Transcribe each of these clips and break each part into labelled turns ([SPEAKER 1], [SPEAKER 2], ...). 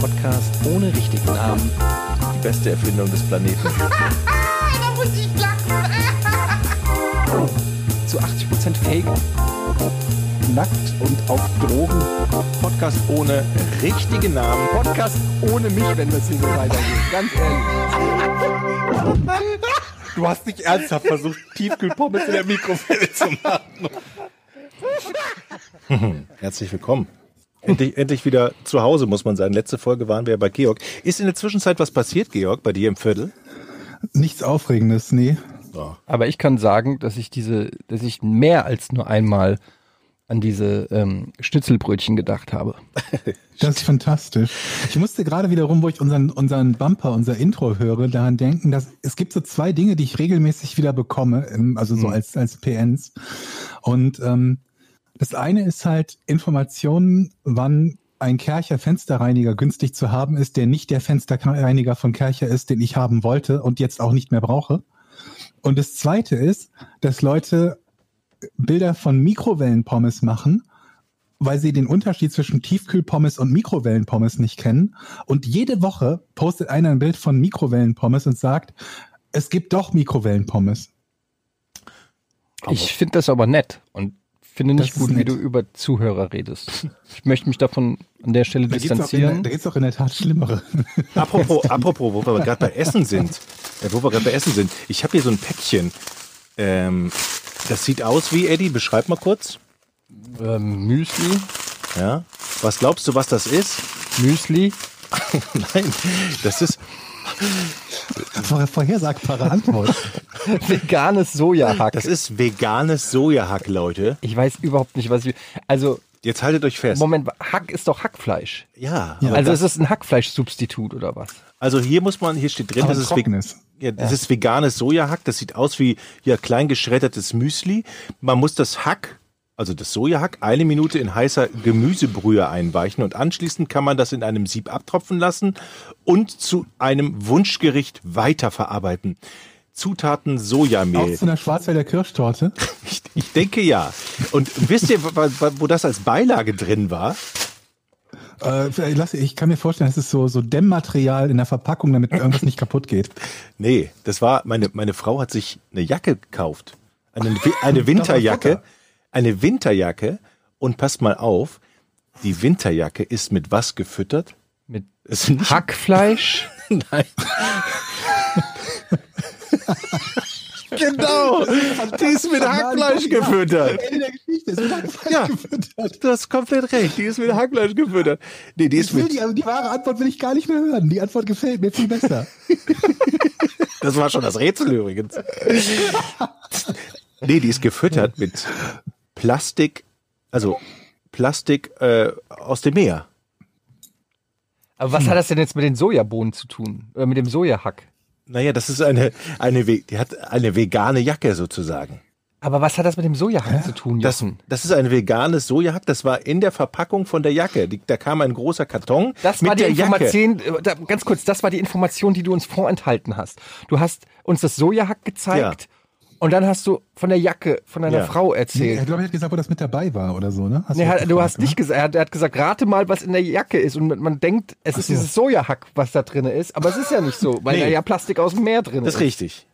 [SPEAKER 1] Podcast ohne richtigen Namen. Die beste Erfindung des Planeten.
[SPEAKER 2] da muss ich lachen.
[SPEAKER 1] Zu 80% Fake.
[SPEAKER 3] Nackt und auf Drogen.
[SPEAKER 1] Podcast ohne richtigen Namen.
[SPEAKER 3] Podcast ohne mich, wenn das hier so weitergeht. Ganz ehrlich.
[SPEAKER 1] Du hast nicht ernsthaft versucht, Tiefkühlpommes in der Mikrowelle zu machen.
[SPEAKER 4] Herzlich willkommen. Endlich, endlich wieder zu Hause, muss man sagen. Letzte Folge waren wir bei Georg. Ist in der Zwischenzeit was passiert, Georg, bei dir im Viertel?
[SPEAKER 3] Nichts Aufregendes, nee.
[SPEAKER 5] Oh. Aber ich kann sagen, dass ich diese, dass ich mehr als nur einmal an diese ähm, Schnitzelbrötchen gedacht habe.
[SPEAKER 3] Das ist fantastisch. Ich musste gerade wiederum, wo ich unseren, unseren Bumper, unser Intro höre, daran denken, dass es gibt so zwei Dinge, die ich regelmäßig wieder bekomme, also so als, als PNs. Und ähm, das eine ist halt Informationen, wann ein Kercher Fensterreiniger günstig zu haben ist, der nicht der Fensterreiniger von Kercher ist, den ich haben wollte und jetzt auch nicht mehr brauche. Und das zweite ist, dass Leute Bilder von Mikrowellenpommes machen, weil sie den Unterschied zwischen Tiefkühlpommes und Mikrowellenpommes nicht kennen. Und jede Woche postet einer ein Bild von Mikrowellenpommes und sagt, es gibt doch Mikrowellenpommes.
[SPEAKER 5] Ich finde das aber nett und finde nicht das gut, wie du über Zuhörer redest. Ich möchte mich davon an der Stelle
[SPEAKER 3] da
[SPEAKER 5] distanzieren.
[SPEAKER 3] Der, da geht es auch in der Tat schlimmere.
[SPEAKER 4] Apropos, apropos wo wir gerade bei Essen sind. Äh, wo wir gerade bei Essen sind. Ich habe hier so ein Päckchen. Ähm, das sieht aus wie, Eddie, beschreib mal kurz.
[SPEAKER 5] Ähm, Müsli.
[SPEAKER 4] Ja. Was glaubst du, was das ist?
[SPEAKER 5] Müsli.
[SPEAKER 4] Nein, das ist.
[SPEAKER 3] Vor, vorhersagbare Antwort.
[SPEAKER 5] veganes Sojahack.
[SPEAKER 4] Das ist veganes Sojahack, Leute.
[SPEAKER 5] Ich weiß überhaupt nicht, was ich. Also.
[SPEAKER 4] Jetzt haltet euch fest.
[SPEAKER 5] Moment, Hack ist doch Hackfleisch.
[SPEAKER 4] Ja.
[SPEAKER 5] ja. Also ist es ein Hackfleischsubstitut oder was?
[SPEAKER 4] Also hier muss man, hier steht drin,
[SPEAKER 3] Aber
[SPEAKER 4] das ist
[SPEAKER 3] trockenes.
[SPEAKER 4] Ja, das ja. ist veganes Sojahack. Das sieht aus wie ja klein geschreddertes Müsli. Man muss das Hack, also das Sojahack, eine Minute in heißer Gemüsebrühe einweichen und anschließend kann man das in einem Sieb abtropfen lassen und zu einem Wunschgericht weiterverarbeiten. Zutaten Sojamehl.
[SPEAKER 3] Auch zu einer Schwarzwälder Kirschtorte?
[SPEAKER 4] ich, ich denke ja. Und wisst ihr, wo das als Beilage drin war?
[SPEAKER 3] Äh, lass, ich kann mir vorstellen, es ist so, so Dämmmaterial in der Verpackung, damit irgendwas nicht kaputt geht.
[SPEAKER 4] Nee, das war, meine, meine Frau hat sich eine Jacke gekauft. Eine, eine Winterjacke. Eine Winterjacke. Und passt mal auf, die Winterjacke ist mit was gefüttert?
[SPEAKER 5] Mit Hackfleisch?
[SPEAKER 4] Nein. genau. Die ist mit Hackfleisch gefüttert.
[SPEAKER 3] Ende der Geschichte ist mit Hackfleisch
[SPEAKER 4] ja,
[SPEAKER 3] gefüttert.
[SPEAKER 4] Du hast komplett recht. Die ist mit Hackfleisch gefüttert.
[SPEAKER 3] Nee, die ist mit die, also die wahre Antwort will ich gar nicht mehr hören. Die Antwort gefällt mir viel besser.
[SPEAKER 4] das war schon das Rätsel übrigens. Nee, die ist gefüttert mit Plastik, also Plastik äh, aus dem Meer.
[SPEAKER 5] Aber was hm. hat das denn jetzt mit den Sojabohnen zu tun? Oder mit dem Sojahack?
[SPEAKER 4] Naja, das ist eine, eine, die hat eine vegane Jacke sozusagen.
[SPEAKER 5] Aber was hat das mit dem Sojahack Hä? zu tun,
[SPEAKER 4] Jochen? Das, das ist ein veganes Sojahack, das war in der Verpackung von der Jacke. Die, da kam ein großer Karton
[SPEAKER 5] das
[SPEAKER 4] mit
[SPEAKER 5] war die
[SPEAKER 4] der
[SPEAKER 5] Information, da, ganz kurz, das war die Information, die du uns vorenthalten hast. Du hast uns das Sojahack gezeigt ja. und dann hast du von der Jacke von deiner ja. Frau erzählt.
[SPEAKER 3] Nee, ich glaube, er hat gesagt, wo das mit dabei war oder so, ne?
[SPEAKER 5] Hast nee, du, hat, gefragt, du hast ne? nicht gesagt, er hat gesagt, rate mal, was in der Jacke ist und man denkt, es Ach ist so. dieses Sojahack, was da drin ist, aber es ist ja nicht so, weil nee. da ja Plastik aus dem Meer drin
[SPEAKER 4] das Das
[SPEAKER 5] ist.
[SPEAKER 4] ist richtig.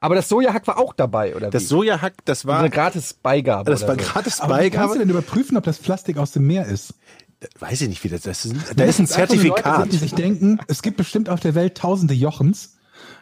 [SPEAKER 5] Aber das Sojahack war auch dabei, oder?
[SPEAKER 4] Das Sojahack, das war.
[SPEAKER 5] So eine gratis Beigabe.
[SPEAKER 4] Das war
[SPEAKER 5] so.
[SPEAKER 4] gratis
[SPEAKER 3] Aber
[SPEAKER 4] Beigabe.
[SPEAKER 3] kannst du denn überprüfen, ob das Plastik aus dem Meer ist?
[SPEAKER 4] Weiß ich nicht, wie das ist. Da ist ein Zertifikat.
[SPEAKER 3] Leute, die sich denken, es gibt bestimmt auf der Welt tausende Jochens.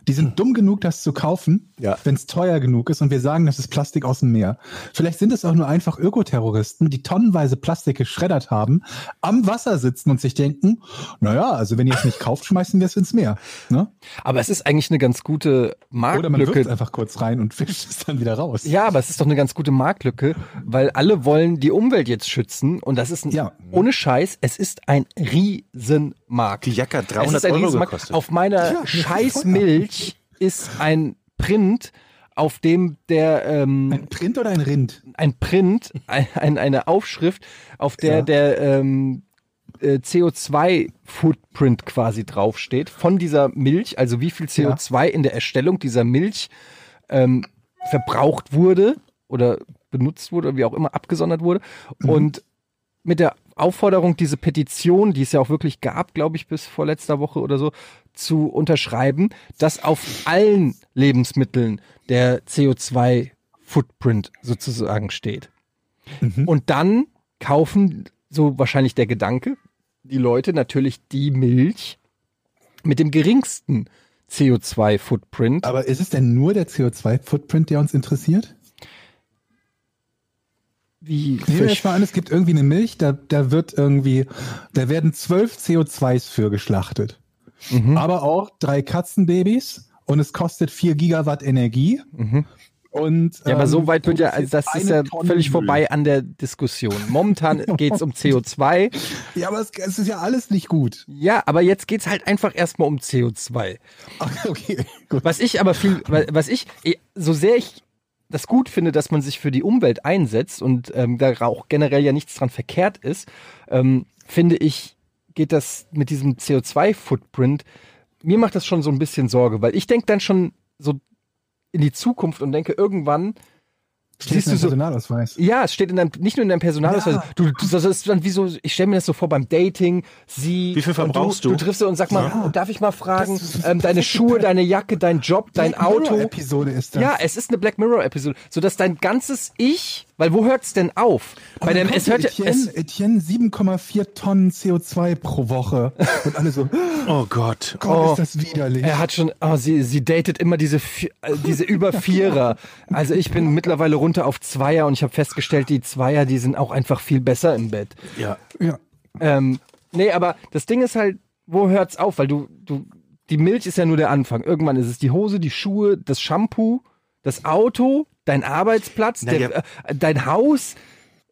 [SPEAKER 3] Die sind dumm genug, das zu kaufen,
[SPEAKER 4] ja.
[SPEAKER 3] wenn es teuer genug ist und wir sagen, das ist Plastik aus dem Meer. Vielleicht sind es auch nur einfach Ökoterroristen, die tonnenweise Plastik geschreddert haben, am Wasser sitzen und sich denken, naja, also wenn ihr es nicht kauft, schmeißen wir es ins Meer. Ne?
[SPEAKER 5] Aber es ist eigentlich eine ganz gute Marktlücke.
[SPEAKER 3] Oder man wirft einfach kurz rein und fischt es dann wieder raus.
[SPEAKER 5] Ja, aber es ist doch eine ganz gute Marktlücke, weil alle wollen die Umwelt jetzt schützen und das ist ein, ja. ohne Scheiß, es ist ein Riesenmarkt.
[SPEAKER 4] Die Jacke hat 300 Euro gekostet.
[SPEAKER 5] Auf meiner ja, Scheißmilch ist ein Print, auf dem der ähm,
[SPEAKER 3] ein Print oder ein Rind?
[SPEAKER 5] Ein Print, ein, ein, eine Aufschrift, auf der ja. der ähm, äh, CO2-Footprint quasi draufsteht von dieser Milch, also wie viel CO2 ja. in der Erstellung dieser Milch ähm, verbraucht wurde oder benutzt wurde oder wie auch immer abgesondert wurde. Mhm. Und mit der Aufforderung, diese Petition, die es ja auch wirklich gab, glaube ich, bis vor letzter Woche oder so, zu unterschreiben, dass auf allen Lebensmitteln der CO2-Footprint sozusagen steht. Und dann kaufen, so wahrscheinlich der Gedanke, die Leute natürlich die Milch mit dem geringsten CO2-Footprint.
[SPEAKER 3] Aber ist es denn nur der CO2-Footprint, der uns interessiert?
[SPEAKER 5] Wie
[SPEAKER 3] Nehmen wir jetzt mal an, es gibt irgendwie eine Milch, da, da wird irgendwie, da werden zwölf CO2s für geschlachtet.
[SPEAKER 5] Mhm.
[SPEAKER 3] Aber auch drei Katzenbabys und es kostet vier Gigawatt Energie. Und,
[SPEAKER 5] Mhm. Ja, aber
[SPEAKER 3] ähm,
[SPEAKER 5] so weit wird ja, also das
[SPEAKER 3] produziert
[SPEAKER 5] ist ja
[SPEAKER 3] eine Tonne
[SPEAKER 5] völlig
[SPEAKER 3] Müll.
[SPEAKER 5] vorbei an der Diskussion. Momentan geht's um CO2.
[SPEAKER 3] Ja, aber es, es ist ja alles nicht gut.
[SPEAKER 5] Ja, aber jetzt geht's halt einfach erstmal um CO2.
[SPEAKER 3] Okay, gut.
[SPEAKER 5] Was ich aber viel, wa- was ich, eh, so sehr ich das gut finde, dass man sich für die Umwelt einsetzt und ähm, da auch generell ja nichts dran verkehrt ist, ähm, finde ich, geht das mit diesem CO2-Footprint, mir macht das schon so ein bisschen Sorge, weil ich denke dann schon so in die Zukunft und denke irgendwann,
[SPEAKER 3] Steht
[SPEAKER 5] siehst du
[SPEAKER 3] im
[SPEAKER 5] so,
[SPEAKER 3] Personalausweis.
[SPEAKER 5] ja, es steht in deinem, nicht nur in deinem Personalausweis.
[SPEAKER 3] Ja.
[SPEAKER 5] Du, du, das ist dann wie so, ich stelle mir das so vor beim Dating, sie.
[SPEAKER 4] Wie viel
[SPEAKER 5] und
[SPEAKER 4] verbrauchst
[SPEAKER 5] du?
[SPEAKER 4] du?
[SPEAKER 5] Du triffst sie und sag mal,
[SPEAKER 3] Ja.
[SPEAKER 5] darf ich mal fragen,
[SPEAKER 3] Das ist-
[SPEAKER 5] ähm, deine Schuhe, deine Jacke, dein Job, dein Auto.
[SPEAKER 3] Episode ist das.
[SPEAKER 5] Ja, äh, es ist eine Black Mirror Episode, sodass dein ganzes Ich, weil wo hört's denn auf? Bei
[SPEAKER 3] Und dann
[SPEAKER 5] dem, es hört
[SPEAKER 3] kommt
[SPEAKER 5] ja, es,
[SPEAKER 3] Etienne, Etienne 7,4 Tonnen CO2 pro Woche. Und alle so,
[SPEAKER 4] Oh Gott.
[SPEAKER 3] Gott,
[SPEAKER 5] Oh.
[SPEAKER 3] ist das widerlich.
[SPEAKER 5] er hat schon, oh, sie, sie datet immer diese, Vi- äh, diese über Vierer. Also ich bin mittlerweile runter auf Zweier und ich habe festgestellt, die Zweier, die sind auch einfach viel besser im Bett.
[SPEAKER 4] Ja.
[SPEAKER 3] ja.
[SPEAKER 5] Ähm, nee, aber das Ding ist halt, wo hört's auf? Weil du, du, die Milch ist ja nur der Anfang. Irgendwann ist es die Hose, die Schuhe, das Shampoo, das Auto, dein Arbeitsplatz,
[SPEAKER 4] Naja.
[SPEAKER 5] der, äh, dein Haus.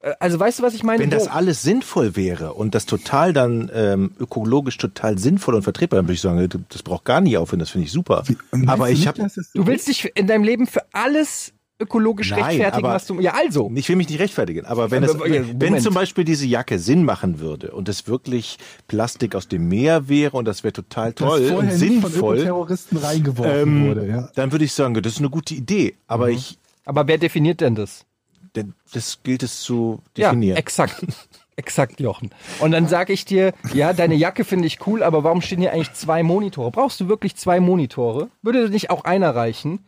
[SPEAKER 5] Äh, Also weißt du, was ich meine?
[SPEAKER 4] Wenn das
[SPEAKER 5] Wo-
[SPEAKER 4] alles sinnvoll wäre und das total dann ähm, ökologisch total sinnvoll und vertretbar, dann würde ich sagen, das braucht gar nicht aufhören, das finde ich super.
[SPEAKER 3] Meinst
[SPEAKER 4] Aber
[SPEAKER 3] du
[SPEAKER 4] ich
[SPEAKER 3] nicht,
[SPEAKER 4] habe
[SPEAKER 3] dass es so
[SPEAKER 5] du
[SPEAKER 3] ist?
[SPEAKER 5] willst dich in deinem Leben für alles ökologisch
[SPEAKER 4] Nein,
[SPEAKER 5] rechtfertigen,
[SPEAKER 4] aber-
[SPEAKER 5] was du. Ja, also.
[SPEAKER 4] Ich will mich nicht rechtfertigen, aber wenn, das,
[SPEAKER 5] Aber, ja,
[SPEAKER 4] wenn
[SPEAKER 5] Moment.
[SPEAKER 4] zum Beispiel diese Jacke Sinn machen würde und es wirklich Plastik aus dem Meer wäre und das wäre total
[SPEAKER 3] Das
[SPEAKER 4] toll und
[SPEAKER 3] vorher nie von
[SPEAKER 4] sinnvoll,
[SPEAKER 3] Terroristen reingeworfen
[SPEAKER 4] ähm,
[SPEAKER 3] wurde. Ja. Mhm.
[SPEAKER 4] dann würde ich sagen, das ist eine gute Idee. Aber ich,
[SPEAKER 5] Aber wer definiert denn das?
[SPEAKER 4] denn das gilt es zu
[SPEAKER 5] Ja,
[SPEAKER 4] definieren.
[SPEAKER 5] exakt. Exakt, Jochen. Und dann sage ich dir, ja, deine Jacke finde ich cool, aber warum stehen hier eigentlich zwei Monitore? Brauchst du wirklich zwei Monitore? Würde nicht auch einer reichen?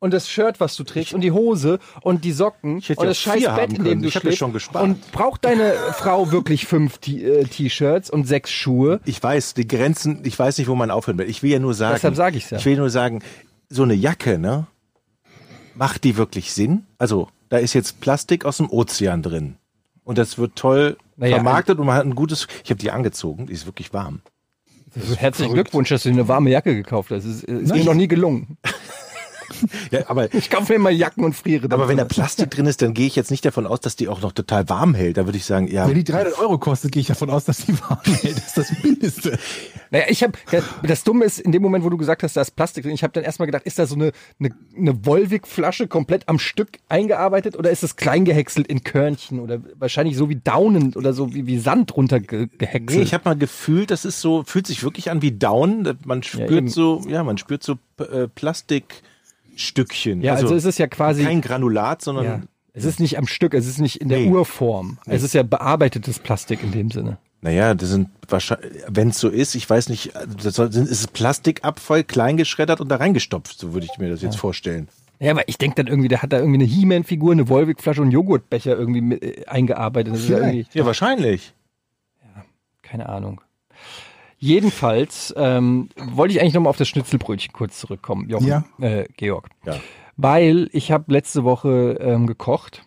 [SPEAKER 5] Und das Shirt, was du trägst, und die Hose und die Socken
[SPEAKER 4] Ich hätte
[SPEAKER 5] und
[SPEAKER 4] ja
[SPEAKER 5] das
[SPEAKER 4] auch
[SPEAKER 5] scheiß
[SPEAKER 4] vier
[SPEAKER 5] Bett,
[SPEAKER 4] haben
[SPEAKER 5] in dem
[SPEAKER 4] können.
[SPEAKER 5] du
[SPEAKER 4] Ich hab ja
[SPEAKER 5] schläfst.
[SPEAKER 4] schon gespart.
[SPEAKER 5] Und braucht deine Frau wirklich fünf T- äh, T-Shirts und sechs Schuhe?
[SPEAKER 4] ich weiß, die Grenzen, ich weiß nicht, wo man aufhören will. Ich will ja nur sagen.
[SPEAKER 5] Deshalb sag ich's ja.
[SPEAKER 4] Ich will nur sagen, so eine Jacke, ne? Macht die wirklich Sinn? Also, da ist jetzt Plastik aus dem Ozean drin. Und das wird toll
[SPEAKER 5] Naja,
[SPEAKER 4] vermarktet und man hat ein gutes. Ich habe die angezogen, die ist wirklich warm.
[SPEAKER 5] Herzlichen Glückwunsch, dass du dir eine warme Jacke gekauft hast. Es ist, ist mir noch nie gelungen.
[SPEAKER 4] Ja, aber,
[SPEAKER 5] Ich kaufe mir mal Jacken und friere.
[SPEAKER 4] aber wenn da Plastik drin ist, dann gehe ich jetzt nicht davon aus, dass die auch noch total warm hält. Da würde ich sagen, ja,
[SPEAKER 3] Wenn die 300 Euro kostet, gehe ich davon aus, dass die warm hält. Das ist das Mindeste.
[SPEAKER 5] Naja, ich habe das Dumme ist, in dem Moment, wo du gesagt hast, da ist Plastik drin, ich habe dann erstmal gedacht, ist da so eine, eine, eine Wolwig-Flasche komplett am Stück eingearbeitet oder ist es kleingehäckselt in Körnchen oder wahrscheinlich so wie Daunen oder so wie, wie Sand runtergehäckselt?
[SPEAKER 4] Nee, ich habe mal gefühlt, das ist so, fühlt sich wirklich an wie Down. Man spürt
[SPEAKER 5] eben.
[SPEAKER 4] so, ja, man spürt so äh, Plastikstückchen.
[SPEAKER 5] ja, also, ist es ja quasi.
[SPEAKER 4] kein Granulat, sondern
[SPEAKER 5] ja, es ist nicht am Stück, es ist nicht in der
[SPEAKER 4] Nee.
[SPEAKER 5] Urform. Es ist ja bearbeitetes Plastik in dem Sinne.
[SPEAKER 4] naja, das sind wahrscheinlich, wenn es so ist, ich weiß nicht, das soll, sind- ist es Plastikabfall klein geschreddert und da reingestopft, so würde ich mir das jetzt vorstellen.
[SPEAKER 5] Ja, aber ich denke dann irgendwie, der hat da irgendwie eine He-Man-Figur, eine Wolwig-Flasche und einen Joghurtbecher irgendwie mit, äh, eingearbeitet. Das ist ja irgendwie,
[SPEAKER 4] Ja, wahrscheinlich.
[SPEAKER 5] Keine Ahnung. Jedenfalls ähm, wollte ich eigentlich nochmal auf das Schnitzelbrötchen kurz zurückkommen, Jochen,
[SPEAKER 3] Ja.
[SPEAKER 5] äh, Georg.
[SPEAKER 4] Ja.
[SPEAKER 5] Weil ich habe letzte Woche ähm, gekocht.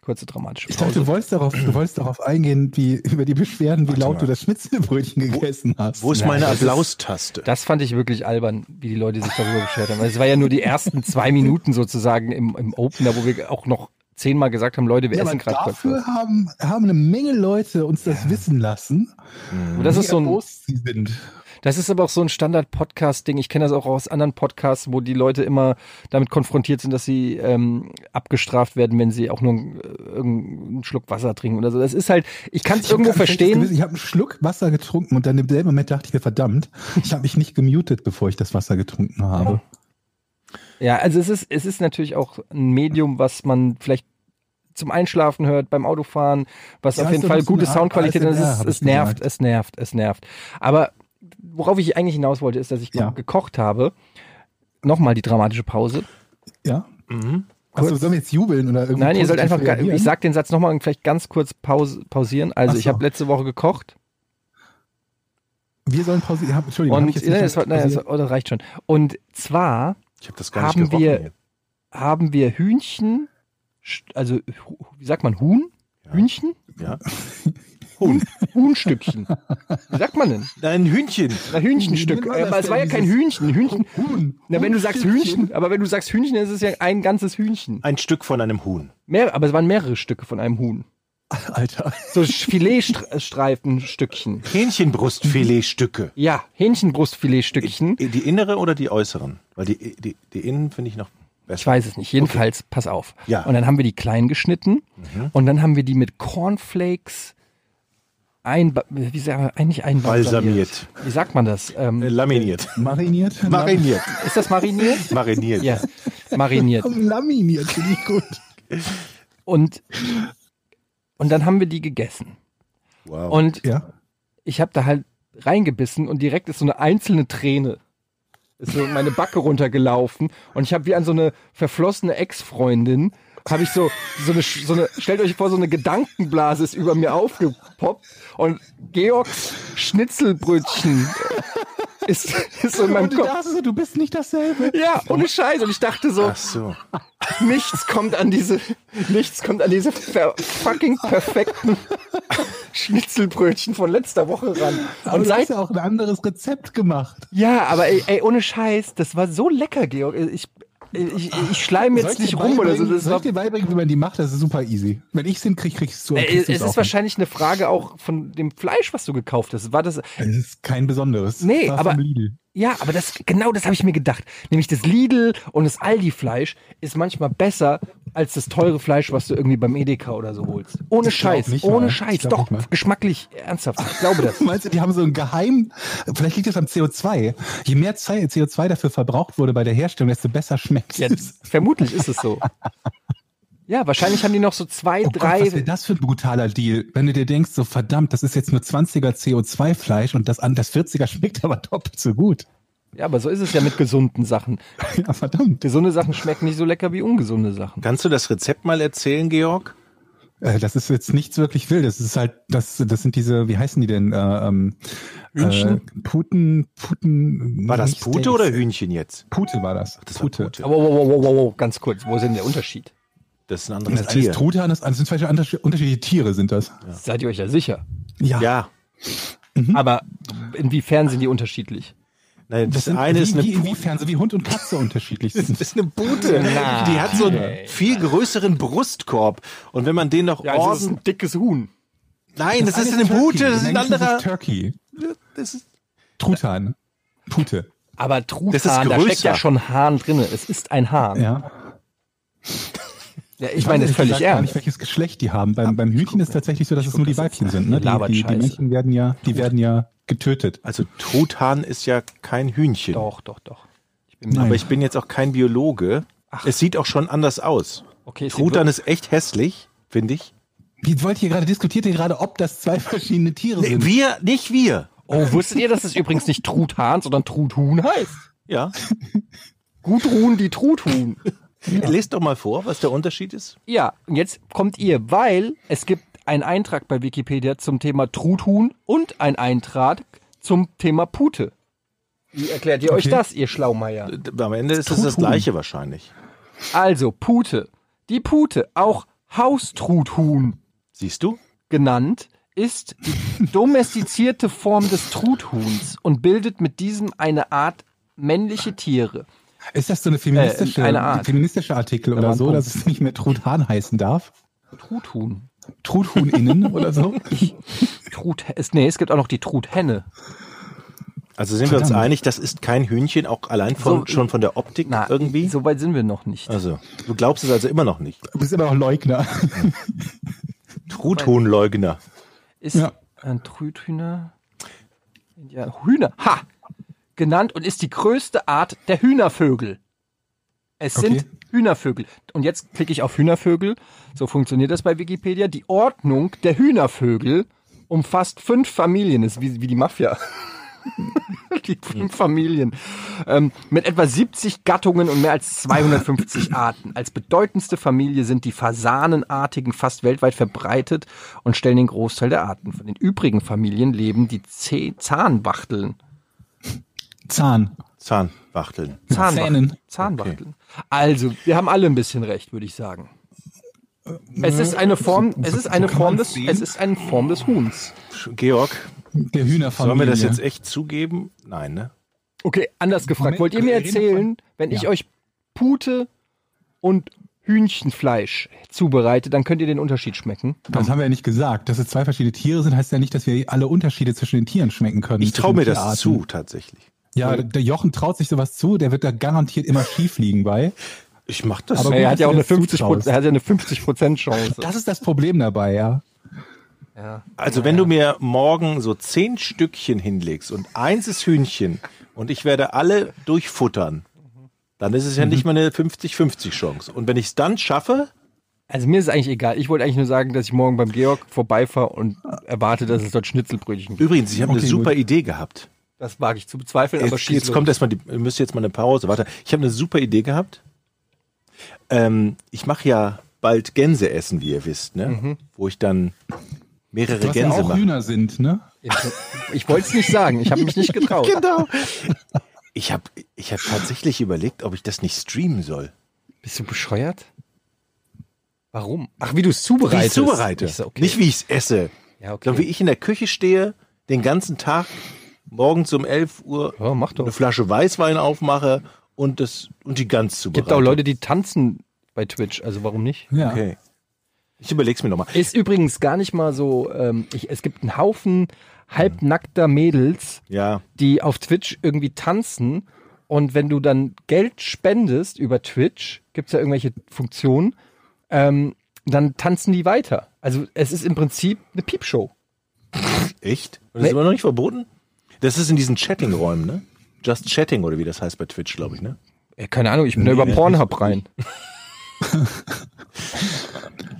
[SPEAKER 5] Kurze dramatische
[SPEAKER 3] Ich
[SPEAKER 5] Pause.
[SPEAKER 3] dachte, du wolltest darauf, du wolltest darauf eingehen, wie, über die Beschwerden, wie laut
[SPEAKER 4] mal.
[SPEAKER 3] du das Schnitzelbrötchen gegessen hast.
[SPEAKER 4] Wo ist
[SPEAKER 3] Ja.
[SPEAKER 4] meine Applaustaste?
[SPEAKER 5] das fand ich wirklich albern, wie die Leute sich darüber beschwert haben. Also Es war ja nur die ersten zwei Minuten sozusagen im, im Opener, wo wir auch noch zehnmal gesagt haben, Leute, wir
[SPEAKER 3] Ja, aber
[SPEAKER 5] essen gerade
[SPEAKER 3] dafür
[SPEAKER 5] Bratwurst.
[SPEAKER 3] haben, haben eine Menge Leute uns das wissen lassen,
[SPEAKER 5] Und Das
[SPEAKER 3] wie
[SPEAKER 5] ist so ein,
[SPEAKER 3] erbost sie sind.
[SPEAKER 5] Das ist aber auch so ein Standard-Podcast-Ding. Ich kenne das auch aus anderen Podcasts, wo die Leute immer damit konfrontiert sind, dass sie ähm, abgestraft werden, wenn sie auch nur äh, irgendeinen Schluck Wasser trinken oder so. Das ist halt, ich kann es
[SPEAKER 3] Ich hab
[SPEAKER 5] irgendwo
[SPEAKER 3] ganz schlechtes
[SPEAKER 5] verstehen.
[SPEAKER 3] Gewissen. Ich habe einen Schluck Wasser getrunken und dann im selben Moment dachte ich mir, verdammt, ich habe mich nicht gemutet, bevor ich das Wasser getrunken habe.
[SPEAKER 5] Ja, also es ist, es ist natürlich auch ein Medium, was man vielleicht zum Einschlafen hört, beim Autofahren, was
[SPEAKER 3] Ja,
[SPEAKER 5] auf jeden
[SPEAKER 3] ist
[SPEAKER 5] Fall
[SPEAKER 3] so ein
[SPEAKER 5] gute
[SPEAKER 3] bisschen
[SPEAKER 5] Soundqualität
[SPEAKER 3] ASMR,
[SPEAKER 5] ist. Es,
[SPEAKER 3] hab
[SPEAKER 5] es
[SPEAKER 3] ich
[SPEAKER 5] nervt,
[SPEAKER 3] gemerkt.
[SPEAKER 5] es nervt, es nervt. Aber worauf ich eigentlich hinaus wollte, ist, dass ich
[SPEAKER 3] Ja.
[SPEAKER 5] gekocht habe. Nochmal die dramatische Pause.
[SPEAKER 3] Ja.
[SPEAKER 5] Mhm.
[SPEAKER 3] Also sollen wir jetzt jubeln oder irgendwie?
[SPEAKER 5] Nein, ihr sollt
[SPEAKER 3] positiv
[SPEAKER 5] einfach, ga-
[SPEAKER 3] reagieren?
[SPEAKER 5] ich sag den Satz nochmal und vielleicht ganz kurz pause, pausieren. Also
[SPEAKER 3] Ach
[SPEAKER 5] ich
[SPEAKER 3] so.
[SPEAKER 5] habe letzte Woche gekocht
[SPEAKER 3] Wir sollen pausieren. Hab- Entschuldigung, hab
[SPEAKER 5] und
[SPEAKER 3] ich jetzt
[SPEAKER 5] nee,
[SPEAKER 3] nicht
[SPEAKER 5] das, war, nein, das,
[SPEAKER 3] pausiert?
[SPEAKER 5] war- oh, das reicht schon. Und zwar
[SPEAKER 4] Ich habe das gar
[SPEAKER 5] Haben
[SPEAKER 4] nicht gerochen.
[SPEAKER 5] wir-
[SPEAKER 4] hier.
[SPEAKER 5] haben wir Hühnchen, st- also Hu- wie sagt man, Huhn? Hühnchen?
[SPEAKER 4] Ja.
[SPEAKER 5] Huhn. Huhnstückchen. Wie sagt man denn?
[SPEAKER 4] Nein, Hühnchen.
[SPEAKER 5] Na, Hühnchenstück.
[SPEAKER 3] Wie nennt man
[SPEAKER 5] Äh,
[SPEAKER 3] das
[SPEAKER 5] Aber es war ja
[SPEAKER 3] denn,
[SPEAKER 5] kein
[SPEAKER 3] dieses-
[SPEAKER 5] Hühnchen. Hühnchen.
[SPEAKER 3] Huhn.
[SPEAKER 5] Na, wenn du sagst
[SPEAKER 3] Huhnstückchen.
[SPEAKER 5] Hühnchen, aber wenn du sagst Hühnchen, dann ist es ja ein ganzes Hühnchen.
[SPEAKER 4] Ein Stück von einem Huhn.
[SPEAKER 5] Mehr, aber es waren mehrere Stücke von einem Huhn.
[SPEAKER 3] Alter.
[SPEAKER 5] So Filetstreifenstückchen.
[SPEAKER 4] Hähnchenbrustfiletstücke.
[SPEAKER 5] Ja, Hähnchenbrustfiletstückchen.
[SPEAKER 4] Die innere oder die äußeren? Weil die, die, die innen finde ich noch
[SPEAKER 5] Ich
[SPEAKER 4] besser.
[SPEAKER 5] weiß es nicht. Jedenfalls, pass auf.
[SPEAKER 3] Ah.
[SPEAKER 4] Ja.
[SPEAKER 5] Und dann haben wir die klein geschnitten
[SPEAKER 3] Mhm.
[SPEAKER 5] und dann haben wir die mit Cornflakes ein, wie sagt man, eigentlich einbalsamiert.
[SPEAKER 4] Balsamiert.
[SPEAKER 5] Wie sagt man das?
[SPEAKER 4] Äh,
[SPEAKER 5] Ähm,
[SPEAKER 4] Laminiert.
[SPEAKER 3] Mariniert?
[SPEAKER 4] Mariniert.
[SPEAKER 5] ist das mariniert?
[SPEAKER 4] Mariniert.
[SPEAKER 5] ja, mariniert.
[SPEAKER 3] Laminiert finde ich gut.
[SPEAKER 5] Und, und dann haben wir die gegessen.
[SPEAKER 4] Wow.
[SPEAKER 5] Und
[SPEAKER 3] Ja.
[SPEAKER 5] ich habe da halt reingebissen und direkt ist so eine einzelne Träne ist so in meine Backe runtergelaufen und ich habe wie an so eine verflossene Ex-Freundin habe ich so so eine, so eine stellt euch vor so eine Gedankenblase ist über mir aufgepoppt und Georgs Schnitzelbrötchen ist, ist so in meinem
[SPEAKER 3] Und du
[SPEAKER 5] Kopf.
[SPEAKER 3] dachtest, Oh, du bist nicht dasselbe.
[SPEAKER 5] Ja, ohne Scheiß und ich dachte so,
[SPEAKER 4] Ach so.
[SPEAKER 5] nichts kommt an diese nichts kommt an diese ver fucking perfekten Schnitzelbrötchen von letzter Woche ran.
[SPEAKER 3] Aber
[SPEAKER 5] Und
[SPEAKER 3] du
[SPEAKER 5] seit
[SPEAKER 3] hast ja auch ein anderes Rezept gemacht.
[SPEAKER 5] Ja, aber ey, ey, ohne Scheiß, das war so lecker, Georg. Ich, ich, ich schleim jetzt nicht rum oder so. Das
[SPEAKER 3] soll
[SPEAKER 5] war,
[SPEAKER 3] ich dir beibringen, wie man die macht? Das ist super easy. Wenn ich es hinkriege, kriegst du
[SPEAKER 5] ey,
[SPEAKER 3] kriegst
[SPEAKER 5] Äh, es
[SPEAKER 3] du's
[SPEAKER 5] ist
[SPEAKER 3] auch hin.
[SPEAKER 5] wahrscheinlich eine Frage auch von dem Fleisch, was du gekauft hast. War das?
[SPEAKER 3] Es ist kein besonderes.
[SPEAKER 5] Nee,
[SPEAKER 3] War
[SPEAKER 5] aber-
[SPEAKER 3] vom Lidl.
[SPEAKER 5] Ja, aber das genau das habe ich mir gedacht. Nämlich das Lidl und das Aldi-Fleisch ist manchmal besser als das teure Fleisch, was du irgendwie beim Edeka oder so holst. Ohne
[SPEAKER 3] Ich glaub
[SPEAKER 5] Scheiß,
[SPEAKER 3] nicht mal.
[SPEAKER 5] ohne
[SPEAKER 3] Ich
[SPEAKER 5] Scheiß,
[SPEAKER 3] glaub
[SPEAKER 5] doch
[SPEAKER 3] nicht mal.
[SPEAKER 5] geschmacklich ernsthaft. Ich glaube das.
[SPEAKER 3] Meinst du, die haben so ein Geheim, vielleicht liegt das am CO2. Je mehr Zeit- CO2 dafür verbraucht wurde bei der Herstellung, desto besser schmeckt
[SPEAKER 5] Ja,
[SPEAKER 3] es.
[SPEAKER 5] vermutlich ist es so. Ja, wahrscheinlich haben die noch so zwei,
[SPEAKER 3] Oh
[SPEAKER 5] drei.
[SPEAKER 3] Gott, was wäre das für ein brutaler Deal, wenn du dir denkst, so verdammt, das ist jetzt nur 20er CO2-Fleisch und das, an- das 40er schmeckt aber doppelt so gut.
[SPEAKER 5] ja, aber so ist es ja mit gesunden Sachen.
[SPEAKER 3] Ja, verdammt.
[SPEAKER 5] Gesunde Sachen schmecken nicht so lecker wie ungesunde Sachen.
[SPEAKER 4] Kannst du das Rezept mal erzählen, Georg?
[SPEAKER 3] Äh, Das ist jetzt nichts wirklich Wildes. Das ist halt, das, das sind diese, wie heißen die denn? Äh, ähm,
[SPEAKER 5] Hühnchen?
[SPEAKER 3] Äh, Puten, Puten.
[SPEAKER 4] War das
[SPEAKER 3] nicht
[SPEAKER 4] Pute
[SPEAKER 3] Steaks.
[SPEAKER 4] oder Hühnchen jetzt?
[SPEAKER 3] Pute Oh, war das.
[SPEAKER 4] Das war Pute.
[SPEAKER 5] Aber wow, wow, wow, wow, wow, ganz kurz, wo ist denn der Unterschied?
[SPEAKER 4] Das ist ein
[SPEAKER 3] Das
[SPEAKER 4] anderes
[SPEAKER 3] ist alles
[SPEAKER 4] Tier.
[SPEAKER 3] Truthahn, das das sind zwei unterschied- unterschiedliche Tiere, sind das.
[SPEAKER 5] Seid ihr euch ja Mhm. sicher.
[SPEAKER 4] Ja.
[SPEAKER 5] Aber inwiefern sind die unterschiedlich?
[SPEAKER 4] Nein, das,
[SPEAKER 3] sind-
[SPEAKER 4] eine
[SPEAKER 3] wie,
[SPEAKER 4] ist eine
[SPEAKER 3] wie,
[SPEAKER 4] Pute.
[SPEAKER 3] Inwiefern, so wie Hund und Katze unterschiedlich
[SPEAKER 4] Das
[SPEAKER 3] sind.
[SPEAKER 4] ist eine Pute. Die hat so einen viel größeren Brustkorb. Und wenn man den noch
[SPEAKER 5] also
[SPEAKER 4] ordentlich.
[SPEAKER 5] dickes Huhn.
[SPEAKER 4] Nein, also das, ist
[SPEAKER 3] eine
[SPEAKER 4] eine Pute,
[SPEAKER 3] Turkey.
[SPEAKER 4] das ist ein
[SPEAKER 3] Im Englischen
[SPEAKER 4] anderer.
[SPEAKER 3] es Turkey.
[SPEAKER 4] Das ist,
[SPEAKER 3] Truthahn. Pute.
[SPEAKER 5] Aber Truthahn,
[SPEAKER 4] Das ist
[SPEAKER 5] da
[SPEAKER 4] größer.
[SPEAKER 5] steckt ja schon Hahn drin. Es ist ein Hahn. Ja,
[SPEAKER 3] Ja.
[SPEAKER 5] ich, meine, das
[SPEAKER 3] ehrlich
[SPEAKER 5] ist völlig
[SPEAKER 3] gesagt gar nicht,
[SPEAKER 5] ernst. Ah,
[SPEAKER 3] welches Geschlecht die haben. Beim, beim Hühnchen ist tatsächlich so, dass es nur die Weibchen sind. Ne?
[SPEAKER 5] Labert
[SPEAKER 3] Die, die, die
[SPEAKER 5] Scheiße.
[SPEAKER 3] Männchen werden ja, die werden ja getötet.
[SPEAKER 4] also Truthahn ist ja kein Hühnchen.
[SPEAKER 5] Doch, doch, doch. Ich bin
[SPEAKER 3] Nein.
[SPEAKER 4] Aber ich bin jetzt auch kein Biologe. Es sieht auch schon anders aus.
[SPEAKER 5] Okay, es sieht
[SPEAKER 4] Truthahn ist echt hässlich, finde ich.
[SPEAKER 3] Wie wollt ihr gerade, diskutiert ihr gerade, ob das zwei verschiedene Tiere
[SPEAKER 4] Nee,
[SPEAKER 3] sind?
[SPEAKER 4] wir, nicht wir.
[SPEAKER 5] Oh, wusstet ihr, dass es übrigens nicht Truthahn, sondern Truthuhn heißt?
[SPEAKER 4] Ja.
[SPEAKER 5] Gudrun, die Truthuhn.
[SPEAKER 4] Lest doch mal vor, was der Unterschied ist.
[SPEAKER 5] Ja, und jetzt kommt ihr, weil es gibt einen Eintrag bei Wikipedia zum Thema Truthuhn und einen Eintrag zum Thema Pute. Wie erklärt ihr euch das, ihr Schlaumeier?
[SPEAKER 4] D- Am Ende ist es das
[SPEAKER 3] Truthuhn.
[SPEAKER 4] gleiche wahrscheinlich.
[SPEAKER 5] Also, Pute. Die Pute, auch Haustruthuhn
[SPEAKER 4] Siehst du?
[SPEAKER 5] genannt, ist die domestizierte Form des Truthuhns und bildet mit diesem eine Art männliche Tiere.
[SPEAKER 3] Ist das so eine feministische,
[SPEAKER 5] Äh, eine Art.
[SPEAKER 3] feministische Artikel
[SPEAKER 5] war
[SPEAKER 3] oder
[SPEAKER 5] ein
[SPEAKER 3] so,
[SPEAKER 5] Punkt.
[SPEAKER 3] dass es nicht mehr Truthahn heißen darf?
[SPEAKER 5] Truthuhn.
[SPEAKER 3] Truthuhninnen oder so?
[SPEAKER 5] Trut, es, nee, es gibt auch noch die Truthenne.
[SPEAKER 4] Also sind wir uns einig, das ist kein Hühnchen, auch allein von,
[SPEAKER 5] So-
[SPEAKER 4] schon von der Optik
[SPEAKER 5] Na,
[SPEAKER 4] irgendwie.
[SPEAKER 5] so weit sind wir noch nicht.
[SPEAKER 4] Also, du glaubst es also immer noch nicht.
[SPEAKER 3] Du bist immer noch Leugner.
[SPEAKER 4] Truthuhnleugner.
[SPEAKER 5] ist
[SPEAKER 3] Ja.
[SPEAKER 5] ein Trüthühner. Ja, Hühner. Ha! Genannt und ist die größte Art der Hühnervögel. Es
[SPEAKER 3] Okay.
[SPEAKER 5] sind Hühnervögel. Und jetzt klicke ich auf Hühnervögel. So funktioniert das bei Wikipedia. Die Ordnung der Hühnervögel umfasst fünf Familien. Das ist wie, wie die Mafia. die fünf Familien. Ähm, mit etwa 70 Gattungen und mehr als 250 Arten. Als bedeutendste Familie sind die Fasanenartigen fast weltweit verbreitet und stellen den Großteil der Arten. Von den übrigen Familien leben die Ze- Zahnwachteln.
[SPEAKER 3] Zahn.
[SPEAKER 4] Zahnwachteln.
[SPEAKER 3] Zähnen.
[SPEAKER 5] Zahnwachteln. Zahnwachteln. Also, wir haben alle ein bisschen recht, würde ich sagen. Es ist eine Form, es ist eine
[SPEAKER 3] Äh, kann
[SPEAKER 5] Form
[SPEAKER 3] man's
[SPEAKER 5] des,
[SPEAKER 3] sehen?
[SPEAKER 5] es ist eine Form des Huhns.
[SPEAKER 4] Georg,
[SPEAKER 3] Der Hühnerfamilie.
[SPEAKER 4] sollen wir das jetzt echt zugeben? Nein, ne?
[SPEAKER 5] Okay, anders gefragt.
[SPEAKER 3] Moment,
[SPEAKER 5] Wollt ihr mir
[SPEAKER 3] wir reden
[SPEAKER 5] erzählen, wenn ich
[SPEAKER 3] Ja.
[SPEAKER 5] euch Pute und Hühnchenfleisch zubereite, dann könnt ihr den Unterschied schmecken?
[SPEAKER 3] Das haben wir ja nicht gesagt. Dass es zwei verschiedene Tiere sind, heißt ja nicht, dass wir alle Unterschiede zwischen den Tieren schmecken können.
[SPEAKER 4] Ich traue
[SPEAKER 3] zwischen
[SPEAKER 4] mir
[SPEAKER 3] den
[SPEAKER 4] das
[SPEAKER 3] Tierarten.
[SPEAKER 4] zu, tatsächlich.
[SPEAKER 3] Ja, der Jochen traut sich sowas zu, der wird da garantiert immer schief liegen bei.
[SPEAKER 4] Ich mach das.
[SPEAKER 3] Aber
[SPEAKER 5] Er
[SPEAKER 3] gut,
[SPEAKER 5] hat ja auch
[SPEAKER 3] dass
[SPEAKER 5] eine
[SPEAKER 3] du das
[SPEAKER 5] 50
[SPEAKER 3] zutraust.
[SPEAKER 5] er hat ja eine 50 Prozent Chance.
[SPEAKER 3] Das ist das Problem dabei, ja.
[SPEAKER 4] Also wenn du mir morgen so zehn Stückchen hinlegst und eins ist Hühnchen und ich werde alle durchfuttern, dann ist es ja nicht mal eine 50-50 Chance. Und wenn ich es dann schaffe,
[SPEAKER 5] Also mir ist es eigentlich egal. Ich wollte eigentlich nur sagen, dass ich morgen beim Georg vorbeifahre und erwarte, dass es dort Schnitzelbrötchen gibt.
[SPEAKER 4] übrigens, ich habe
[SPEAKER 3] Okay,
[SPEAKER 4] eine super
[SPEAKER 3] gut.
[SPEAKER 4] Idee gehabt.
[SPEAKER 5] Das wage ich zu bezweifeln, aber
[SPEAKER 4] Jetzt,
[SPEAKER 5] schieß
[SPEAKER 4] jetzt
[SPEAKER 5] los.
[SPEAKER 4] kommt erstmal die, müsst jetzt mal eine Pause. Warte, ich habe eine super Idee gehabt. Ähm, ich mache ja bald Gänse essen, wie ihr wisst, ne?
[SPEAKER 5] Mhm.
[SPEAKER 4] Wo ich dann mehrere
[SPEAKER 3] Was ja
[SPEAKER 4] Gänse
[SPEAKER 3] auch
[SPEAKER 4] mache.
[SPEAKER 3] Hühner sind, ne?
[SPEAKER 5] Ich wollte es nicht sagen, ich habe mich nicht getraut.
[SPEAKER 4] Genau. Ich habe ich hab tatsächlich überlegt, ob ich das nicht streamen soll.
[SPEAKER 5] Bist du bescheuert? Warum? Ach, wie du es
[SPEAKER 4] Wie ich
[SPEAKER 5] zubereitest.
[SPEAKER 4] zubereite.
[SPEAKER 5] Ich so, okay.
[SPEAKER 4] Nicht wie ich es esse.
[SPEAKER 5] Ja, okay.
[SPEAKER 4] Sondern wie ich in der Küche stehe, den ganzen Tag, morgens um 11 Uhr
[SPEAKER 5] Ja, mach doch.
[SPEAKER 4] eine Flasche Weißwein aufmache und, das, und die Gans zubereite.
[SPEAKER 5] gibt auch Leute, die tanzen bei Twitch, also warum nicht?
[SPEAKER 3] Ja.
[SPEAKER 4] Okay. Ich überleg's mir nochmal.
[SPEAKER 5] Ist übrigens gar nicht mal so, ähm, ich, es gibt einen Haufen halbnackter Mädels,
[SPEAKER 4] Ja.
[SPEAKER 5] die auf Twitch irgendwie tanzen und wenn du dann Geld spendest über Twitch, gibt's ja irgendwelche Funktionen, ähm, dann tanzen die weiter. Also es ist im Prinzip eine Piepshow.
[SPEAKER 4] Echt? Und das
[SPEAKER 5] Nee.
[SPEAKER 4] ist immer noch nicht verboten? Das ist in diesen Chatting-Räumen, ne? Just Chatting oder wie das heißt bei Twitch, glaube ich, ne?
[SPEAKER 5] Ey, keine Ahnung, ich bin da über Pornhub rein.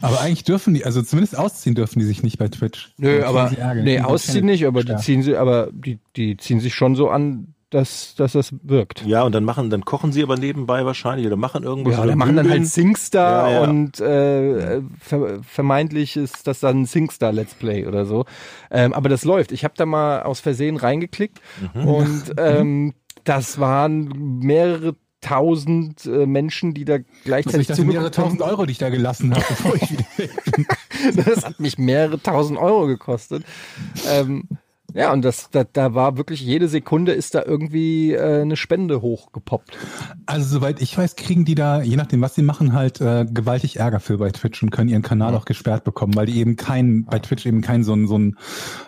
[SPEAKER 3] Aber eigentlich dürfen die, also zumindest ausziehen dürfen die sich nicht bei Twitch. Sonst
[SPEAKER 5] Nö,
[SPEAKER 3] kriegen
[SPEAKER 5] aber
[SPEAKER 3] sie Ärger.
[SPEAKER 5] nee,
[SPEAKER 3] Kriegen
[SPEAKER 5] ausziehen
[SPEAKER 3] keine-
[SPEAKER 5] nicht, aber die
[SPEAKER 3] Ja.
[SPEAKER 5] ziehen sie, aber die, die ziehen sich schon so an, dass, dass das wirkt.
[SPEAKER 4] Ja, und dann machen, dann kochen sie aber nebenbei wahrscheinlich oder machen irgendwas.
[SPEAKER 5] Ja,
[SPEAKER 4] oder
[SPEAKER 5] oder machen dann halt
[SPEAKER 4] bügeln.
[SPEAKER 5] Singstar
[SPEAKER 4] Ja, ja.
[SPEAKER 5] und äh, ver vermeintlich ist das dann ein Singstar Let's Play oder so. Ähm, aber das läuft. Ich habe da mal aus Versehen reingeklickt und ähm, das waren mehrere tausend äh, Menschen, die da
[SPEAKER 3] Also
[SPEAKER 5] gleichzeitig
[SPEAKER 3] ich dachte, mehrere
[SPEAKER 5] zugeguckt haben.
[SPEAKER 3] tausend Euro, die ich da gelassen habe, bevor ich wieder weg bin.
[SPEAKER 5] Das hat mich mehrere tausend Euro gekostet. Ähm, ja, und das, da, da war wirklich jede Sekunde ist da irgendwie äh, eine Spende hochgepoppt.
[SPEAKER 3] Also soweit ich weiß, kriegen die da, je nachdem, was sie machen, halt äh, gewaltig Ärger für bei Twitch und können ihren Kanal auch gesperrt bekommen, weil die eben keinen, bei Twitch eben keinen so einen, so einen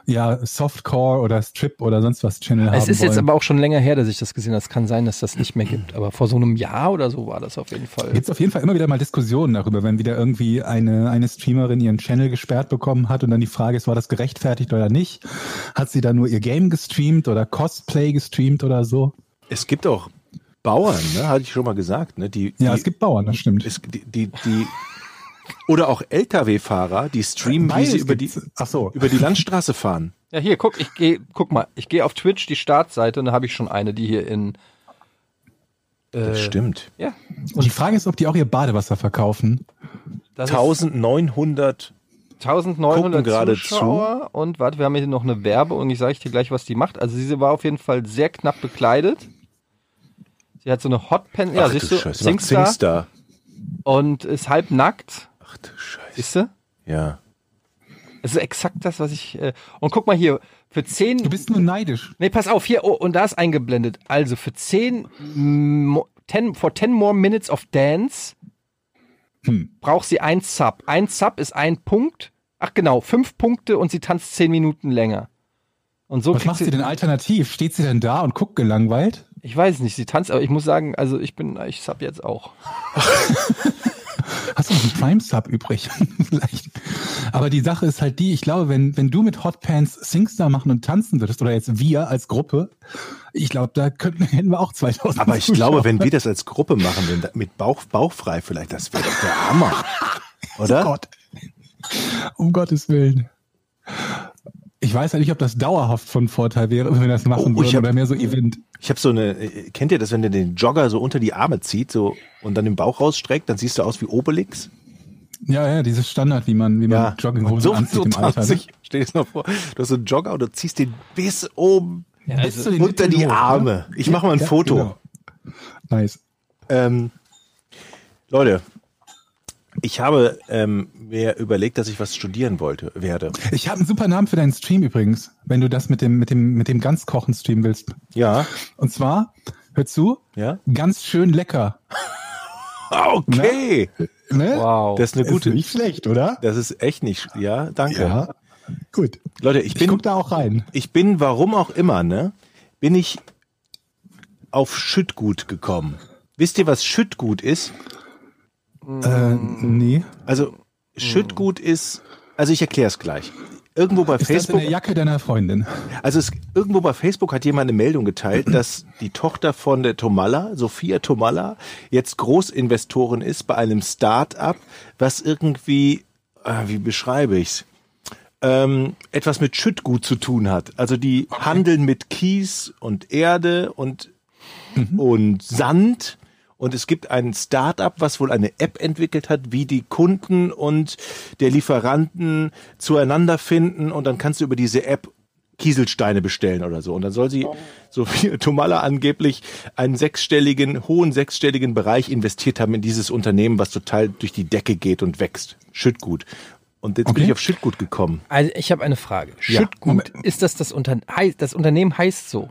[SPEAKER 3] ja, Softcore oder Strip oder sonst was Channel haben
[SPEAKER 5] Es ist
[SPEAKER 3] wollen.
[SPEAKER 5] jetzt aber auch schon länger her, dass ich das gesehen habe. Es kann sein, dass das nicht mehr gibt. Aber vor so einem Jahr oder so war das auf jeden Fall.
[SPEAKER 3] Gibt es auf jeden Fall immer wieder mal Diskussionen darüber, wenn wieder irgendwie eine, eine Streamerin ihren Channel gesperrt bekommen hat und dann die Frage ist, war das gerechtfertigt oder nicht? Hat sie da nur ihr Game gestreamt oder Cosplay gestreamt oder so?
[SPEAKER 4] Es gibt auch Bauern, ne? Hatte ich schon mal gesagt, ne? Die,
[SPEAKER 3] Ja,
[SPEAKER 4] die,
[SPEAKER 3] es gibt Bauern, das stimmt.
[SPEAKER 4] es, die, die, die oder auch LKW-Fahrer, die streamen, wie
[SPEAKER 3] Beides
[SPEAKER 4] sie über die,
[SPEAKER 3] gibt's. Ach so.
[SPEAKER 4] über die Landstraße fahren.
[SPEAKER 5] Ja, hier, guck, ich gehe, guck mal, ich gehe auf Twitch die Startseite und da habe ich schon eine, die hier in.
[SPEAKER 4] Das stimmt.
[SPEAKER 5] Ja.
[SPEAKER 3] Und die Frage ist, ob die auch ihr Badewasser verkaufen.
[SPEAKER 5] Das
[SPEAKER 4] 1900
[SPEAKER 5] ist 1900
[SPEAKER 4] gucken gerade
[SPEAKER 5] Zuschauer und warte, wir haben hier noch eine Werbe und ich sage ich dir gleich, was die macht. Also sie war auf jeden Fall sehr knapp bekleidet. Sie hat so eine Hotpen, ja,
[SPEAKER 4] Ach
[SPEAKER 5] siehst
[SPEAKER 4] du
[SPEAKER 5] du,
[SPEAKER 4] Scheiße, macht
[SPEAKER 5] Singstar
[SPEAKER 4] Singstar.
[SPEAKER 5] und ist halb nackt,
[SPEAKER 4] Ach du Scheiße.
[SPEAKER 5] siehst du?
[SPEAKER 4] Ja.
[SPEAKER 5] Es ist exakt das, was ich äh, und guck mal hier, für 10
[SPEAKER 3] Du bist nur neidisch.
[SPEAKER 5] Nee, pass auf, hier, oh, und da ist eingeblendet. Also für 10, mo- 10 for 10 more minutes of dance
[SPEAKER 4] Hm.
[SPEAKER 5] braucht sie ein Sub. Ein Sub ist ein Punkt. Ach genau, fünf Punkte und sie tanzt zehn Minuten länger. Und so
[SPEAKER 3] Was
[SPEAKER 5] kriegt
[SPEAKER 3] macht sie denn alternativ? Steht sie denn da und guckt gelangweilt?
[SPEAKER 5] Ich weiß nicht, sie tanzt, aber ich muss sagen, also ich bin, ich sub jetzt auch.
[SPEAKER 3] Hast Lass uns einen Prime Sub übrig. Vielleicht. Aber die Sache ist halt die, ich glaube, wenn, wenn du mit Hot Pants Singstar machen und tanzen würdest, oder jetzt wir als Gruppe, ich glaube, da könnten, hätten wir auch 2000.
[SPEAKER 4] Aber ich glaube, wenn wir das als Gruppe machen, wenn da- mit Bauch, bauchfrei vielleicht, das wäre doch der Hammer.
[SPEAKER 3] Oh
[SPEAKER 4] Oder?
[SPEAKER 3] Gott. Um Gottes Willen. Ich weiß halt nicht, ob das dauerhaft von Vorteil wäre, wenn wir das machen
[SPEAKER 4] Oh, ich
[SPEAKER 3] würden,
[SPEAKER 4] hab-
[SPEAKER 3] oder mehr so Event.
[SPEAKER 4] Ich habe so eine, äh, kennt ihr das, wenn ihr den Jogger so unter die Arme zieht so, und dann den Bauch rausstreckt, dann siehst du aus wie Obelix?
[SPEAKER 3] Ja, ja, dieses Standard, wie man, wie man Jogginghose
[SPEAKER 4] so,
[SPEAKER 3] anzieht
[SPEAKER 4] so
[SPEAKER 3] im Alter. ne?
[SPEAKER 4] 20, stell dir das mal vor, du hast so einen Jogger und du ziehst den bis oben
[SPEAKER 5] Ja,
[SPEAKER 3] Bis zu den
[SPEAKER 4] unter
[SPEAKER 3] Nippeln
[SPEAKER 4] die
[SPEAKER 3] hoch, ne?
[SPEAKER 4] Arme. Ich mache mal ein
[SPEAKER 3] Ja,
[SPEAKER 4] Foto.
[SPEAKER 3] genau. Nice.
[SPEAKER 4] Ähm, Leute, ich habe ähm, mir überlegt, dass ich was studieren wollte, werde.
[SPEAKER 3] Ich habe einen super Namen für deinen Stream übrigens, wenn du das mit dem, mit dem, mit dem Ganzkochen streamen willst.
[SPEAKER 4] Ja,
[SPEAKER 3] Und zwar, hör zu,
[SPEAKER 4] ja.
[SPEAKER 3] ganz schön lecker.
[SPEAKER 4] Okay,
[SPEAKER 3] Ne?
[SPEAKER 5] Wow.
[SPEAKER 4] das ist eine gute.
[SPEAKER 3] nicht schlecht, oder?
[SPEAKER 4] Das ist echt nicht. Ja, danke.
[SPEAKER 3] Ja. Gut.
[SPEAKER 4] Leute, ich
[SPEAKER 3] Ich, guck
[SPEAKER 4] bin,
[SPEAKER 3] da auch rein.
[SPEAKER 4] ich bin, warum auch immer, ne, bin ich auf Schüttgut gekommen. Wisst ihr, was Schüttgut ist? Mm.
[SPEAKER 3] Äh, nee. Hm.
[SPEAKER 4] Also Schüttgut ist. Also ich erkläre es gleich. Irgendwo bei
[SPEAKER 3] Ist das in
[SPEAKER 4] Facebook.
[SPEAKER 3] der Jacke deiner Freundin?
[SPEAKER 4] Also es, irgendwo bei Facebook hat jemand eine Meldung geteilt, dass die Tochter von der Tomalla, Sophia Tomalla, jetzt Großinvestorin ist bei einem Start-up, was irgendwie, ah, wie beschreibe ich's, ähm, etwas mit Schüttgut zu tun hat. Also die handeln mit Kies und Erde und, und Sand. Und es gibt ein Start-up, was wohl eine App entwickelt hat, wie die Kunden und der Lieferanten zueinander finden. Und dann kannst du über diese App Kieselsteine bestellen oder so. Und dann soll sie, so wie Tomala angeblich, einen sechsstelligen, hohen sechsstelligen Bereich investiert haben in dieses Unternehmen, was total durch die Decke geht und wächst. Schüttgut. Und jetzt bin
[SPEAKER 3] Okay.
[SPEAKER 4] ich auf Schüttgut gekommen.
[SPEAKER 5] Also ich habe eine Frage.
[SPEAKER 4] Ja.
[SPEAKER 5] Schüttgut, ist das das Unternehmen? Das Unternehmen heißt so.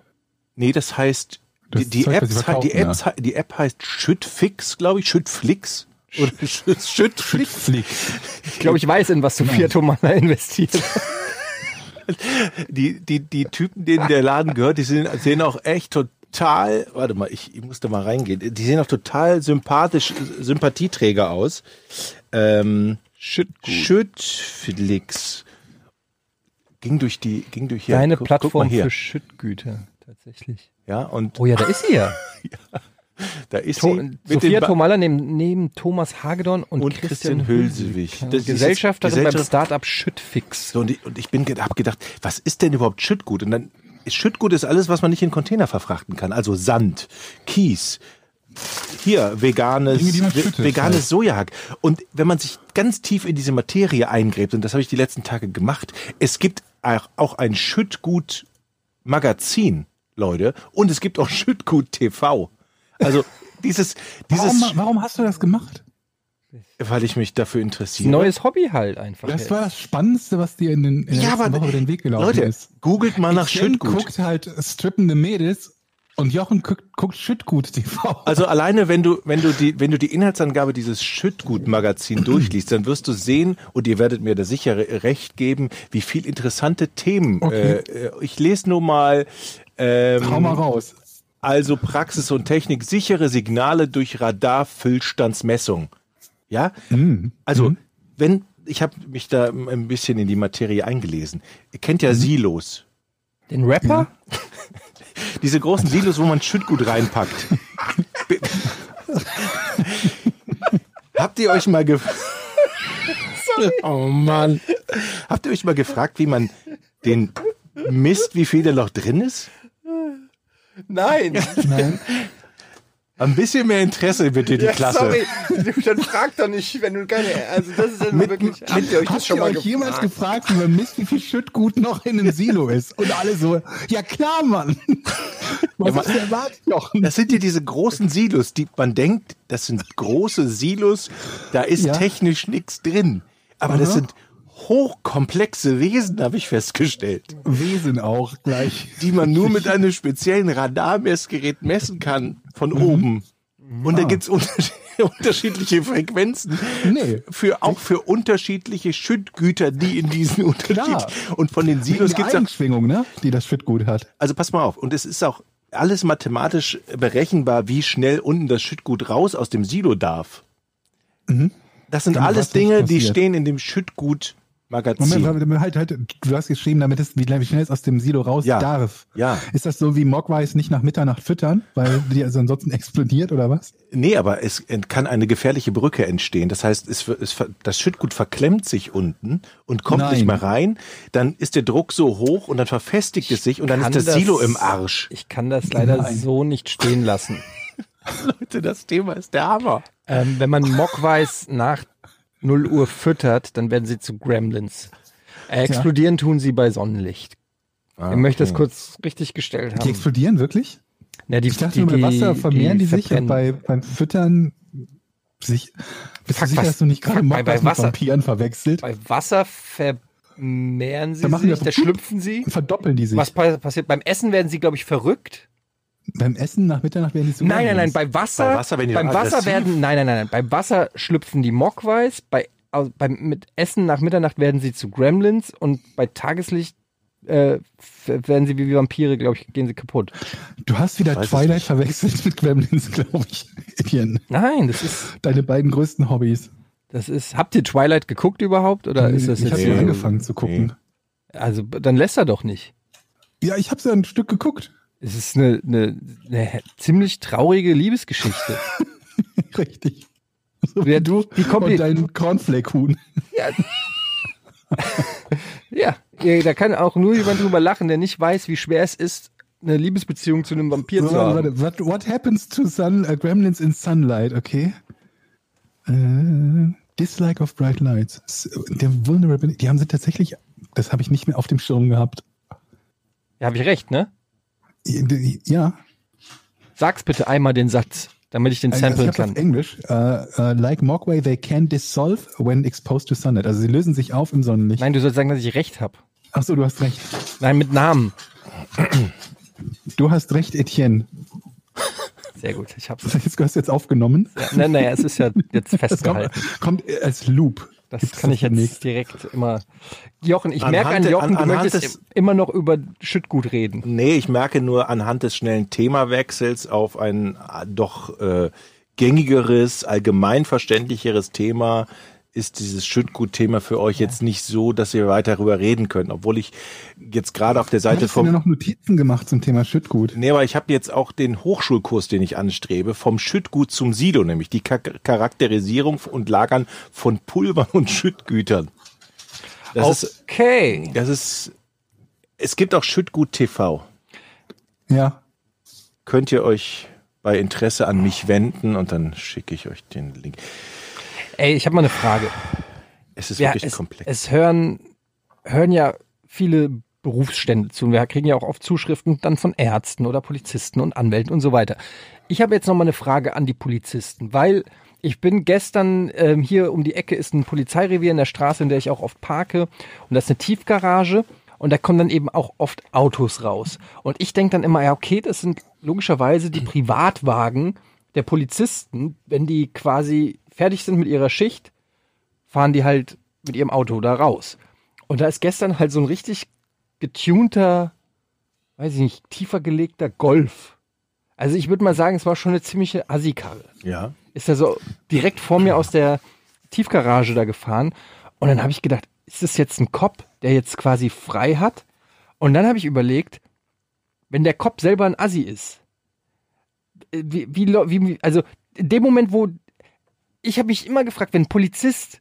[SPEAKER 4] Nee, das heißt,
[SPEAKER 3] Das
[SPEAKER 4] die, die,
[SPEAKER 3] Zeug, was sie
[SPEAKER 4] Apps, hei- die,
[SPEAKER 3] verkaufen,
[SPEAKER 4] Apps, hei- die App heißt Schüttfix, glaube ich, Schüttflix. Oder Schütt- Schüttflix.
[SPEAKER 3] Flick.
[SPEAKER 5] Ich glaube, ich weiß, in was
[SPEAKER 4] Genau.
[SPEAKER 5] Sophia Tomala investiert.
[SPEAKER 4] Die, die, die Typen, denen der Laden gehört, die sehen, sehen auch echt total, warte mal, ich, ich muss da mal reingehen, die sehen auch total sympathisch, Sympathieträger aus. Ähm,
[SPEAKER 5] Schüttgut.
[SPEAKER 4] Schüttflix. Ging durch die, ging durch hier.
[SPEAKER 5] Deine
[SPEAKER 4] Guck- guck mal
[SPEAKER 5] Plattform
[SPEAKER 4] hier.
[SPEAKER 5] für Schüttgüter, tatsächlich.
[SPEAKER 4] Ja, und
[SPEAKER 5] Oh ja, da ist sie ja.
[SPEAKER 4] da ist
[SPEAKER 5] To
[SPEAKER 4] sie mit
[SPEAKER 5] Sophia
[SPEAKER 4] den Ba-
[SPEAKER 5] Tomala neben, neben Thomas Hagedorn und,
[SPEAKER 4] und Christian Hülsewig. Das ist jetzt
[SPEAKER 5] Gesellschafterin beim
[SPEAKER 4] Gesellschaft-
[SPEAKER 5] Startup Schüttfix.
[SPEAKER 4] So, und ich, und ich bin ge- hab gedacht, was ist denn überhaupt Schüttgut? Und dann Schüttgut ist alles, was man nicht in Container verfrachten kann. Also Sand, Kies, hier veganes,
[SPEAKER 3] Dinge, die man schüttet,
[SPEAKER 4] ve- veganes
[SPEAKER 3] halt.
[SPEAKER 4] Sojahack. Und wenn man sich ganz tief in diese Materie eingräbt, und das habe ich die letzten Tage gemacht, es gibt auch- auch ein Schüttgut-Magazin, Leute, und es gibt auch Schüttgut-TV. Also dieses, dieses,
[SPEAKER 3] Warum, warum hast du das gemacht?
[SPEAKER 4] weil ich mich dafür interessiere.
[SPEAKER 5] Neues Hobby halt einfach.
[SPEAKER 3] Das
[SPEAKER 5] jetzt.
[SPEAKER 3] war das Spannendste, was dir in, den, in der
[SPEAKER 4] Ja,
[SPEAKER 3] letzten
[SPEAKER 4] aber-
[SPEAKER 3] Woche über den Weg gelaufen
[SPEAKER 4] Leute,
[SPEAKER 3] ist.
[SPEAKER 4] googelt mal nach
[SPEAKER 3] Jen
[SPEAKER 4] Schüttgut.
[SPEAKER 3] guckt halt strippende Mädels und Jochen guckt, guckt Schüttgut TV.
[SPEAKER 4] Also alleine, wenn du, wenn du die, wenn du die Inhaltsangabe dieses Schüttgut-Magazin durchliest, dann wirst du sehen, und ihr werdet mir da sicher re- recht geben, wie viel interessante Themen.
[SPEAKER 3] Okay.
[SPEAKER 4] Äh, äh, ich lese nur mal.
[SPEAKER 3] Hau mal
[SPEAKER 4] Ähm,
[SPEAKER 3] raus.
[SPEAKER 4] also Praxis und Technik, sichere Signale durch Radar-Füllstandsmessung. Ja?
[SPEAKER 3] Mm.
[SPEAKER 4] Also,
[SPEAKER 3] Mhm.
[SPEAKER 4] wenn, ich habe mich da ein bisschen in die Materie eingelesen. Ihr kennt ja Silos.
[SPEAKER 5] Den Rapper?
[SPEAKER 4] Diese großen Silos, wo man Schüttgut reinpackt. Be- Habt ihr euch mal ge Oh Mann. Habt ihr euch mal gefragt, wie man den misst, wie viel da noch drin ist?
[SPEAKER 5] Nein.
[SPEAKER 3] Nein.
[SPEAKER 4] Ein bisschen mehr Interesse bitte die Klasse.
[SPEAKER 5] Dann frag doch nicht, wenn du keine. Also das ist dann wirklich. Habt ihr euch
[SPEAKER 3] Habt ihr euch
[SPEAKER 4] Ah.
[SPEAKER 3] jemals gefragt, wie man misst, wie viel Schüttgut noch in einem Silo ist? Und alle so, ja klar, Mann. Was hast du erwartet, Jochen?
[SPEAKER 4] Das sind ja diese großen Silos, die man denkt, das sind große Silos, da ist
[SPEAKER 3] Ja.
[SPEAKER 4] technisch nichts drin. Aber das
[SPEAKER 3] Aha.
[SPEAKER 4] sind hochkomplexe Wesen, habe ich festgestellt.
[SPEAKER 3] Wesen auch gleich.
[SPEAKER 4] die man nur mit einem speziellen Radarmessgerät messen kann von
[SPEAKER 3] Mhm.
[SPEAKER 4] oben. Und da
[SPEAKER 3] Ah.
[SPEAKER 4] gibt's unterschied- unterschiedliche Frequenzen
[SPEAKER 3] Nee.
[SPEAKER 4] für auch für unterschiedliche Schüttgüter, die in diesen unterschiedlichen
[SPEAKER 3] Klar.
[SPEAKER 4] und von den Silos
[SPEAKER 3] Wegen
[SPEAKER 4] gibt's
[SPEAKER 3] der
[SPEAKER 4] auch,
[SPEAKER 3] Eigenschwingung, ne? Die das Schüttgut hat.
[SPEAKER 4] also pass mal auf und es ist auch alles mathematisch berechenbar, wie schnell unten das Schüttgut raus aus dem Silo darf. Das sind alles
[SPEAKER 3] Damit Mhm. was nicht
[SPEAKER 4] Dinge, die
[SPEAKER 3] passiert.
[SPEAKER 4] stehen in dem Schüttgut-Magazin.
[SPEAKER 3] Moment, Moment, halt, halt, du hast geschrieben, damit es, wie schnell es aus dem Silo raus
[SPEAKER 4] Ja.
[SPEAKER 3] darf.
[SPEAKER 4] Ja.
[SPEAKER 3] Ist das so wie Mogwais nicht nach Mitternacht füttern, weil die also ansonsten explodiert oder was?
[SPEAKER 4] Nee, aber es ent- kann eine gefährliche Brücke entstehen. Das heißt, es, ver- es, ver- das Schüttgut verklemmt sich unten und kommt
[SPEAKER 3] Nein.
[SPEAKER 4] nicht mehr rein. Dann ist der Druck so hoch und dann verfestigt es sich und dann
[SPEAKER 5] Kann
[SPEAKER 4] ist das, Silo im Arsch.
[SPEAKER 5] Ich kann das leider so nicht stehen lassen.
[SPEAKER 4] Leute, das Thema ist der Hammer.
[SPEAKER 5] ähm, wenn man Mogwais nach 0 Uhr füttert, dann werden sie zu Gremlins. Äh, explodieren tun sie bei Sonnenlicht.
[SPEAKER 4] Ah,
[SPEAKER 5] ich möchte das kurz richtig gestellt
[SPEAKER 3] Die
[SPEAKER 5] haben.
[SPEAKER 3] explodieren wirklich?
[SPEAKER 5] Ja, die,
[SPEAKER 3] Ich dachte nur, bei Wasser vermehren die, sich und bei, beim Füttern sich. Bist
[SPEAKER 5] Fuck,
[SPEAKER 3] du sicher,
[SPEAKER 5] was-
[SPEAKER 3] dass du nicht gerade
[SPEAKER 5] fuck, bei- bei
[SPEAKER 3] Mogwais mit
[SPEAKER 5] Wasser-
[SPEAKER 3] Vampiren verwechselt?
[SPEAKER 5] bei Wasser vermehren sie
[SPEAKER 3] Da machen
[SPEAKER 5] sich,
[SPEAKER 3] wir-
[SPEAKER 5] da schlüpfen sie.
[SPEAKER 3] Verdoppeln die sich.
[SPEAKER 5] Was pa passiert? Beim Essen werden sie, glaube ich, verrückt.
[SPEAKER 3] Beim Essen nach Mitternacht werden die zu
[SPEAKER 5] Nein, nein, nein,
[SPEAKER 3] Gremlins.
[SPEAKER 5] bei Wasser,
[SPEAKER 4] Bei Wasser werden die
[SPEAKER 5] beim
[SPEAKER 4] aggressiv.
[SPEAKER 5] Wasser werden, nein, nein, nein, nein, beim Wasser schlüpfen die Mogwais, bei, also beim, mit Essen nach Mitternacht werden sie zu Gremlins und bei Tageslicht äh, f- werden sie wie Vampire, glaube ich, gehen sie kaputt.
[SPEAKER 3] Du hast wieder
[SPEAKER 4] weiß es
[SPEAKER 3] Twilight
[SPEAKER 4] nicht.
[SPEAKER 3] verwechselt mit Gremlins, glaube ich. Etienne.
[SPEAKER 5] Nein, das ist,
[SPEAKER 3] Deine beiden größten Hobbys.
[SPEAKER 5] das ist, habt ihr Twilight geguckt überhaupt oder
[SPEAKER 4] Hm,
[SPEAKER 5] ist das
[SPEAKER 3] ich
[SPEAKER 5] jetzt,
[SPEAKER 3] habe
[SPEAKER 4] Nee.
[SPEAKER 3] angefangen zu gucken.
[SPEAKER 5] also dann lässt er doch nicht.
[SPEAKER 3] Ja, ich habe ja ein Stück geguckt.
[SPEAKER 5] Es ist eine, eine, eine ziemlich traurige Liebesgeschichte.
[SPEAKER 3] Richtig.
[SPEAKER 5] Ja, du, die
[SPEAKER 3] Und
[SPEAKER 5] kommt
[SPEAKER 3] dein Cornflake-Huhn.
[SPEAKER 5] Ja, ja, da kann auch nur jemand drüber lachen, der nicht weiß, wie schwer es ist, eine Liebesbeziehung zu einem Vampir zu haben.
[SPEAKER 3] Warte, warte, what, what happens to sun, äh, Gremlins in Sunlight, okay? Äh, dislike of bright lights. S- Der Vulnerability, die haben sie tatsächlich, das habe ich nicht mehr auf dem Schirm gehabt.
[SPEAKER 5] Ja, habe ich recht, ne?
[SPEAKER 3] Ja,
[SPEAKER 5] Sag's bitte einmal den Satz, damit ich den
[SPEAKER 3] also ich
[SPEAKER 5] samplen
[SPEAKER 3] hab's
[SPEAKER 5] kann.
[SPEAKER 3] auf Englisch. Äh, äh, like Mogwai, they can dissolve when exposed to sunlight. Also sie lösen sich auf im Sonnenlicht.
[SPEAKER 5] Nein, du sollst sagen, dass ich recht habe.
[SPEAKER 3] Ach so, du hast recht.
[SPEAKER 5] Nein, mit Namen.
[SPEAKER 3] Du hast recht, Etienne.
[SPEAKER 5] Sehr gut, ich hab's.
[SPEAKER 3] Das hast du hast jetzt aufgenommen.
[SPEAKER 5] Nein, naja, es ist ja jetzt
[SPEAKER 3] Das kommt,
[SPEAKER 5] festgehalten.
[SPEAKER 3] kommt als Loop.
[SPEAKER 5] Das
[SPEAKER 3] Gibt's
[SPEAKER 5] kann ich
[SPEAKER 3] demnächst.
[SPEAKER 5] jetzt direkt immer. Jochen, ich
[SPEAKER 4] Anhand
[SPEAKER 5] merke an
[SPEAKER 4] der-
[SPEAKER 5] Jochen, du
[SPEAKER 4] an- anhand
[SPEAKER 5] möchtest
[SPEAKER 4] des-
[SPEAKER 5] immer noch über Schüttgut reden.
[SPEAKER 4] Nee, ich merke nur anhand des schnellen Themawechsels auf ein äh, doch äh, gängigeres, allgemeinverständlicheres Thema ist dieses Schüttgut-Thema für euch jetzt nicht so, dass wir weiter darüber reden können, obwohl ich jetzt gerade auf der Seite
[SPEAKER 3] Hattest du
[SPEAKER 4] vom
[SPEAKER 3] mir noch Notizen gemacht zum Thema Schüttgut?
[SPEAKER 4] Nee, aber ich habe jetzt auch den Hochschulkurs, den ich anstrebe, vom Schüttgut zum Silo, nämlich die Ka Charakterisierung und Lagern von Pulvern und Schüttgütern. Das ist,
[SPEAKER 5] okay.
[SPEAKER 4] das ist, es gibt auch Schüttgut TV.
[SPEAKER 3] Ja.
[SPEAKER 4] Könnt ihr euch bei Interesse an mich wenden und dann schicke ich euch den Link.
[SPEAKER 5] Ey, ich habe mal eine Frage.
[SPEAKER 4] Es ist
[SPEAKER 5] Ja,
[SPEAKER 4] wirklich
[SPEAKER 5] es,
[SPEAKER 4] komplex.
[SPEAKER 5] es hören, hören ja viele Berufsstände zu. Und wir kriegen ja auch oft Zuschriften dann von Ärzten oder Polizisten und Anwälten und so weiter. Ich habe jetzt noch mal eine Frage an die Polizisten, weil ich bin gestern ähm, hier um die Ecke ist ein Polizeirevier in der Straße, in der ich auch oft parke. Und das ist eine Tiefgarage. Und da kommen dann eben auch oft Autos raus. Und ich denke dann immer, ja, okay, das sind logischerweise die Privatwagen der Polizisten, wenn die quasi fertig sind mit ihrer Schicht, fahren die halt mit ihrem Auto da raus. Und da ist gestern halt so ein richtig getunter, weiß ich nicht, tiefer gelegter Golf. Also ich würde mal sagen, es war schon eine ziemliche Assi-Karre.
[SPEAKER 4] ja.
[SPEAKER 5] Ist da so direkt vor mir aus der Tiefgarage da gefahren. Und dann habe ich gedacht, ist das jetzt ein Cop, der jetzt quasi frei hat? Und dann habe ich überlegt, wenn der Cop selber ein Assi ist, äh, wie, wie, lo- wie, wie- also in dem Moment, wo ich habe mich immer gefragt, wenn ein Polizist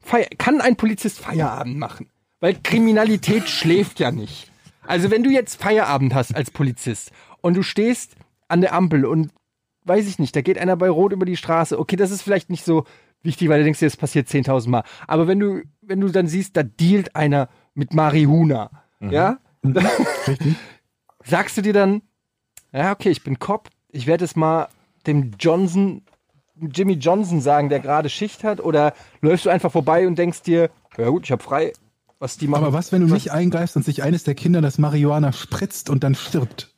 [SPEAKER 5] feier, kann ein Polizist Feierabend machen? Weil Kriminalität schläft ja nicht. Also wenn du jetzt Feierabend hast als Polizist und du stehst an der Ampel und weiß ich nicht, da geht einer bei Rot über die Straße. Okay, das ist vielleicht nicht so wichtig, weil du denkst, dir, das passiert 10.000 Mal. Aber wenn du, wenn du dann siehst, da dealt einer mit Marihuna, ja, dann sagst du dir dann, ja, okay, ich bin Cop, ich werde es mal dem Johnson, Jimmy Johnson sagen, der gerade Schicht hat, oder läufst du einfach vorbei und denkst dir, ja gut, ich habe frei, was die machen.
[SPEAKER 3] Aber was, wenn du nicht eingreifst und sich eines der Kinder das Marihuana spritzt und dann stirbt?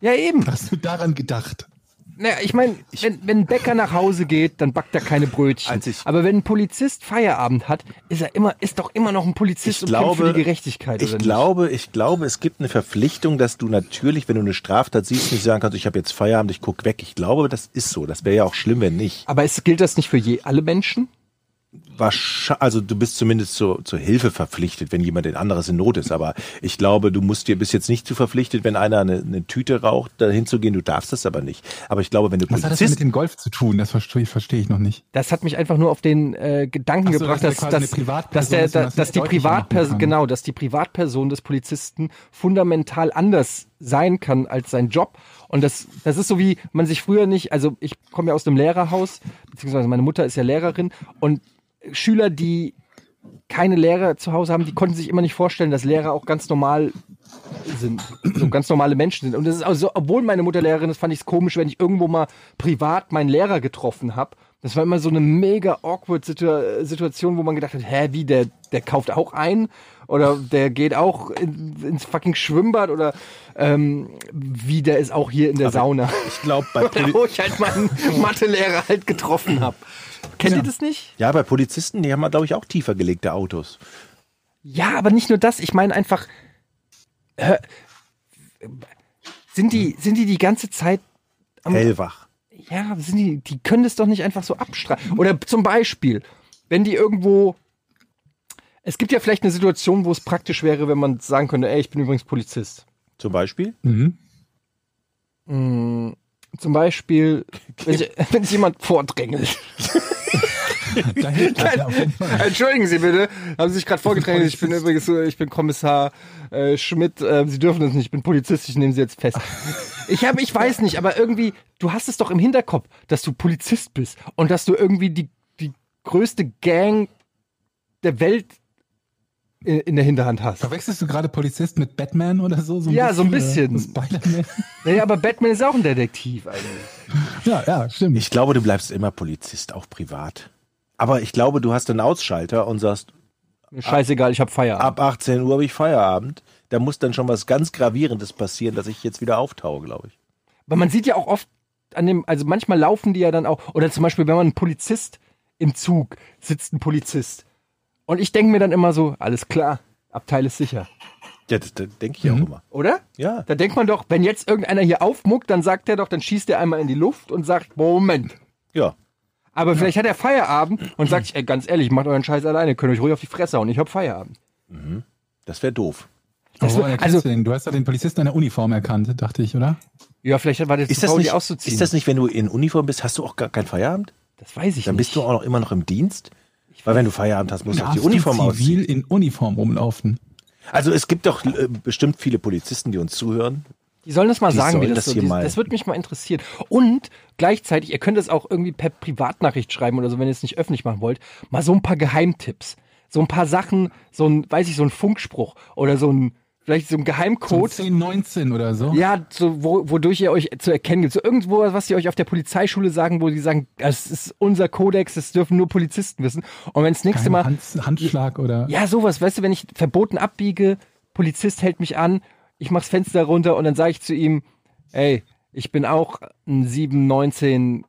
[SPEAKER 5] ja, eben.
[SPEAKER 3] Hast du daran gedacht?
[SPEAKER 5] Naja, ich meine, wenn, wenn ein Bäcker nach Hause geht, dann backt er keine Brötchen.
[SPEAKER 4] Als ich-
[SPEAKER 5] Aber wenn ein Polizist Feierabend hat, ist er immer, ist doch immer noch ein
[SPEAKER 4] Ich
[SPEAKER 5] Polizist und kämpft für
[SPEAKER 4] glaube-
[SPEAKER 5] die Gerechtigkeit.
[SPEAKER 4] Ich
[SPEAKER 5] oder
[SPEAKER 4] glaube, ich glaube, es gibt eine Verpflichtung, dass du natürlich, wenn du eine Straftat siehst, nicht sagen kannst, ich habe jetzt Feierabend, ich guck weg. Ich glaube, das ist so. Das wäre ja auch schlimm, wenn nicht.
[SPEAKER 5] Nicht? Aber es gilt das nicht für je, alle Menschen?
[SPEAKER 4] wahrscheinlich, also du bist zumindest zur, zur Hilfe verpflichtet, wenn jemand in anderes in Not ist. Aber ich glaube, du musst dir bis jetzt nicht zu verpflichtet, wenn einer eine, eine Tüte raucht, dahin zu gehen. Du darfst das aber nicht. Aber ich glaube, wenn du
[SPEAKER 3] Was hat das denn mit
[SPEAKER 4] Polizist,
[SPEAKER 3] dem Golf zu tun? Das verstehe verstehe ich noch nicht.
[SPEAKER 5] Das hat mich einfach nur auf den äh, Gedanken
[SPEAKER 3] Ach so,
[SPEAKER 5] gebracht, dass,
[SPEAKER 3] dass er quasi
[SPEAKER 5] dass,
[SPEAKER 3] eine Privatperson
[SPEAKER 5] dass, der,
[SPEAKER 3] ist und
[SPEAKER 5] dass,
[SPEAKER 3] das
[SPEAKER 5] dass die
[SPEAKER 3] deutlicher machen
[SPEAKER 5] Privatperson,
[SPEAKER 3] kann.
[SPEAKER 5] genau, dass die Privatperson des Polizisten fundamental anders sein kann als sein Job. Und das, das ist so wie man sich früher nicht, also ich komme ja aus dem Lehrerhaus, beziehungsweise meine Mutter ist ja Lehrerin und Schüler, die keine Lehrer zu Hause haben, die konnten sich immer nicht vorstellen, dass Lehrer auch ganz normal sind, so ganz normale Menschen sind. Und das ist also, obwohl meine Mutter Lehrerin ist, fand ich es komisch, wenn ich irgendwo mal privat meinen Lehrer getroffen habe. Das war immer so eine mega awkward Situ Situation, wo man gedacht hat, hä, wie, der, der kauft auch ein? Oder der geht auch in, ins fucking Schwimmbad? Oder ähm, wie, der ist auch hier in der Sauna?
[SPEAKER 4] ich glaube, bei Poli
[SPEAKER 5] Wo ich halt meinen Mathelehrer halt getroffen habe. Kennt ihr das nicht?
[SPEAKER 4] ja, bei Polizisten, die haben, glaube ich, auch tiefer gelegte Autos.
[SPEAKER 5] Ja, aber nicht nur das. Ich meine einfach, äh, sind die, sind die die ganze Zeit, Am-
[SPEAKER 4] Hellwach.
[SPEAKER 5] ja, sind die, die können das doch nicht einfach so abstreifen. Oder zum Beispiel, wenn die irgendwo, es gibt ja vielleicht eine Situation, wo es praktisch wäre, wenn man sagen könnte, ey, ich bin übrigens Polizist.
[SPEAKER 4] Zum Beispiel?
[SPEAKER 3] Mhm.
[SPEAKER 5] Mhm. Zum Beispiel, wenn sich- wenn sich jemand vordrängelt.
[SPEAKER 3] Da hilft das ja auf jeden Fall.
[SPEAKER 5] Entschuldigen Sie bitte, haben Sie sich gerade vorgedrängt. Ich bin übrigens, äh, ich bin Kommissar äh, Schmidt. Äh, Sie dürfen das nicht. Ich bin Polizist. Ich nehme Sie jetzt fest. Ich habe, ich weiß nicht, aber irgendwie, du hast es doch im Hinterkopf, dass du Polizist bist und dass du irgendwie die die größte Gang der Welt in, in der Hinterhand hast.
[SPEAKER 3] Verwechselst du gerade Polizist mit Batman oder so? so
[SPEAKER 5] Ja, so ein bisschen.
[SPEAKER 3] oder mit Spider-Man?
[SPEAKER 5] Naja, aber Batman ist auch ein Detektiv eigentlich.
[SPEAKER 3] Ja, ja, stimmt.
[SPEAKER 4] Ich glaube, du bleibst immer Polizist, auch privat. Aber ich glaube, du hast einen Ausschalter und sagst,
[SPEAKER 5] Mir Scheißegal, ich habe Feierabend.
[SPEAKER 4] ab 18 Uhr habe ich Feierabend. Da muss dann schon was ganz Gravierendes passieren, dass ich jetzt wieder auftauche, glaube ich.
[SPEAKER 5] Weil man sieht ja auch oft an dem, also manchmal laufen die ja dann auch, oder zum Beispiel, wenn man einen Polizist im Zug sitzt, ein Polizist. Und ich denke mir dann immer so, alles klar, Abteil ist sicher,
[SPEAKER 4] Ja, das, das denke ich
[SPEAKER 3] Mhm.
[SPEAKER 4] auch immer.
[SPEAKER 5] oder?
[SPEAKER 4] Ja.
[SPEAKER 5] Da denkt man doch, wenn jetzt irgendeiner hier aufmuckt, dann sagt er doch, dann schießt er einmal in die Luft und sagt, Moment.
[SPEAKER 4] Ja.
[SPEAKER 5] Aber vielleicht hat er Feierabend und sagt, ey, ganz ehrlich, macht euren Scheiß alleine, könnt euch ruhig auf die Fresse hauen, ich hab Feierabend.
[SPEAKER 4] Das wäre doof.
[SPEAKER 3] Aber
[SPEAKER 5] Das
[SPEAKER 3] woran
[SPEAKER 5] wird-
[SPEAKER 3] erkennst
[SPEAKER 5] also-
[SPEAKER 3] du, den? du hast ja den Polizisten an der Uniform erkannt, dachte ich, oder?
[SPEAKER 5] Ja, vielleicht war das, zu
[SPEAKER 4] Ist das,
[SPEAKER 5] faul,
[SPEAKER 4] nicht,
[SPEAKER 5] die auszuziehen.
[SPEAKER 4] ist das nicht, wenn du in Uniform bist, hast du auch gar keinen Feierabend?
[SPEAKER 5] das weiß ich
[SPEAKER 4] Dann
[SPEAKER 5] nicht.
[SPEAKER 4] bist du auch noch immer noch im Dienst? Weil wenn du Feierabend hast, musst du auch die
[SPEAKER 3] Darfst
[SPEAKER 4] Uniform
[SPEAKER 3] du
[SPEAKER 4] ausziehen.
[SPEAKER 3] zivil in Uniform rumlaufen.
[SPEAKER 4] Also es gibt doch äh, bestimmt viele Polizisten, die uns zuhören.
[SPEAKER 5] Die sollen das mal
[SPEAKER 4] Die
[SPEAKER 5] sagen, wie
[SPEAKER 4] sollen das
[SPEAKER 5] das, so,
[SPEAKER 4] hier
[SPEAKER 5] die,
[SPEAKER 4] mal-
[SPEAKER 5] das würde mich mal interessieren. Und gleichzeitig, ihr könnt das auch irgendwie per Privatnachricht schreiben oder so, wenn ihr es nicht öffentlich machen wollt, mal so ein paar Geheimtipps. So ein paar Sachen, so ein, weiß ich, so ein Funkspruch oder so ein, vielleicht so ein Geheimcode.
[SPEAKER 3] 1019 oder so.
[SPEAKER 5] ja, so, wo, wodurch ihr euch zu erkennen gibt. So irgendwo, was sie euch auf der Polizeischule sagen, wo die sagen, das ist unser Kodex, das dürfen nur Polizisten wissen. Und wenn das nächste
[SPEAKER 3] Kein
[SPEAKER 5] Mal,
[SPEAKER 3] Hand, Handschlag oder.
[SPEAKER 5] ja, sowas, weißt du, wenn ich verboten abbiege, Polizist hält mich an, ich mach's Fenster runter und dann sage ich zu ihm, ey, ich bin auch ein 719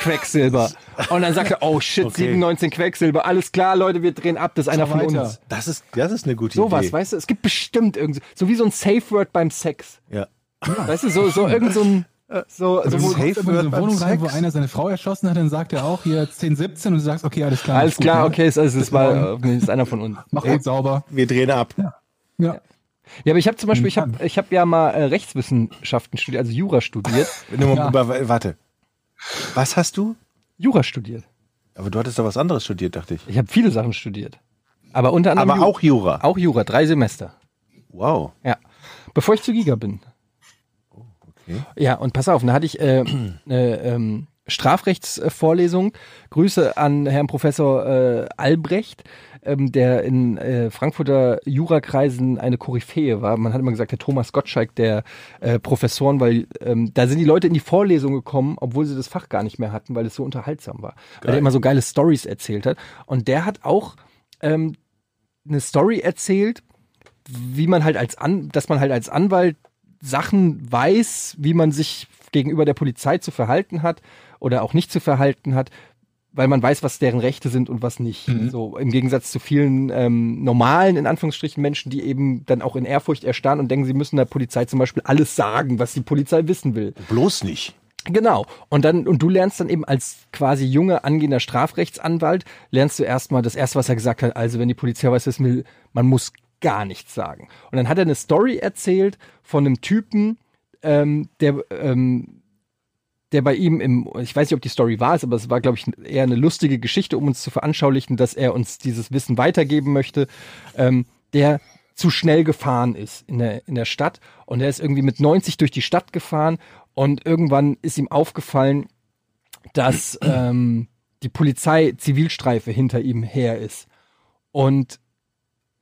[SPEAKER 5] Quecksilber. Und dann sagt er, oh shit,
[SPEAKER 4] Okay.
[SPEAKER 5] 719 Quecksilber, alles klar, Leute, wir drehen ab, das ist einer
[SPEAKER 3] So
[SPEAKER 5] von
[SPEAKER 3] weiter.
[SPEAKER 5] uns.
[SPEAKER 4] Das ist, das ist eine gute
[SPEAKER 5] Sowas,
[SPEAKER 4] Idee.
[SPEAKER 5] weißt du, es gibt bestimmt irgendwie, so wie so ein Safe Word beim Sex.
[SPEAKER 4] Ja.
[SPEAKER 5] Weißt du, so, so irgend so ein, so,
[SPEAKER 3] Oder
[SPEAKER 5] so
[SPEAKER 3] du
[SPEAKER 5] wo-
[SPEAKER 4] Safe
[SPEAKER 3] kommst immer in so
[SPEAKER 4] Word
[SPEAKER 3] eine
[SPEAKER 4] beim
[SPEAKER 3] Wohnung rein, wo
[SPEAKER 4] Sex?
[SPEAKER 3] einer seine Frau erschossen hat, dann sagt er auch hier 1017 und du sagst, okay, alles klar.
[SPEAKER 5] alles
[SPEAKER 3] gut,
[SPEAKER 5] klar,
[SPEAKER 3] ne?
[SPEAKER 5] okay, es ist, es war, äh, ist einer von uns.
[SPEAKER 3] Mach gut sauber.
[SPEAKER 4] Wir drehen ab.
[SPEAKER 3] Ja.
[SPEAKER 5] Ja, aber ich habe zum Beispiel, ich habe ich hab ja mal äh, Rechtswissenschaften studiert, also Jura studiert.
[SPEAKER 4] Nur mal- aber Warte. Was hast du?
[SPEAKER 5] Jura studiert.
[SPEAKER 4] Aber du hattest da was anderes studiert, dachte ich.
[SPEAKER 5] Ich habe viele Sachen studiert. Aber unter anderem.
[SPEAKER 4] Aber
[SPEAKER 5] Ju-
[SPEAKER 4] auch Jura.
[SPEAKER 5] Auch Jura, drei Semester.
[SPEAKER 4] Wow.
[SPEAKER 5] Ja. Bevor ich zu Giga bin.
[SPEAKER 4] Oh, okay.
[SPEAKER 5] Ja, und pass auf, da hatte ich äh, eine ähm, Strafrechtsvorlesung. Grüße an Herrn Professor äh, Albrecht, ähm, der in äh, Frankfurter Jurakreisen eine Koryphäe war. Man hat immer gesagt, der Thomas Gottschalk der äh, Professoren, weil ähm, da sind die Leute in die Vorlesung gekommen, obwohl sie das Fach gar nicht mehr hatten, weil es so unterhaltsam war. Weil er immer so geile Stories erzählt hat. Und der hat auch ähm, eine Story erzählt, wie man halt als an, dass man halt als Anwalt Sachen weiß, wie man sich gegenüber der Polizei zu verhalten hat oder auch nicht zu verhalten hat, weil man weiß, was deren Rechte sind und was nicht. So im Gegensatz zu vielen ähm, normalen, in Anführungsstrichen, Menschen, die eben dann auch in Ehrfurcht erstarren und denken, sie müssen der Polizei zum Beispiel alles sagen, was die Polizei wissen will.
[SPEAKER 4] Bloß nicht.
[SPEAKER 5] Genau. Und dann, und du lernst dann eben als quasi junger, angehender Strafrechtsanwalt, lernst du erstmal das erste, was er gesagt hat, also wenn die Polizei was wissen will, man muss gar nichts sagen. Und dann hat er eine Story erzählt von einem Typen, ähm, der, ähm, der bei ihm im, ich weiß nicht, ob die Story war, aber es war, glaube ich, eher eine lustige Geschichte, um uns zu veranschaulichen, dass er uns dieses Wissen weitergeben möchte, ähm, der zu schnell gefahren ist in der, in der Stadt. Und er ist irgendwie mit 90 durch die Stadt gefahren und irgendwann ist ihm aufgefallen, dass ähm, die Polizei Zivilstreife hinter ihm her ist. Und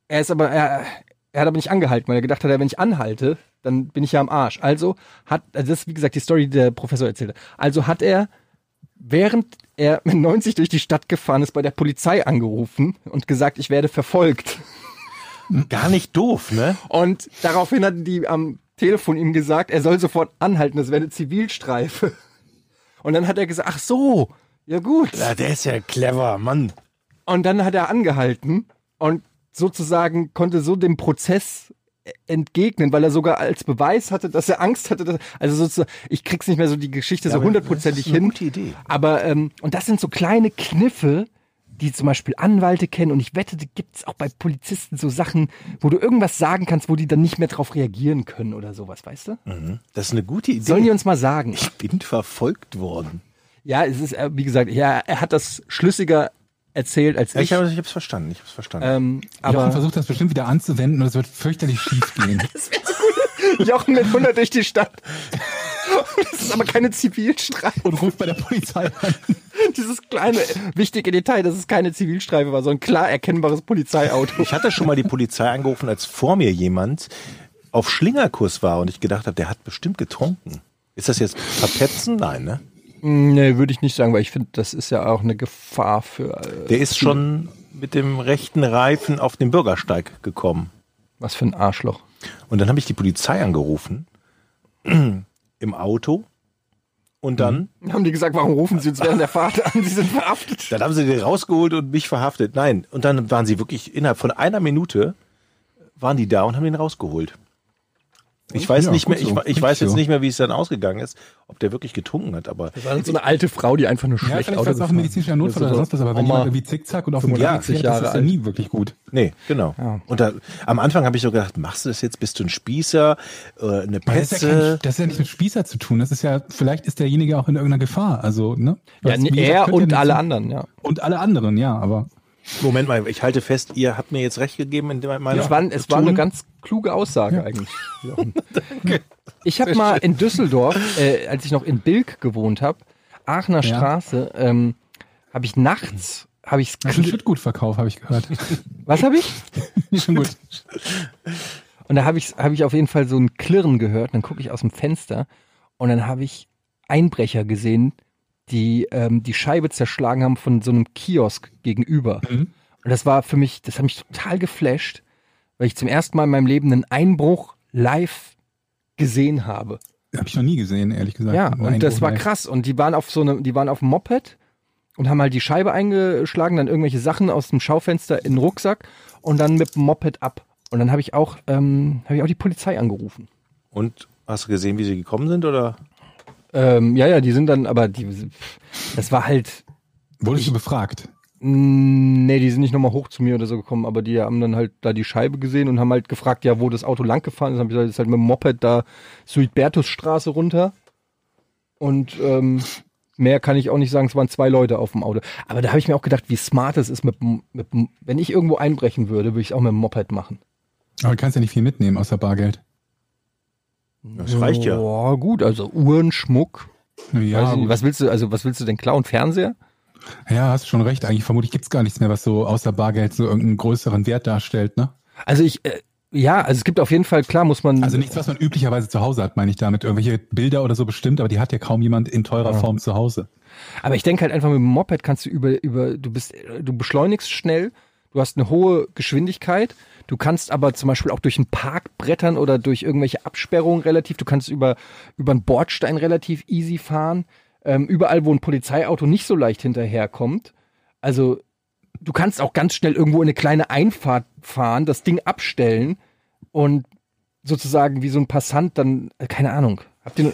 [SPEAKER 5] er ist aber, er, er hat aber nicht angehalten, weil er gedacht hat, ja, wenn ich anhalte, dann bin ich ja am Arsch. Also hat, also das ist wie gesagt die Story, die der Professor erzählt hat. Also hat er, während er mit 90 durch die Stadt gefahren ist, bei der Polizei angerufen und gesagt, ich werde verfolgt.
[SPEAKER 4] Gar nicht doof, ne?
[SPEAKER 5] Und daraufhin hatten die am Telefon ihm gesagt, er soll sofort anhalten, das wäre eine Zivilstreife. Und dann hat er gesagt, ach so, ja gut.
[SPEAKER 4] Ja, Ah, der ist ja clever, Mann.
[SPEAKER 5] Und dann hat er angehalten und sozusagen konnte so dem Prozess entgegnen, weil er sogar als Beweis hatte, dass er Angst hatte. Dass, also sozusagen, ich krieg's nicht mehr so die Geschichte so
[SPEAKER 4] aber
[SPEAKER 5] hundertprozentig
[SPEAKER 4] das ist eine
[SPEAKER 5] hin.
[SPEAKER 4] gute Idee.
[SPEAKER 5] Aber ähm, und das sind so kleine Kniffe, die zum Beispiel Anwälte kennen. Und ich wette, die gibt's auch bei Polizisten so Sachen, wo du irgendwas sagen kannst, wo die dann nicht mehr drauf reagieren können oder sowas, weißt du?
[SPEAKER 4] Das ist eine gute Idee.
[SPEAKER 5] Sollen die uns mal sagen?
[SPEAKER 4] ich bin verfolgt worden.
[SPEAKER 5] Ja, es ist, äh, wie gesagt, ja, er hat das schlüssiger erzählt als ich.
[SPEAKER 4] Ich habe es verstanden, ich habe es verstanden.
[SPEAKER 5] ähm,
[SPEAKER 3] Jochen
[SPEAKER 5] aber
[SPEAKER 3] versucht das bestimmt wieder anzuwenden und es wird fürchterlich schief gehen.
[SPEAKER 5] Jochen mit 100 durch die Stadt. Das ist aber keine Zivilstreife.
[SPEAKER 3] und ruft bei der Polizei an.
[SPEAKER 5] Dieses kleine, wichtige Detail, dass es keine Zivilstreife war, sondern klar erkennbares Polizeiauto.
[SPEAKER 4] Ich hatte schon mal die Polizei angerufen, als vor mir jemand auf Schlingerkurs war und ich gedacht habe, der hat bestimmt getrunken. Ist das jetzt verpetzen? Nein, ne?
[SPEAKER 5] Hm, Nee, würde ich nicht sagen, weil ich finde, das ist ja auch eine Gefahr für. Äh,
[SPEAKER 4] Der ist schon mit dem rechten Reifen auf den Bürgersteig gekommen.
[SPEAKER 5] was für ein Arschloch.
[SPEAKER 4] Und dann habe ich die Polizei angerufen im Auto und dann
[SPEAKER 5] Haben die gesagt, warum rufen sie uns während der Fahrt an? Sie sind verhaftet.
[SPEAKER 4] Dann haben sie den rausgeholt und mich verhaftet. Nein, und dann waren sie wirklich innerhalb von einer Minute waren die da und haben ihn rausgeholt. Ich weiß
[SPEAKER 3] Ja,
[SPEAKER 4] nicht
[SPEAKER 3] gut
[SPEAKER 4] mehr, ich,
[SPEAKER 3] so,
[SPEAKER 4] ich
[SPEAKER 3] gut
[SPEAKER 4] weiß jetzt
[SPEAKER 3] so.
[SPEAKER 4] nicht mehr, wie es dann ausgegangen ist, ob der wirklich getrunken hat, aber
[SPEAKER 5] Das war so eine alte Frau, die einfach nur
[SPEAKER 3] Ja, vielleicht
[SPEAKER 5] schlecht
[SPEAKER 3] war
[SPEAKER 5] Auto
[SPEAKER 3] es auch ein medizinischer Notfall oder sonst was, aber wenn
[SPEAKER 5] Oma.
[SPEAKER 3] jemand irgendwie zickzack und auf dem Rad fährt, das
[SPEAKER 5] 85
[SPEAKER 3] ist
[SPEAKER 5] Jahre
[SPEAKER 3] ja
[SPEAKER 5] alt.
[SPEAKER 3] nie wirklich gut.
[SPEAKER 4] nee, genau. Und da, am Anfang habe ich so gedacht, machst du das jetzt? Bist du ein Spießer, äh, eine
[SPEAKER 3] Weil Das ist, ja kein,
[SPEAKER 4] Pässe?
[SPEAKER 3] das ist ja nicht mit Spießer zu tun. Das ist ja, vielleicht ist derjenige auch in irgendeiner Gefahr. Also, ne?
[SPEAKER 5] Ja,
[SPEAKER 3] Das- wie
[SPEAKER 5] nee,
[SPEAKER 3] gesagt,
[SPEAKER 5] er
[SPEAKER 3] könnt ihr
[SPEAKER 5] und
[SPEAKER 3] nicht
[SPEAKER 5] alle
[SPEAKER 3] so-
[SPEAKER 5] anderen, ja.
[SPEAKER 3] Und alle anderen, ja, aber.
[SPEAKER 4] Moment mal, ich halte fest, ihr habt mir jetzt recht gegeben in meiner
[SPEAKER 5] Es war, es war
[SPEAKER 4] Tun.
[SPEAKER 5] eine ganz kluge Aussage eigentlich. Ich habe mal in Düsseldorf, äh, als ich noch in Bilk gewohnt habe, Aachener
[SPEAKER 3] Ja.
[SPEAKER 5] Straße, ähm, habe ich nachts, habe ich
[SPEAKER 3] Das ist ein Schüttgutverkauf, habe ich gehört.
[SPEAKER 5] was habe ich?
[SPEAKER 3] Schon gut.
[SPEAKER 5] Und da habe ich, hab ich auf jeden Fall so ein Klirren gehört. Und dann gucke ich aus dem Fenster und dann habe ich Einbrecher gesehen, die ähm, die Scheibe zerschlagen haben von so einem Kiosk gegenüber. Und das war für mich, das hat mich total geflasht, weil ich zum ersten Mal in meinem Leben einen Einbruch live gesehen habe.
[SPEAKER 3] Habe ich noch nie gesehen, ehrlich gesagt.
[SPEAKER 5] Ja,
[SPEAKER 3] Einen
[SPEAKER 5] und das
[SPEAKER 3] Einbruch
[SPEAKER 5] war
[SPEAKER 3] live.
[SPEAKER 5] krass. Und die waren auf so einem, die waren auf dem Moped und haben halt die Scheibe eingeschlagen, dann irgendwelche Sachen aus dem Schaufenster in den Rucksack und dann mit dem Moped ab. Und dann habe ich auch, ähm, habe ich auch die Polizei angerufen.
[SPEAKER 4] Und hast du gesehen, wie sie gekommen sind oder?
[SPEAKER 5] Ähm, ja, ja, die sind dann, aber die, das war halt,
[SPEAKER 3] Wurdest du befragt?
[SPEAKER 5] mh, nee, die sind nicht nochmal hoch zu mir oder so gekommen, aber die haben dann halt da die Scheibe gesehen und haben halt gefragt, ja, wo das Auto lang gefahren ist. Dann hab ich gesagt, das ist halt mit dem Moped da Suidbertusstraße runter. Und ähm, mehr kann ich auch nicht sagen, es waren zwei Leute auf dem Auto. Aber da habe ich mir auch gedacht, wie smart es ist, mit, dem- mit, dem- wenn ich irgendwo einbrechen würde, würde ich es auch mit dem Moped machen.
[SPEAKER 3] Aber du kannst ja nicht viel mitnehmen außer Bargeld.
[SPEAKER 4] Das reicht ja.
[SPEAKER 5] Ja, gut, also Uhren, Schmuck. Weiß
[SPEAKER 3] Ja,
[SPEAKER 5] ich nicht,
[SPEAKER 3] gut.
[SPEAKER 5] was willst du, also was willst du denn klauen? Fernseher?
[SPEAKER 3] ja, hast schon recht. Eigentlich vermutlich gibt's gar nichts mehr, was so außer Bargeld so irgendeinen größeren Wert darstellt, ne?
[SPEAKER 5] Also ich, äh, ja, also es gibt auf jeden Fall, klar muss man.
[SPEAKER 3] Also nichts, was man üblicherweise zu Hause hat, meine ich damit. Irgendwelche Bilder oder so bestimmt, aber die hat ja kaum jemand in teurer Form zu Hause.
[SPEAKER 5] Aber ich denke halt einfach mit dem Moped kannst du über, über, du bist, du beschleunigst schnell, du hast eine hohe Geschwindigkeit, du kannst aber zum Beispiel auch durch einen Park brettern oder durch irgendwelche Absperrungen relativ, du kannst über, über einen Bordstein relativ easy fahren, ähm, überall, wo ein Polizeiauto nicht so leicht hinterherkommt. Also, du kannst auch ganz schnell irgendwo in eine kleine Einfahrt fahren, das Ding abstellen und sozusagen wie so ein Passant dann, äh, keine Ahnung. Habt ihr,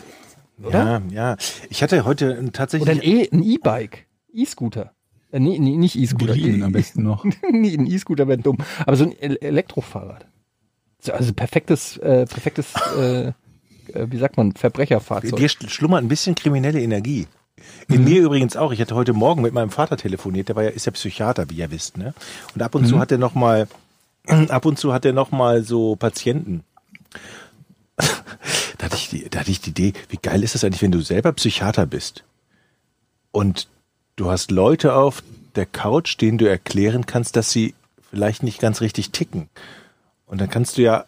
[SPEAKER 5] oder?
[SPEAKER 4] Ja, ja. Ich hatte heute tatsächlich.
[SPEAKER 5] Oder ein E- ein E-Bike, E-Scooter. Äh, nee, nee, nicht E-Scooter. eh
[SPEAKER 4] eh.
[SPEAKER 3] Berlin am besten noch.
[SPEAKER 5] nee, ein E-Scooter wäre dumm. Aber so ein El Elektrofahrrad. So, Also perfektes, äh, perfektes, äh, äh, wie sagt man, Verbrecherfahrzeug.
[SPEAKER 4] Dir schl- schlummert ein bisschen kriminelle Energie. In mir übrigens auch. Ich hatte heute Morgen mit meinem Vater telefoniert. Der war ja, ist ja Psychiater, wie ihr wisst, ne? Und ab und zu hat er noch mal, ab und zu hat er noch mal so Patienten. da, hatte ich die, da hatte ich die Idee, wie geil ist das eigentlich, wenn du selber Psychiater bist und du hast Leute auf der Couch, denen du erklären kannst, dass sie vielleicht nicht ganz richtig ticken. Und dann kannst du ja,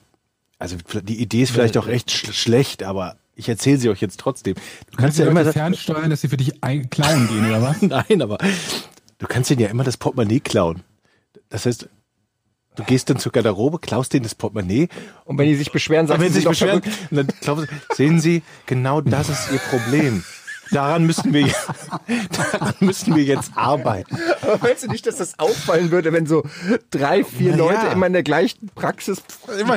[SPEAKER 4] also die Idee ist vielleicht auch echt sch schlecht, aber ich erzähle sie euch jetzt trotzdem. Du kannst
[SPEAKER 3] Kannst du
[SPEAKER 4] ja
[SPEAKER 3] ja
[SPEAKER 4] immer
[SPEAKER 3] Leute
[SPEAKER 4] sagen,
[SPEAKER 3] fernsteuern, dass sie für dich ein, klein gehen, oder was?
[SPEAKER 4] nein, aber du kannst denen ja immer das Portemonnaie klauen. Das heißt, du gehst dann zur Garderobe, klaust denen das Portemonnaie
[SPEAKER 5] Und wenn die sich beschweren,
[SPEAKER 4] aber wenn
[SPEAKER 5] sagst du,
[SPEAKER 4] Sie
[SPEAKER 5] sie
[SPEAKER 4] sich beschweren,
[SPEAKER 5] doch verrückt.
[SPEAKER 4] und dann glauben Sie, sehen Sie, genau das ist Ihr Problem. Daran müssen wir, daran müssen wir jetzt arbeiten.
[SPEAKER 5] Aber meinst du nicht, dass das auffallen würde, wenn so drei, vier
[SPEAKER 4] Na
[SPEAKER 5] Leute
[SPEAKER 4] ja.
[SPEAKER 5] immer in der gleichen Praxis?
[SPEAKER 4] Immer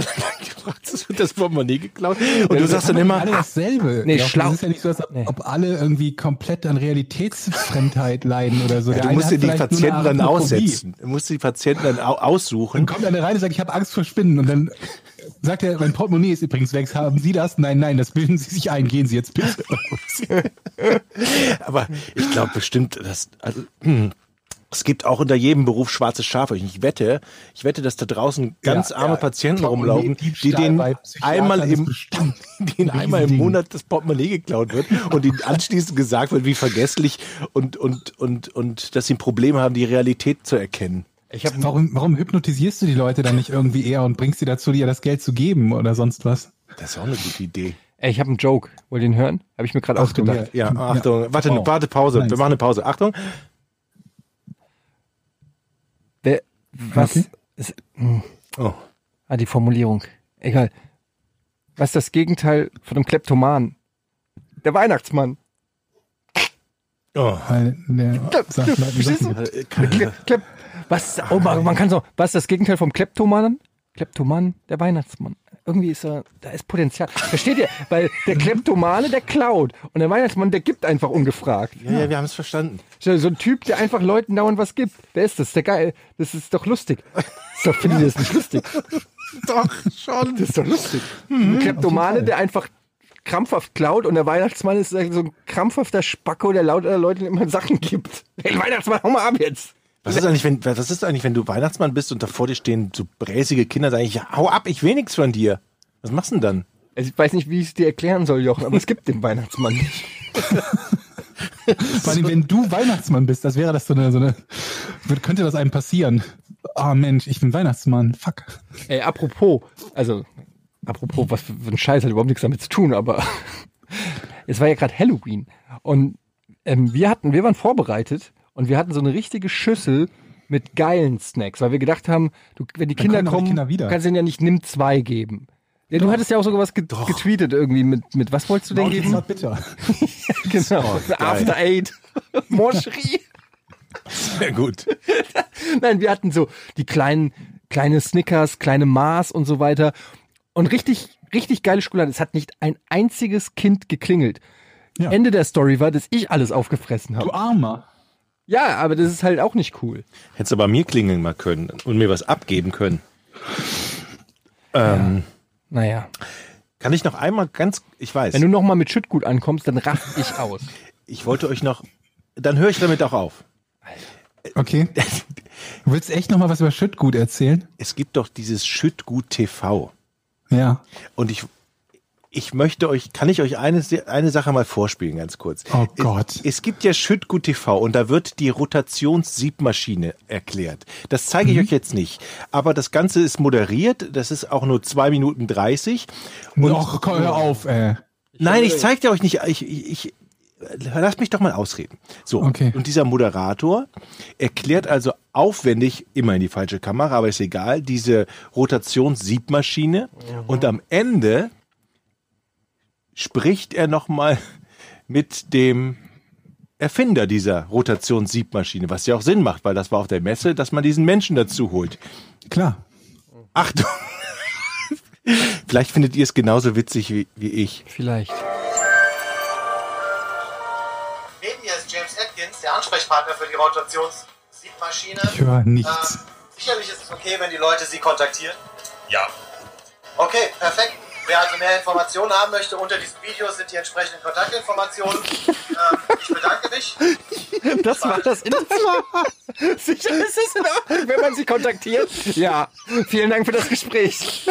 [SPEAKER 4] das wird das Portemonnaie geklaut. Und du sagst dann immer,
[SPEAKER 3] alle dasselbe.
[SPEAKER 5] Nee,
[SPEAKER 3] Ja,
[SPEAKER 5] schlau-
[SPEAKER 3] Das ist ja nicht so, als ob, ob alle irgendwie komplett an Realitätsfremdheit leiden oder so. Der
[SPEAKER 4] du
[SPEAKER 3] eine
[SPEAKER 4] musst
[SPEAKER 3] hat
[SPEAKER 4] dir die
[SPEAKER 3] vielleicht nur
[SPEAKER 4] Patienten
[SPEAKER 3] eine
[SPEAKER 4] dann
[SPEAKER 3] Arachnophobie.
[SPEAKER 4] aussetzen. Du musst die Patienten dann au-
[SPEAKER 3] Dann
[SPEAKER 4] aussuchen.
[SPEAKER 3] kommt einer rein und sagt, ich habe Angst vor Spinnen. Und dann sagt er, mein Portemonnaie ist übrigens weg. Haben Sie das? Nein, nein, das bilden Sie sich ein. Gehen Sie jetzt bitte.
[SPEAKER 4] Aber ich glaube bestimmt, dass, also, hm, es gibt auch unter jedem Beruf schwarze Schafe. Und Ich wette, ich wette, dass da draußen ganz
[SPEAKER 3] Ja,
[SPEAKER 4] arme
[SPEAKER 3] ja.
[SPEAKER 4] Patienten
[SPEAKER 3] Portemonnaie,
[SPEAKER 4] rumlaufen, die
[SPEAKER 3] Diebstahl
[SPEAKER 4] denen
[SPEAKER 3] bei Psychiatern
[SPEAKER 4] einmal
[SPEAKER 3] ist
[SPEAKER 4] im,
[SPEAKER 3] bestimmt
[SPEAKER 4] denen
[SPEAKER 3] ein
[SPEAKER 4] einmal im
[SPEAKER 3] Riesending.
[SPEAKER 4] Monat das Portemonnaie geklaut wird und ihnen anschließend gesagt wird, wie vergesslich und, und, und, und, dass sie ein Problem haben, die Realität zu erkennen.
[SPEAKER 5] Ich habe
[SPEAKER 3] Warum, warum hypnotisierst du die Leute dann nicht irgendwie eher und bringst sie dazu, dir das Geld zu geben oder sonst was?
[SPEAKER 4] Das ist auch eine gute Idee.
[SPEAKER 5] ich hab einen Joke. Wollt ihr ihn hören? Habe ich mir gerade
[SPEAKER 3] Achtung,
[SPEAKER 5] ausgedacht.
[SPEAKER 4] Ja, Oh. Achtung. Warte, warte, Pause. Wir
[SPEAKER 3] Nice.
[SPEAKER 4] machen eine Pause. Achtung.
[SPEAKER 5] Wer, was?
[SPEAKER 3] Okay.
[SPEAKER 5] Ist,
[SPEAKER 4] Oh.
[SPEAKER 5] ah, die Formulierung. Egal. Was ist das Gegenteil von einem Kleptoman? Der Weihnachtsmann.
[SPEAKER 4] Oh.
[SPEAKER 3] Weil, ne, sagt Leuten
[SPEAKER 5] Verstehst
[SPEAKER 3] Sachen.
[SPEAKER 5] du?
[SPEAKER 4] Äh,
[SPEAKER 5] Klep, klep. Was? Oh, man, man kann so. Was ist das Gegenteil vom Kleptomanen? Kleptoman, der Weihnachtsmann. Irgendwie ist er, da ist Potenzial. Versteht ihr? Weil der Kleptomane, der klaut. Und der Weihnachtsmann, der gibt einfach ungefragt.
[SPEAKER 4] Ja, ja, wir haben es verstanden.
[SPEAKER 5] So so ein Typ, der einfach Leuten dauernd was gibt. Wer ist das? Der geil. Das ist doch lustig. Ist doch, findet ihr das nicht lustig?
[SPEAKER 4] Doch, schon.
[SPEAKER 5] Das ist doch lustig. ein Kleptomane, der einfach krampfhaft klaut und der Weihnachtsmann ist so ein krampfhafter Spacko, der lauter Leuten immer Sachen gibt. Hey, Weihnachtsmann, hau mal ab jetzt.
[SPEAKER 4] Was ist eigentlich, wenn, was ist eigentlich, wenn du Weihnachtsmann bist und da vor dir stehen so bräsige Kinder, sag ich, ja, hau ab, ich will nichts von dir. Was machst du denn dann?
[SPEAKER 5] Also ich weiß nicht, wie ich es dir erklären soll, Jochen, aber es gibt den Weihnachtsmann nicht.
[SPEAKER 3] Vor allem, wenn du Weihnachtsmann bist, das wäre das so eine, so eine wird- könnte das einem passieren? Ah Mensch, ich bin Weihnachtsmann. Fuck.
[SPEAKER 5] Ey, apropos, also, apropos, was für ein Scheiß hat überhaupt nichts damit zu tun, aber es war ja gerade Halloween und ähm, wir hatten, wir waren vorbereitet und wir hatten so eine richtige Schüssel mit geilen Snacks, weil wir gedacht haben, du, wenn die Kinder
[SPEAKER 3] kommen doch die
[SPEAKER 5] kommen,
[SPEAKER 3] Kinder wieder.
[SPEAKER 5] du kannst ihnen ja nicht nimm zwei geben. Ja, du hattest ja auch sogar was get getweetet irgendwie mit, mit was wolltest du denn
[SPEAKER 3] Jetzt
[SPEAKER 5] geben?
[SPEAKER 3] mal bitter.
[SPEAKER 5] Genau. After Eight. Moscherie.
[SPEAKER 4] Sehr gut.
[SPEAKER 5] Nein, wir hatten so die kleinen, kleine Snickers, kleine Mars und so weiter. Und richtig, richtig geile Schokolade. Es hat nicht ein einziges Kind geklingelt.
[SPEAKER 3] Ja.
[SPEAKER 5] Ende der Story war, dass ich alles aufgefressen
[SPEAKER 3] Du
[SPEAKER 5] habe.
[SPEAKER 3] Armer.
[SPEAKER 5] Ja, aber das ist halt auch nicht cool.
[SPEAKER 4] Hättest du bei mir klingeln mal können und mir was abgeben können. Ähm,
[SPEAKER 5] Naja.
[SPEAKER 4] Kann ich noch einmal ganz, ich weiß,
[SPEAKER 5] Wenn du nochmal mit Schüttgut ankommst, dann raff ich aus.
[SPEAKER 4] ich wollte euch noch, dann höre ich damit auch auf.
[SPEAKER 3] Okay. Du willst echt noch mal was über Schüttgut erzählen?
[SPEAKER 4] Es gibt doch dieses Schüttgut TV.
[SPEAKER 3] Ja.
[SPEAKER 4] Und ich, ich möchte euch, kann ich euch eine, eine Sache mal vorspielen, ganz kurz.
[SPEAKER 3] Oh Gott.
[SPEAKER 4] Es, es gibt ja Schüttgut TV und da wird die Rotationssiebmaschine erklärt. Das zeige
[SPEAKER 3] Mhm.
[SPEAKER 4] ich euch jetzt nicht. Aber das Ganze ist moderiert. Das ist auch nur zwei Minuten 30.
[SPEAKER 3] Und Och, komm, hör auf, äh, ey.
[SPEAKER 4] Nein, ich zeig dir euch nicht. Ich, ich, ich lass mich doch mal ausreden. So.
[SPEAKER 3] Okay.
[SPEAKER 4] Und dieser Moderator erklärt also aufwendig, immer in die falsche Kamera, aber ist egal, diese Rotationssiebmaschine. Und am Ende spricht er nochmal mit dem Erfinder dieser Rotationssiebmaschine, was ja auch Sinn macht, weil das war auf der Messe, dass man diesen Menschen dazu holt.
[SPEAKER 3] Klar.
[SPEAKER 4] Achtung! Vielleicht findet ihr es genauso witzig wie, wie ich.
[SPEAKER 5] Vielleicht.
[SPEAKER 6] der Ansprechpartner für die Rotationssiebmaschine.
[SPEAKER 3] Ich höre nichts.
[SPEAKER 6] Ähm, sicherlich ist es okay, wenn die Leute sie kontaktieren.
[SPEAKER 7] Ja.
[SPEAKER 6] Okay, perfekt. Wer also mehr Informationen haben möchte, unter diesem Video sind die entsprechenden Kontaktinformationen. ähm, ich bedanke mich.
[SPEAKER 5] Das war das Interview. Sicher ist es in Ordnung, wenn man sie kontaktiert. Ja, vielen Dank für das Gespräch.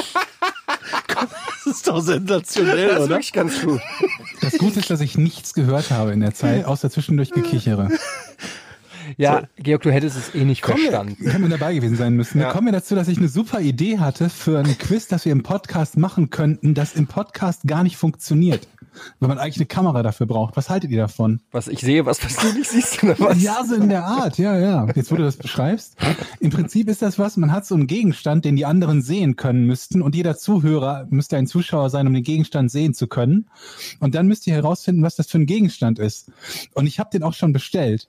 [SPEAKER 4] Das ist doch sensationell,
[SPEAKER 5] Das ist
[SPEAKER 4] oder?
[SPEAKER 5] wirklich ganz gut.
[SPEAKER 3] Das Gute ist, dass ich nichts gehört habe in der Zeit, außer zwischendurch gekichere.
[SPEAKER 5] Ja, Georg, du hättest es eh nicht verstanden.
[SPEAKER 3] Wir hätten dabei gewesen sein müssen.
[SPEAKER 5] Ja.
[SPEAKER 3] Da kommen wir dazu, dass ich eine super Idee hatte für ein Quiz, das wir im Podcast machen könnten, das im Podcast gar nicht funktioniert. Wenn man eigentlich eine Kamera dafür braucht. Was haltet ihr davon?
[SPEAKER 5] Was ich sehe, was, was du nicht siehst, oder was?
[SPEAKER 3] Ja, so in der Art, ja, ja. Jetzt, wo du das beschreibst. Im Prinzip ist das was, man hat so einen Gegenstand, den die anderen sehen können müssten und jeder Zuhörer müsste ein Zuschauer sein, um den Gegenstand sehen zu können. Und dann müsst ihr herausfinden, was das für ein Gegenstand ist. Und ich habe den auch schon bestellt.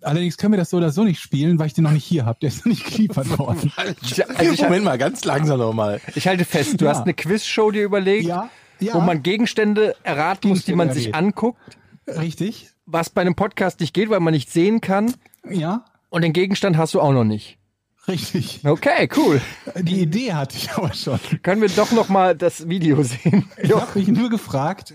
[SPEAKER 3] Allerdings können wir das so oder so nicht spielen, weil ich den noch nicht hier habe. Der ist noch nicht geliefert worden.
[SPEAKER 5] Ich, also ich,
[SPEAKER 4] Moment mal, ganz langsam nochmal.
[SPEAKER 5] ich halte fest, du
[SPEAKER 3] Ja.
[SPEAKER 5] hast eine Quizshow dir überlegt,
[SPEAKER 3] Ja, ja.
[SPEAKER 5] wo man Gegenstände erraten muss, die man
[SPEAKER 3] Gegenstände
[SPEAKER 5] sich
[SPEAKER 3] erwähnt.
[SPEAKER 5] anguckt,
[SPEAKER 3] Richtig?
[SPEAKER 5] was bei einem Podcast nicht geht, weil man nicht sehen kann.
[SPEAKER 3] Ja,
[SPEAKER 5] Und den Gegenstand hast du auch noch nicht.
[SPEAKER 3] richtig.
[SPEAKER 5] Okay, cool.
[SPEAKER 3] Die Idee hatte ich aber schon.
[SPEAKER 5] Können wir doch noch mal das Video sehen?
[SPEAKER 3] Ich habe mich nur gefragt,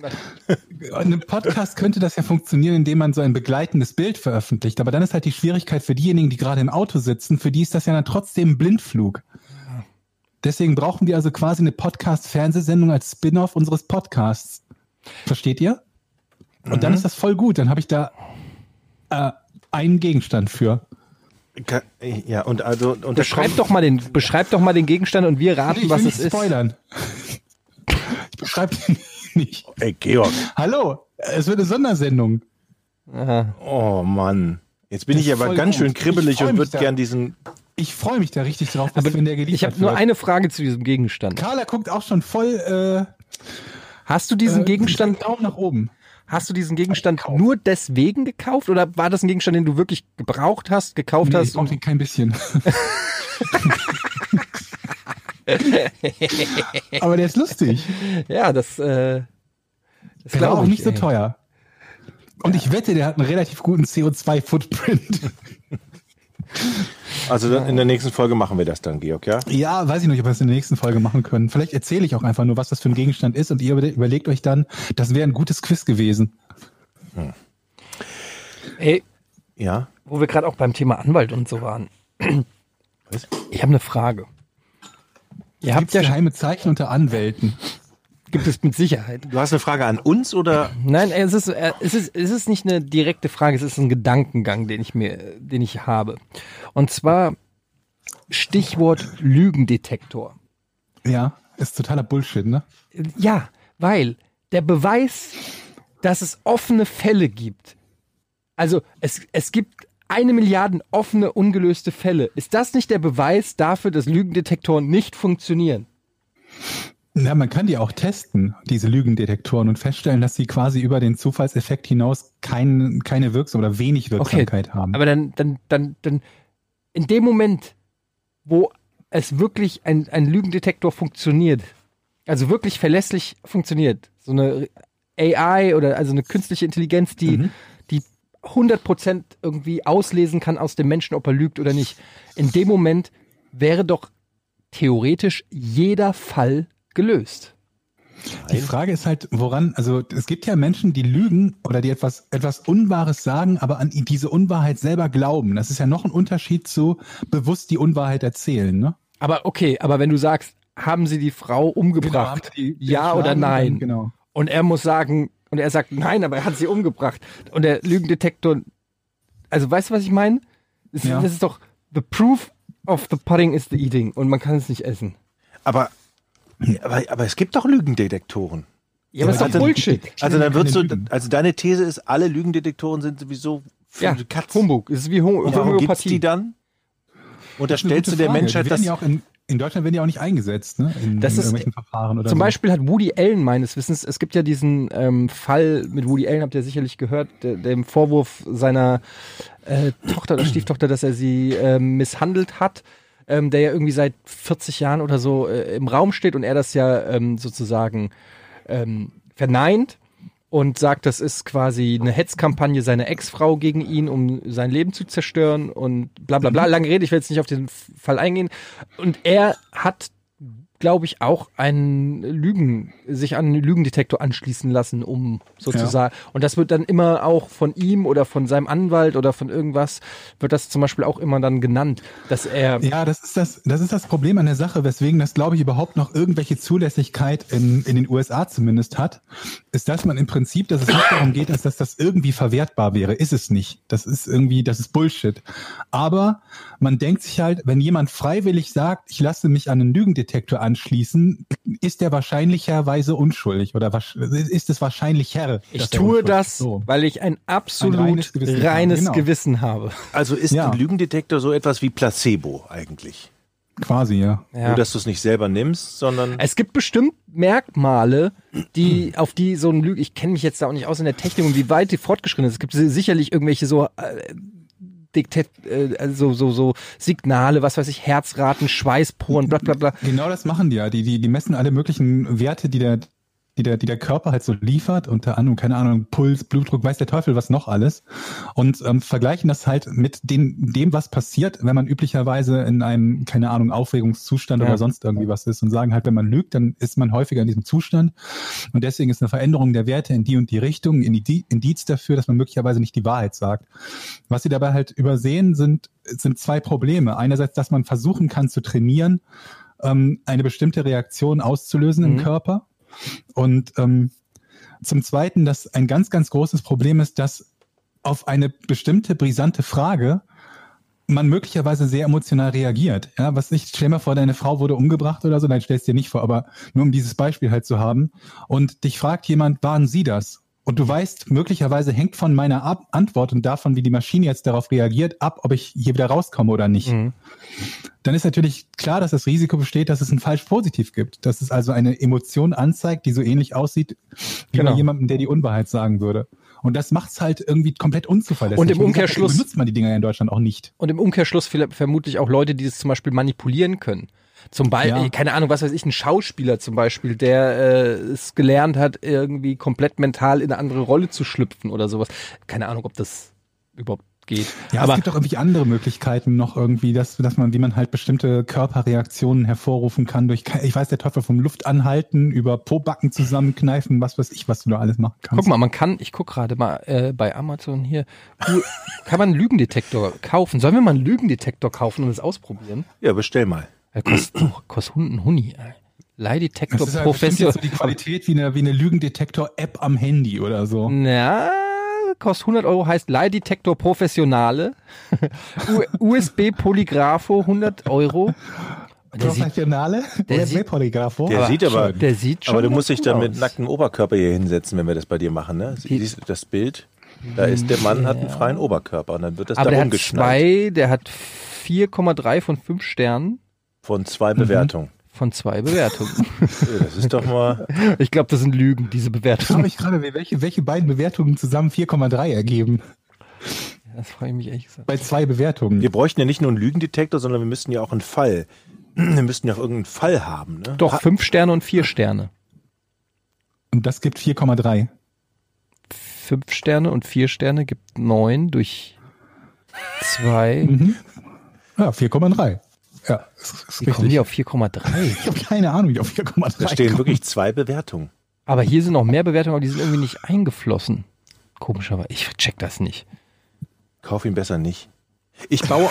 [SPEAKER 3] in einem Podcast könnte das ja funktionieren, indem man so ein begleitendes Bild veröffentlicht. Aber dann ist halt die Schwierigkeit für diejenigen, die gerade im Auto sitzen, für die ist das ja dann trotzdem ein Blindflug. Deswegen brauchen wir also quasi eine Podcast-Fernsehsendung als Spin-off unseres Podcasts. Versteht ihr? Und
[SPEAKER 5] Mhm.
[SPEAKER 3] dann ist das voll gut. Dann habe ich da äh, einen Gegenstand für.
[SPEAKER 4] Ka- Ja, und also, und da
[SPEAKER 5] Beschreib
[SPEAKER 4] kommt-
[SPEAKER 5] doch mal den, beschreib doch mal den Gegenstand und wir raten,
[SPEAKER 3] ich
[SPEAKER 5] was
[SPEAKER 3] will
[SPEAKER 5] es
[SPEAKER 3] nicht
[SPEAKER 5] ist.
[SPEAKER 3] spoilern. Ich beschreibe den nicht.
[SPEAKER 4] Ey, Georg.
[SPEAKER 3] Hallo, es wird eine Sondersendung.
[SPEAKER 4] Oh Mann. Jetzt bin
[SPEAKER 3] Das
[SPEAKER 4] ich
[SPEAKER 3] ist
[SPEAKER 4] aber
[SPEAKER 3] voll
[SPEAKER 4] ganz
[SPEAKER 3] gut.
[SPEAKER 4] schön kribbelig
[SPEAKER 3] Ich freu
[SPEAKER 4] und
[SPEAKER 3] mich
[SPEAKER 4] würde
[SPEAKER 3] da.
[SPEAKER 4] gern diesen.
[SPEAKER 3] Ich freue mich da richtig drauf, dass
[SPEAKER 5] Aber
[SPEAKER 3] wenn der geliefert
[SPEAKER 5] Ich habe nur
[SPEAKER 3] wird.
[SPEAKER 5] eine Frage zu diesem Gegenstand.
[SPEAKER 3] Carla guckt auch schon voll äh,
[SPEAKER 5] Hast du diesen
[SPEAKER 3] äh,
[SPEAKER 5] Gegenstand,
[SPEAKER 3] mit dem Daumen nach oben.
[SPEAKER 5] hast du diesen Gegenstand nur deswegen gekauft oder war das ein Gegenstand, den du wirklich gebraucht hast, gekauft
[SPEAKER 3] Nee, ich
[SPEAKER 5] hast?
[SPEAKER 3] brauche den kein bisschen. Aber der ist lustig.
[SPEAKER 5] Ja, das, äh,
[SPEAKER 3] Der
[SPEAKER 5] das
[SPEAKER 3] war
[SPEAKER 5] glaube
[SPEAKER 3] auch
[SPEAKER 5] ich.
[SPEAKER 3] nicht so
[SPEAKER 5] ey.
[SPEAKER 3] teuer. Und ich wette, der hat einen relativ guten CO2-Footprint.
[SPEAKER 4] Also dann in der nächsten Folge machen wir das dann, Georg, ja?
[SPEAKER 3] Ja, weiß ich nicht, ob wir es in der nächsten Folge machen können. Vielleicht erzähle ich auch einfach nur, was das für ein Gegenstand ist und ihr überle- überlegt euch dann, das wäre ein gutes Quiz gewesen.
[SPEAKER 5] Ey,
[SPEAKER 4] Ja.
[SPEAKER 5] wo wir gerade auch beim Thema Anwalt und so waren.
[SPEAKER 4] Was?
[SPEAKER 5] Ich habe eine Frage. Ihr habt
[SPEAKER 3] Gibt
[SPEAKER 5] ja
[SPEAKER 3] es geheime Zeichen unter Anwälten?
[SPEAKER 5] gibt es mit Sicherheit.
[SPEAKER 4] Du hast eine Frage an uns oder?
[SPEAKER 5] Nein, es ist, äh, es ist, es ist nicht eine direkte Frage, es ist ein Gedankengang, den ich mir, äh, den ich habe. Und zwar Stichwort Lügendetektor.
[SPEAKER 3] Ja, ist totaler Bullshit, ne?
[SPEAKER 5] Äh, Ja, weil der Beweis, dass es offene Fälle gibt. Also es, es gibt eine Milliarde offene, ungelöste Fälle. Ist das nicht der Beweis dafür, dass Lügendetektoren nicht funktionieren?
[SPEAKER 3] Na, man kann die auch testen, diese Lügendetektoren, und feststellen, dass sie quasi über den Zufallseffekt hinaus kein, keine Wirksamkeit oder wenig Wirksamkeit haben.
[SPEAKER 5] Aber dann, dann, dann, dann, in dem Moment, wo es wirklich ein, ein Lügendetektor funktioniert, also wirklich verlässlich funktioniert, so eine AI oder also eine künstliche Intelligenz, die, die 100% irgendwie auslesen kann aus dem Menschen, ob er lügt oder nicht, in dem Moment wäre doch theoretisch jeder Fall gelöst.
[SPEAKER 3] Die Frage ist halt, woran, also es gibt ja Menschen, die lügen oder die etwas, etwas Unwahres sagen, aber an diese Unwahrheit selber glauben. Das ist ja noch ein Unterschied zu bewusst die Unwahrheit erzählen, ne?
[SPEAKER 5] Aber okay, aber wenn du sagst, haben sie die Frau umgebracht?
[SPEAKER 3] Genau, haben die- die
[SPEAKER 5] ja
[SPEAKER 3] geschlagen
[SPEAKER 5] oder
[SPEAKER 3] und
[SPEAKER 5] nein?
[SPEAKER 3] dann- genau.
[SPEAKER 5] Und er muss sagen, und er sagt nein, aber er hat sie umgebracht. Und der Lügendetektor, also weißt du, was ich meine? Das,
[SPEAKER 3] Ja.
[SPEAKER 5] das ist doch, the proof of the pudding is the eating. Und man kann es nicht essen.
[SPEAKER 4] Aber, aber, aber es gibt doch Lügendetektoren.
[SPEAKER 5] Ja,
[SPEAKER 3] aber
[SPEAKER 5] aber das ist doch
[SPEAKER 3] dann-
[SPEAKER 5] Bullshit.
[SPEAKER 4] Also dann
[SPEAKER 3] Keine
[SPEAKER 4] wird so,
[SPEAKER 3] Lügen.
[SPEAKER 4] also deine These ist, alle Lügendetektoren sind sowieso für
[SPEAKER 5] Ja,
[SPEAKER 4] die Katzen.
[SPEAKER 5] Humbug. Es ist wie Hom
[SPEAKER 4] Und warum gibt's
[SPEAKER 5] Homöopathie.
[SPEAKER 4] die dann? Unterstellst du der
[SPEAKER 3] Frage. Die
[SPEAKER 4] Menschheit,
[SPEAKER 3] werden
[SPEAKER 4] dass
[SPEAKER 3] ja auch in, in Deutschland werden die auch nicht eingesetzt, ne? In,
[SPEAKER 5] Das
[SPEAKER 3] in
[SPEAKER 5] ist-
[SPEAKER 3] irgendwelchen Verfahren oder
[SPEAKER 5] Zum
[SPEAKER 3] so.
[SPEAKER 5] Beispiel hat Woody Allen meines Wissens, es gibt ja diesen ähm, Fall mit Woody Allen, habt ihr sicherlich gehört, der, dem Vorwurf seiner äh, Tochter oder Stieftochter, dass er sie ähm, misshandelt hat, ähm, der ja irgendwie seit 40 Jahren oder so äh, im Raum steht und er das ja ähm, sozusagen ähm, verneint. und sagt, das ist quasi eine Hetzkampagne seiner Ex-Frau gegen ihn, um sein Leben zu zerstören und bla bla bla. Lange Rede, ich will jetzt nicht auf den Fall eingehen. Und er hat, glaube ich, auch einen Lügen, sich an einen Lügendetektor anschließen lassen, um sozusagen. Und das wird dann immer auch von ihm oder von seinem Anwalt oder von irgendwas, wird das zum Beispiel auch immer dann genannt, dass er.
[SPEAKER 3] Ja, das ist das, das ist das Problem an der Sache, weswegen das, glaube ich, überhaupt noch irgendwelche Zulässigkeit in, in den USA zumindest hat, ist, dass man im Prinzip, dass es nicht darum geht, dass das, das irgendwie verwertbar wäre. Ist es nicht. Das ist irgendwie, das ist Bullshit. Aber man denkt sich halt, wenn jemand freiwillig sagt, ich lasse mich an einen Lügendetektor anschließen, ist der wahrscheinlicherweise unschuldig oder wahrsch- ist es wahrscheinlicher.
[SPEAKER 5] Ich
[SPEAKER 3] dass er
[SPEAKER 5] tue
[SPEAKER 3] unschuldig
[SPEAKER 5] das,
[SPEAKER 3] ist. So.
[SPEAKER 5] weil ich ein absolut reines
[SPEAKER 3] reines
[SPEAKER 5] Gewissen,
[SPEAKER 3] Gewissen habe, genau.
[SPEAKER 5] habe.
[SPEAKER 4] Also ist
[SPEAKER 3] Ja.
[SPEAKER 4] ein Lügendetektor so etwas wie Placebo eigentlich.
[SPEAKER 3] Quasi, ja.
[SPEAKER 5] Ja. Äh,
[SPEAKER 4] Nur, dass du es nicht selber nimmst, sondern.
[SPEAKER 5] Es gibt bestimmt Merkmale, die, auf die so ein Lüge, ich kenne mich jetzt da auch nicht aus in der Technik und wie weit die fortgeschritten ist. Es gibt si- sicherlich irgendwelche so, äh, Diktet, äh, also so, so Signale, was weiß ich, Herzraten, Schweißporen, bla bla bla.
[SPEAKER 3] Genau das machen die ja. Die, die, die messen alle möglichen Werte, die der, die, der, die der Körper halt so liefert, unter anderem, keine Ahnung, Puls, Blutdruck, weiß der Teufel, was noch alles. Und ähm, vergleichen das halt mit den, dem, was passiert, wenn man üblicherweise in einem, keine Ahnung, Aufregungszustand
[SPEAKER 5] Ja.
[SPEAKER 3] oder sonst irgendwie was ist und sagen halt, wenn man lügt, dann ist man häufiger in diesem Zustand. Und deswegen ist eine Veränderung der Werte in die und die Richtung ein Indi- Indiz dafür, dass man möglicherweise nicht die Wahrheit sagt. Was sie dabei halt übersehen, sind, sind zwei Probleme. Einerseits, dass man versuchen kann zu trainieren, ähm, eine bestimmte Reaktion auszulösen
[SPEAKER 5] Mhm.
[SPEAKER 3] im Körper. Und ähm, zum Zweiten, dass ein ganz, ganz großes Problem ist, dass auf eine bestimmte brisante Frage man möglicherweise sehr emotional reagiert. Ja, was ich, stell mal vor, deine Frau wurde umgebracht oder so, nein, stellst dir nicht vor, aber nur um dieses Beispiel halt zu haben. Und dich fragt jemand, waren Sie das? Und du weißt, möglicherweise hängt von meiner ab Antwort und davon, wie die Maschine jetzt darauf reagiert, ab, ob ich hier wieder rauskomme oder nicht
[SPEAKER 5] Mhm.
[SPEAKER 3] dann ist natürlich klar, dass das Risiko besteht, dass es ein falsch positiv gibt. Dass es also eine Emotion anzeigt, die so ähnlich aussieht wie
[SPEAKER 5] Genau.
[SPEAKER 3] bei jemandem, der die Unwahrheit sagen würde. Und das macht's halt irgendwie komplett unzuverlässig.
[SPEAKER 5] Und im
[SPEAKER 3] Wie gesagt,
[SPEAKER 5] Umkehrschluss-
[SPEAKER 3] Benutzt man die Dinger ja in Deutschland auch nicht.
[SPEAKER 5] Und im Umkehrschluss vielleicht- vermutlich auch Leute, die das zum Beispiel manipulieren können. Zum Beispiel,
[SPEAKER 3] Ja.
[SPEAKER 5] keine Ahnung, was weiß ich, ein Schauspieler zum Beispiel, der äh, es gelernt hat, irgendwie komplett mental in eine andere Rolle zu schlüpfen oder sowas. Keine Ahnung, ob das überhaupt geht.
[SPEAKER 3] Ja,
[SPEAKER 5] aber
[SPEAKER 3] es gibt auch irgendwie andere Möglichkeiten noch irgendwie, dass, dass man, wie man halt bestimmte Körperreaktionen hervorrufen kann durch, ke- ich weiß, der Teufel vom Luft anhalten, über Pobacken zusammenkneifen, was weiß ich, was du da alles machen kannst.
[SPEAKER 5] guck mal, man kann, ich guck gerade mal äh, bei Amazon hier, Gu- kann man einen Lügendetektor kaufen? Sollen wir mal einen Lügendetektor kaufen und das ausprobieren?
[SPEAKER 4] Ja, bestell mal.
[SPEAKER 5] Ja, kostet, oh, kostet Hunden Huni, ey. Leihdetektor
[SPEAKER 3] Das ist halt bestimmt
[SPEAKER 5] Professor.
[SPEAKER 3] jetzt so die Qualität wie eine, wie eine Lügendetektor-App am Handy oder so.
[SPEAKER 5] Na, kostet 100 Euro, heißt Leihdetektor Professionale. U- USB Polygrapho 100 Euro. Der sieht,
[SPEAKER 3] Professionale?
[SPEAKER 5] der sieht-
[SPEAKER 3] Polygrapho?
[SPEAKER 4] Der sieht aber.
[SPEAKER 5] der sieht schon.
[SPEAKER 4] aber du
[SPEAKER 5] ganz
[SPEAKER 4] musst dich
[SPEAKER 5] gut
[SPEAKER 4] dann mit
[SPEAKER 5] aus.
[SPEAKER 4] nacktem Oberkörper hier hinsetzen, wenn wir das bei dir machen. Ne? Siehst du das Bild? Da ist der Mann hat einen freien Oberkörper und dann wird das
[SPEAKER 5] Aber
[SPEAKER 4] da
[SPEAKER 5] der hat
[SPEAKER 4] umgeschnallt.
[SPEAKER 5] zwei, der hat 4,3 von 5 Sternen
[SPEAKER 4] Von zwei Bewertungen.
[SPEAKER 5] von zwei Bewertungen.
[SPEAKER 4] Äh, Das ist doch mal.
[SPEAKER 5] ich glaube, das sind Lügen, diese Bewertungen.
[SPEAKER 3] Habe ich gerade, welche, welche beiden Bewertungen zusammen 4,3 ergeben?
[SPEAKER 5] Das freue ich mich ehrlich gesagt.
[SPEAKER 3] Bei zwei Bewertungen.
[SPEAKER 4] Wir bräuchten ja nicht nur einen Lügendetektor, sondern wir müssten ja auch einen Fall. Wir müssten ja auch irgendeinen Fall haben. Ne?
[SPEAKER 5] Doch, 5 Sterne und 4 Sterne.
[SPEAKER 3] Und das gibt 4,3.
[SPEAKER 5] 5 Sterne und 4 Sterne gibt 9 durch 2.
[SPEAKER 3] Mhm. Ja, 4,3. Ja, ist, ist
[SPEAKER 5] Wie
[SPEAKER 3] richtig.
[SPEAKER 5] kommen die auf 4,3?
[SPEAKER 3] Ich habe keine Ahnung, wie die auf 4,3
[SPEAKER 4] Da stehen
[SPEAKER 3] kommen.
[SPEAKER 4] wirklich zwei Bewertungen.
[SPEAKER 5] Aber hier sind noch mehr Bewertungen, aber die sind irgendwie nicht eingeflossen. Komischerweise. Ich check das nicht.
[SPEAKER 4] Kauf ihn besser nicht. Ich baue.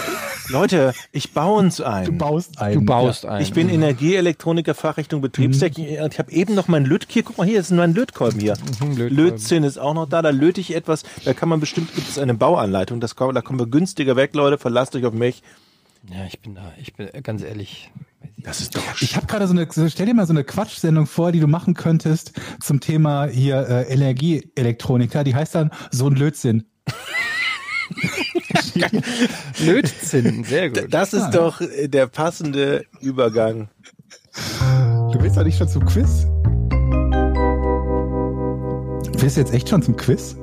[SPEAKER 4] Leute, ich baue uns ein.
[SPEAKER 3] Du baust einen.
[SPEAKER 5] Du baust einen.
[SPEAKER 4] Ich bin Energieelektroniker, Fachrichtung Betriebstechnik. und Ich habe eben noch meinen Lötkolben. hier. Guck mal, hier ist mein Mhm, Lötkolben hier.
[SPEAKER 5] Lötkolben.
[SPEAKER 4] Lötzinn ist auch noch da. Da löte ich etwas. Da kann man bestimmt, gibt es eine Bauanleitung. Das, kann- da kommen wir günstiger weg, Leute. Verlasst euch auf mich.
[SPEAKER 5] Ja, ich bin da. Ich bin äh, ganz ehrlich.
[SPEAKER 4] Das ist doch
[SPEAKER 3] Ich habe gerade so eine, so- stell dir mal so eine Quatschsendung vor, die du machen könntest zum Thema hier äh, Energieelektroniker. Die heißt dann so ein Lötzinn.
[SPEAKER 5] Lötzinn, sehr gut.
[SPEAKER 4] Das ist doch äh, der passende Übergang.
[SPEAKER 3] Du willst doch nicht schon zum Quiz? Willst du jetzt echt schon zum Quiz?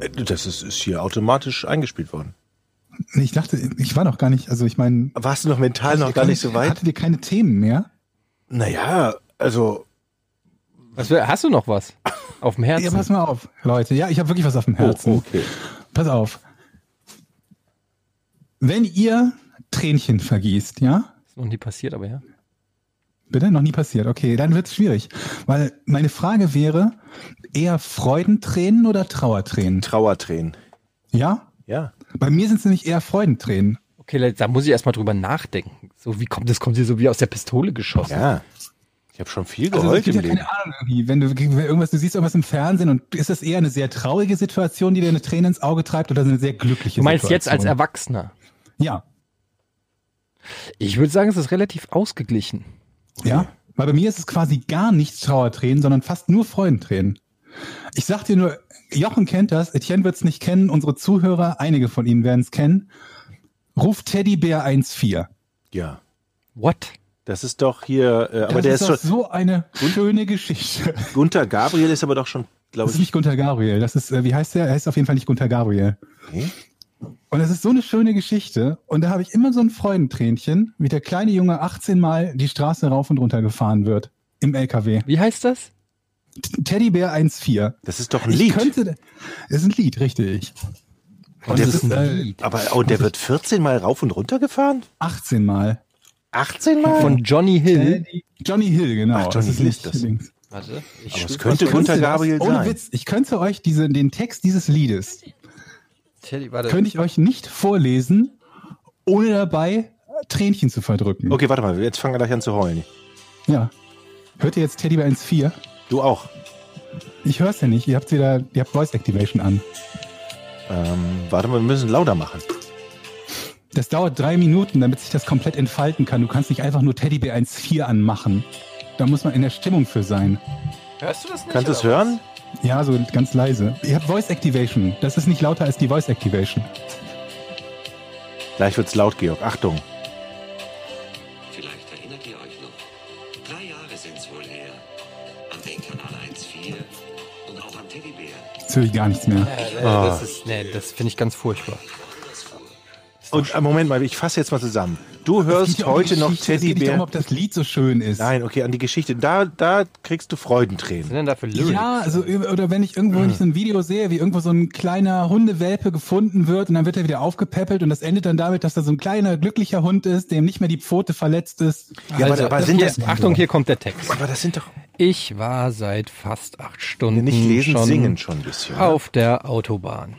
[SPEAKER 4] Äh, Das ist, ist hier automatisch eingespielt worden.
[SPEAKER 3] Nee, Ich dachte, ich war noch gar nicht, also ich meine,
[SPEAKER 4] Warst du noch mental noch
[SPEAKER 3] Ihr
[SPEAKER 4] gar
[SPEAKER 3] könnt-
[SPEAKER 4] nicht so weit?
[SPEAKER 3] Hattet ihr keine Themen mehr?
[SPEAKER 4] Naja, also
[SPEAKER 5] Was, wär- hast du noch was auf dem
[SPEAKER 3] Ja,
[SPEAKER 5] Herzen?
[SPEAKER 3] pass mal auf, Leute. Ja, ich habe wirklich was
[SPEAKER 4] Oh,
[SPEAKER 3] auf dem Herzen.
[SPEAKER 4] okay.
[SPEAKER 3] Pass auf. Wenn ihr Tränchen vergießt, ja,
[SPEAKER 5] ist noch nie passiert, aber ja.
[SPEAKER 3] Bitte? Noch nie passiert. Okay, dann wird es schwierig. Weil meine Frage wäre, eher Freudentränen oder Trauertränen?
[SPEAKER 4] Trauertränen.
[SPEAKER 3] Ja?
[SPEAKER 4] Ja.
[SPEAKER 3] Bei mir sind es nämlich eher Freudentränen.
[SPEAKER 5] Okay, Leute, da muss ich erstmal drüber nachdenken. So, wie kommt das? Kommt hier so wie aus der Pistole geschossen?
[SPEAKER 4] Ja. Ich habe schon viel
[SPEAKER 3] Also es
[SPEAKER 4] geheult
[SPEAKER 3] gibt
[SPEAKER 4] im
[SPEAKER 3] ja
[SPEAKER 4] Leben.
[SPEAKER 3] keine Ahnung irgendwie. Wenn du wenn irgendwas, du siehst irgendwas im Fernsehen und ist das eher eine sehr traurige Situation, die dir eine Träne ins Auge treibt oder eine sehr glückliche
[SPEAKER 5] du meinst jetzt als
[SPEAKER 3] Situation?
[SPEAKER 5] Erwachsener?
[SPEAKER 3] Ja.
[SPEAKER 5] Ich würde sagen, es ist relativ ausgeglichen.
[SPEAKER 3] Ja, weil bei mir ist es quasi gar nicht Trauertränen, sondern fast nur Freudentränen. Ich sag dir nur, Jochen kennt das, Etienne wird's nicht kennen, unsere Zuhörer, einige von ihnen werden's kennen. Ruf Teddybär 14.
[SPEAKER 4] Ja.
[SPEAKER 5] What?
[SPEAKER 4] Das ist doch hier, äh, aber
[SPEAKER 3] das
[SPEAKER 4] der
[SPEAKER 3] ist
[SPEAKER 4] ist
[SPEAKER 3] doch
[SPEAKER 4] schon,
[SPEAKER 3] so eine schöne Geschichte.
[SPEAKER 4] Gunther Gabriel ist aber doch schon, glaube
[SPEAKER 3] Das ist
[SPEAKER 4] ich,
[SPEAKER 3] nicht Gunter Gabriel, das ist, äh, wie heißt der? Er heißt auf jeden Fall nicht Gunter Gabriel.
[SPEAKER 4] Nee.
[SPEAKER 3] Und das ist so eine schöne Geschichte. Und da habe ich immer so ein Freudentränchen, wie der kleine Junge 18 Mal die Straße rauf und runter gefahren wird. Im LKW.
[SPEAKER 5] Wie heißt das?
[SPEAKER 3] Teddybär 14.
[SPEAKER 4] das ist doch ein
[SPEAKER 3] Ich
[SPEAKER 4] Lied.
[SPEAKER 3] könnte, ist ein Lied, richtig.
[SPEAKER 4] und der,
[SPEAKER 3] das ist ein
[SPEAKER 4] wird,
[SPEAKER 3] Lied.
[SPEAKER 4] aber, und der wird 14 Mal rauf und runter gefahren?
[SPEAKER 3] 18 Mal.
[SPEAKER 4] 18 Mal?
[SPEAKER 5] Von Johnny Hill.
[SPEAKER 3] Johnny Hill, genau.
[SPEAKER 4] Ach, Johnny
[SPEAKER 3] Das ist
[SPEAKER 4] Hill
[SPEAKER 3] nicht
[SPEAKER 4] ist das.
[SPEAKER 3] Dings.
[SPEAKER 5] Warte, ich
[SPEAKER 4] aber es
[SPEAKER 5] schwöre.
[SPEAKER 4] könnte
[SPEAKER 3] Ich könnte
[SPEAKER 4] Gunther
[SPEAKER 3] das-
[SPEAKER 4] Gabriel
[SPEAKER 3] Ohne
[SPEAKER 4] sein.
[SPEAKER 3] Witz, ich könnte euch diese, den Text dieses Liedes,
[SPEAKER 5] Teddy, warte. Äh,
[SPEAKER 3] könnte ich euch nicht vorlesen, ohne dabei Tränchen zu verdrücken.
[SPEAKER 4] Okay, warte mal, jetzt fangen wir gleich an zu heulen.
[SPEAKER 3] Ja. Hört ihr jetzt Teddy bei 1.4?
[SPEAKER 4] Du auch.
[SPEAKER 3] Ich hör's ja nicht. Ihr habt wieder, ihr habt Voice Activation an.
[SPEAKER 4] Ähm, warte mal, wir müssen lauter machen.
[SPEAKER 3] Das dauert drei Minuten, damit sich das komplett entfalten kann. Du kannst nicht einfach nur Teddybär 1.4 anmachen. Da muss man in der Stimmung für sein.
[SPEAKER 5] Hörst du das nicht?
[SPEAKER 4] Kannst du es hören?
[SPEAKER 3] Ja, so ganz leise. Ihr habt Voice Activation. Das ist nicht lauter als die Voice Activation.
[SPEAKER 4] Gleich wird's laut, Georg. Achtung.
[SPEAKER 7] Vielleicht erinnert ihr euch noch. Drei Jahre sind's wohl her. An den Kanal 1.4 und auch an Teddybär.
[SPEAKER 3] Jetzt höre ich gar nichts mehr.
[SPEAKER 5] Das ist, nee, das finde ich ganz furchtbar.
[SPEAKER 4] Und äh, Moment mal, ich fasse jetzt mal zusammen. Du
[SPEAKER 3] Es geht
[SPEAKER 4] hörst
[SPEAKER 3] ja um die
[SPEAKER 4] heute noch
[SPEAKER 3] Geschichte. Es geht nicht darum,
[SPEAKER 4] Teddybär.
[SPEAKER 3] ob das Lied so schön ist.
[SPEAKER 4] Nein, okay, an die Geschichte. Da, da kriegst du
[SPEAKER 5] sind
[SPEAKER 4] Freudentränen.
[SPEAKER 5] denn da für Lyrics?
[SPEAKER 3] Ja, also über- oder wenn ich irgendwo wenn ich so ein Video sehe, wie irgendwo so ein kleiner Hundewelpe gefunden wird und dann wird er wieder aufgepäppelt und das endet dann damit, dass da so ein kleiner glücklicher Hund ist, dem nicht mehr die Pfote verletzt ist. Also,
[SPEAKER 4] Ja, aber, aber, sind
[SPEAKER 5] hier,
[SPEAKER 4] das,
[SPEAKER 5] Achtung, hier kommt der Text.
[SPEAKER 4] aber das sind doch
[SPEAKER 5] Ich war seit fast acht Stunden
[SPEAKER 3] Hm,
[SPEAKER 4] nicht lesen,
[SPEAKER 5] schon
[SPEAKER 4] singen schon ein bisschen. ne?
[SPEAKER 5] auf der Autobahn.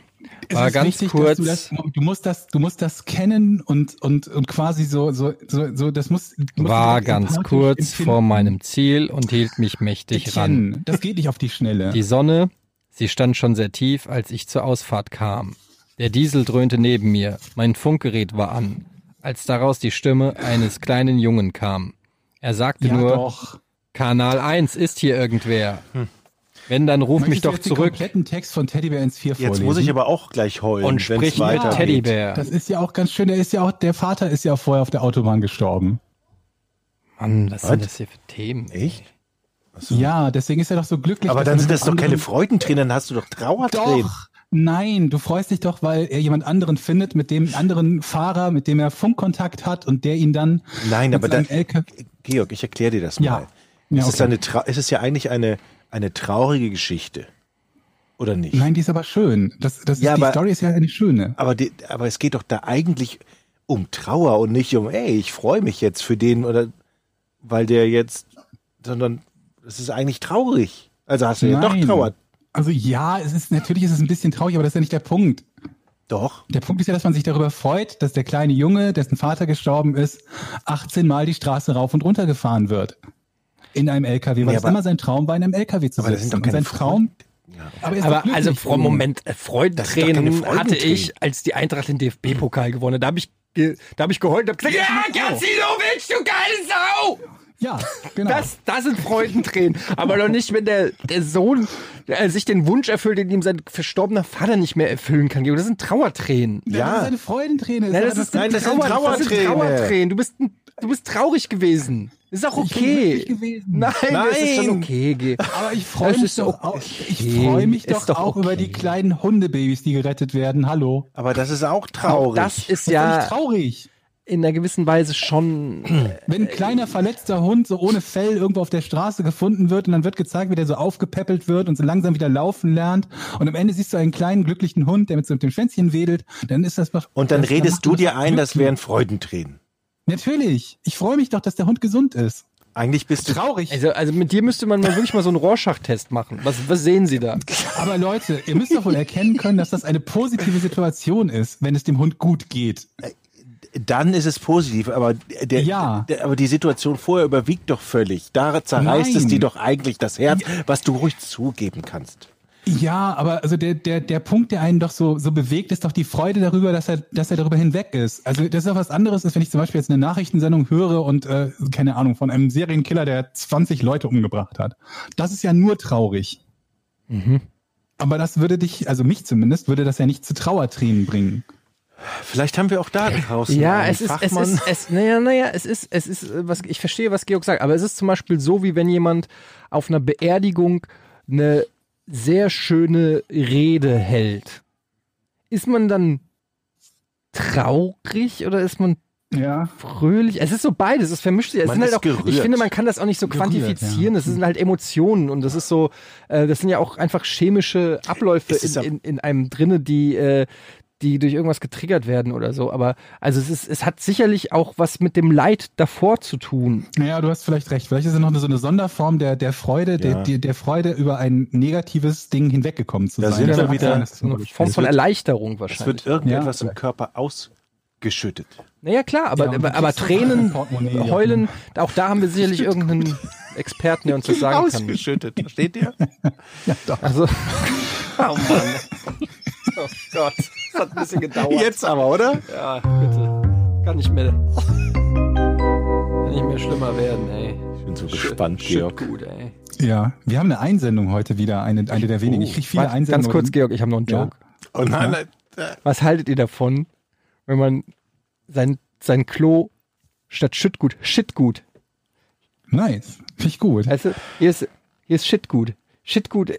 [SPEAKER 5] War
[SPEAKER 3] ist
[SPEAKER 5] ganz
[SPEAKER 3] wichtig,
[SPEAKER 5] kurz.
[SPEAKER 3] Dass du, das, du musst das, du musst das kennen und und und quasi so so so, so das muss. du musst
[SPEAKER 5] war
[SPEAKER 3] direkt
[SPEAKER 5] ganz
[SPEAKER 3] empathisch
[SPEAKER 5] kurz
[SPEAKER 3] empfinden.
[SPEAKER 5] vor meinem Ziel und hielt mich mächtig ran.
[SPEAKER 3] Etienne, Das geht nicht auf die Schnelle.
[SPEAKER 5] Die Sonne, sie stand schon sehr tief, als ich zur Ausfahrt kam. Der Diesel dröhnte neben mir, mein Funkgerät war an, als daraus die Stimme eines kleinen Jungen kam. Er sagte
[SPEAKER 3] ja
[SPEAKER 5] nur, um
[SPEAKER 3] doch. Hm.
[SPEAKER 5] Kanal 1 ist hier irgendwer. Wenn, dann ruf
[SPEAKER 3] Möchtest
[SPEAKER 5] mich
[SPEAKER 3] du
[SPEAKER 5] doch
[SPEAKER 3] jetzt Den
[SPEAKER 5] zurück
[SPEAKER 3] kompletten Text von Teddybär ins Vier
[SPEAKER 4] Jetzt
[SPEAKER 3] vorlesen.
[SPEAKER 4] muss ich aber auch gleich heulen.
[SPEAKER 5] und
[SPEAKER 4] wenn's
[SPEAKER 5] sprich mit
[SPEAKER 4] weitergeht.
[SPEAKER 5] Teddybär.
[SPEAKER 3] Das ist ja auch ganz schön. Der ist ja auch, der Vater ist ja vorher auf der Autobahn gestorben.
[SPEAKER 5] Mann, was
[SPEAKER 4] Was?
[SPEAKER 5] sind das hier für Themen? ey?
[SPEAKER 4] Echt?
[SPEAKER 3] Ja, deswegen ist er doch so glücklich.
[SPEAKER 4] Aber
[SPEAKER 3] dass
[SPEAKER 4] dann
[SPEAKER 3] er
[SPEAKER 4] sind
[SPEAKER 3] mit
[SPEAKER 4] das doch
[SPEAKER 3] anderen-
[SPEAKER 4] keine Freudentränen, dann hast du doch Trauertränen.
[SPEAKER 3] Doch. Nein, du freust dich doch, weil er jemand anderen findet, mit dem anderen Fahrer, mit dem er Funkkontakt hat und der ihn dann.
[SPEAKER 4] Nein,
[SPEAKER 3] mit
[SPEAKER 4] aber
[SPEAKER 3] seinem
[SPEAKER 4] dann,
[SPEAKER 3] LKW
[SPEAKER 4] Georg, ich erkläre dir das
[SPEAKER 3] Ja.
[SPEAKER 4] mal.
[SPEAKER 3] Ja,
[SPEAKER 4] es, ist
[SPEAKER 3] okay.
[SPEAKER 4] eine, Trau- es ist ja eigentlich eine, eine traurige Geschichte. Oder nicht?
[SPEAKER 3] Nein, die ist aber schön. Das, das
[SPEAKER 4] Ja,
[SPEAKER 3] ist, die
[SPEAKER 4] aber-
[SPEAKER 3] Story ist ja eine schöne.
[SPEAKER 4] Aber, die, aber es geht doch da eigentlich um Trauer und nicht um, ey, ich freue mich jetzt für den oder weil der jetzt, sondern es ist eigentlich traurig. Also hast du ja doch
[SPEAKER 3] Nein.
[SPEAKER 4] Trauer.
[SPEAKER 3] Also ja, es ist natürlich ist es ein bisschen traurig, aber das ist ja nicht der Punkt.
[SPEAKER 4] Doch.
[SPEAKER 3] Der Punkt ist ja, dass man sich darüber freut, dass der kleine Junge, dessen Vater gestorben ist, 18 Mal die Straße rauf und runter gefahren wird. In einem LKW, weil
[SPEAKER 4] Nee,
[SPEAKER 3] es
[SPEAKER 4] aber-
[SPEAKER 3] immer sein Traum war, in einem LKW zu
[SPEAKER 4] Aber das
[SPEAKER 3] sitzen.
[SPEAKER 4] sind doch
[SPEAKER 3] Und
[SPEAKER 4] keine
[SPEAKER 3] sein Traum. Aber, er ist doch
[SPEAKER 5] Aber
[SPEAKER 3] glücklich
[SPEAKER 5] also
[SPEAKER 3] gewesen.
[SPEAKER 5] vom Moment, äh,
[SPEAKER 4] Das ist doch
[SPEAKER 5] Freudentränen
[SPEAKER 4] keine
[SPEAKER 5] hatte
[SPEAKER 4] Freudentränen.
[SPEAKER 5] ich, als die Eintracht den DFB-Pokal gewonnen hat. Da habe ich, ge- da hab ich geheult und habe gesagt, ja, Garzinovic, du geile Sau!
[SPEAKER 3] Ja, genau.
[SPEAKER 5] Das, das sind Freudentränen. Aber doch nicht, wenn der, der Sohn äh, sich den Wunsch erfüllt, den ihm sein verstorbener Vater nicht mehr erfüllen kann. Das sind Trauertränen.
[SPEAKER 3] ja.
[SPEAKER 4] ja.
[SPEAKER 3] Das ist eine Freudenträne.
[SPEAKER 5] Nein,
[SPEAKER 3] aber
[SPEAKER 4] nein, das sind
[SPEAKER 5] Trauer-
[SPEAKER 4] Trauertränen.
[SPEAKER 5] Trauertränen. Du bist, ein- du bist traurig gewesen. Ist auch
[SPEAKER 3] Ich bin glücklich
[SPEAKER 5] okay.
[SPEAKER 3] gewesen.
[SPEAKER 5] Nein, das ist schon
[SPEAKER 4] Nein.
[SPEAKER 5] okay. Ge-
[SPEAKER 3] aber ich freue
[SPEAKER 5] Das
[SPEAKER 3] mich
[SPEAKER 5] ist
[SPEAKER 3] doch auch,
[SPEAKER 5] okay.
[SPEAKER 3] ich freue mich
[SPEAKER 5] Ist
[SPEAKER 3] doch,
[SPEAKER 5] doch
[SPEAKER 3] auch
[SPEAKER 5] okay.
[SPEAKER 3] über die kleinen Hundebabys, die gerettet werden. Hallo.
[SPEAKER 4] Aber das ist auch traurig.
[SPEAKER 5] Das ist
[SPEAKER 3] Das ist doch
[SPEAKER 5] ja.
[SPEAKER 3] nicht traurig.
[SPEAKER 5] in einer gewissen Weise schon.
[SPEAKER 3] Wenn ein kleiner verletzter Hund so ohne Fell irgendwo auf der Straße gefunden wird und dann wird gezeigt, wie der so aufgepäppelt wird und so langsam wieder laufen lernt und am Ende siehst du einen kleinen glücklichen Hund, der mit so mit dem Schwänzchen wedelt, dann ist das doch
[SPEAKER 4] Und dann
[SPEAKER 3] das-
[SPEAKER 4] redest
[SPEAKER 3] macht
[SPEAKER 4] du
[SPEAKER 3] das
[SPEAKER 4] dir ein, das
[SPEAKER 3] glücklich.
[SPEAKER 4] wären Freudentränen.
[SPEAKER 3] Natürlich. Ich freue mich doch, dass der Hund gesund ist.
[SPEAKER 4] Eigentlich bist du
[SPEAKER 3] Traurig.
[SPEAKER 5] Also, also mit dir müsste man mal wirklich mal so einen Rorschach-Test machen. Was, was sehen Sie da?
[SPEAKER 3] Aber Leute, ihr müsst doch wohl erkennen können, dass das eine positive Situation ist, wenn es dem Hund gut geht.
[SPEAKER 4] dann ist es positiv, aber der,
[SPEAKER 3] Ja.
[SPEAKER 4] der aber die Situation vorher überwiegt doch völlig. Da zerreißt es
[SPEAKER 3] Nein.
[SPEAKER 4] dir doch eigentlich das Herz, was du ruhig zugeben kannst.
[SPEAKER 3] Ja, aber also der, der, der Punkt, der einen doch so, so bewegt, ist doch die Freude darüber, dass er, dass er darüber hinweg ist. Also das ist doch was anderes, als wenn ich zum Beispiel jetzt eine Nachrichtensendung höre und, äh, keine Ahnung, von einem Serienkiller, der 20 Leute umgebracht hat. Das ist ja nur traurig. Aber das würde dich, also mich zumindest, würde das ja nicht zu Trauertränen bringen.
[SPEAKER 4] Vielleicht haben wir auch da draußen
[SPEAKER 5] Ja,
[SPEAKER 4] einen
[SPEAKER 5] es ist, es
[SPEAKER 4] Fachmann.
[SPEAKER 5] ist, es, naja, naja, es ist, es ist, äh, was, ich verstehe, was Georg sagt, aber es ist zum Beispiel so, wie wenn jemand auf einer Beerdigung eine sehr schöne Rede hält. Ist man dann traurig oder ist man
[SPEAKER 3] Ja.
[SPEAKER 5] fröhlich? Es ist so beides, es vermischt sich. Es
[SPEAKER 4] Man
[SPEAKER 5] sind halt
[SPEAKER 4] ist
[SPEAKER 5] auch, ich
[SPEAKER 4] gerührt.
[SPEAKER 5] finde, man kann das auch nicht so
[SPEAKER 3] Gerührt,
[SPEAKER 5] quantifizieren. Es sind halt Emotionen und das ist so, äh, das sind ja auch einfach chemische Abläufe
[SPEAKER 4] Es ist
[SPEAKER 5] in,
[SPEAKER 4] ab-
[SPEAKER 5] in, in einem drinne, die, äh, die durch irgendwas getriggert werden oder so. Aber also es ist, es hat sicherlich auch was mit dem Leid davor zu tun.
[SPEAKER 3] Naja, du hast vielleicht recht. Vielleicht ist es noch eine- so eine Sonderform der, der Freude, der,
[SPEAKER 4] Ja.
[SPEAKER 3] der, der Freude über ein negatives Ding hinweggekommen zu
[SPEAKER 4] Da
[SPEAKER 3] sein.
[SPEAKER 4] sind wir
[SPEAKER 3] mag
[SPEAKER 4] wieder-
[SPEAKER 3] sein, dass es
[SPEAKER 5] So eine
[SPEAKER 3] Beispiel
[SPEAKER 5] Form
[SPEAKER 3] ist.
[SPEAKER 5] von Erleichterung
[SPEAKER 4] Es
[SPEAKER 5] wahrscheinlich.
[SPEAKER 4] wird irgendetwas im Körper ausgeschüttet.
[SPEAKER 5] Naja klar, aber,
[SPEAKER 3] Ja, und du
[SPEAKER 5] aber, aber
[SPEAKER 3] kriegst
[SPEAKER 5] Tränen,
[SPEAKER 3] ein Portemonnaie.
[SPEAKER 5] Heulen, auch da haben wir sicherlich irgendeinen Experten, der uns das sagen kann.
[SPEAKER 4] ausgeschüttet, versteht ihr?
[SPEAKER 5] Also,
[SPEAKER 4] Oh Mann.
[SPEAKER 5] oh Gott, das hat ein bisschen gedauert.
[SPEAKER 4] Jetzt aber, oder?
[SPEAKER 5] Ja, bitte. Kann nicht mehr. Kann nicht mehr schlimmer werden, ey.
[SPEAKER 4] Ich bin so gespannt,
[SPEAKER 5] Shit
[SPEAKER 4] Georg.
[SPEAKER 5] gut, ey.
[SPEAKER 3] Ja, wir haben eine Einsendung heute wieder, eine, eine der wenigen. Ich kriege viele
[SPEAKER 5] Warte,
[SPEAKER 3] Einsendungen.
[SPEAKER 5] ganz kurz, Georg, ich habe noch einen
[SPEAKER 3] Ja.
[SPEAKER 5] Joke.
[SPEAKER 4] Oh nein, nein, äh,
[SPEAKER 5] Was haltet ihr davon, wenn man sein, sein Klo statt Schüttgut, Shitgut,
[SPEAKER 3] Nice, finde ich gut.
[SPEAKER 5] weißt du, hier ist, hier ist Shitgut. Shitgut, äh,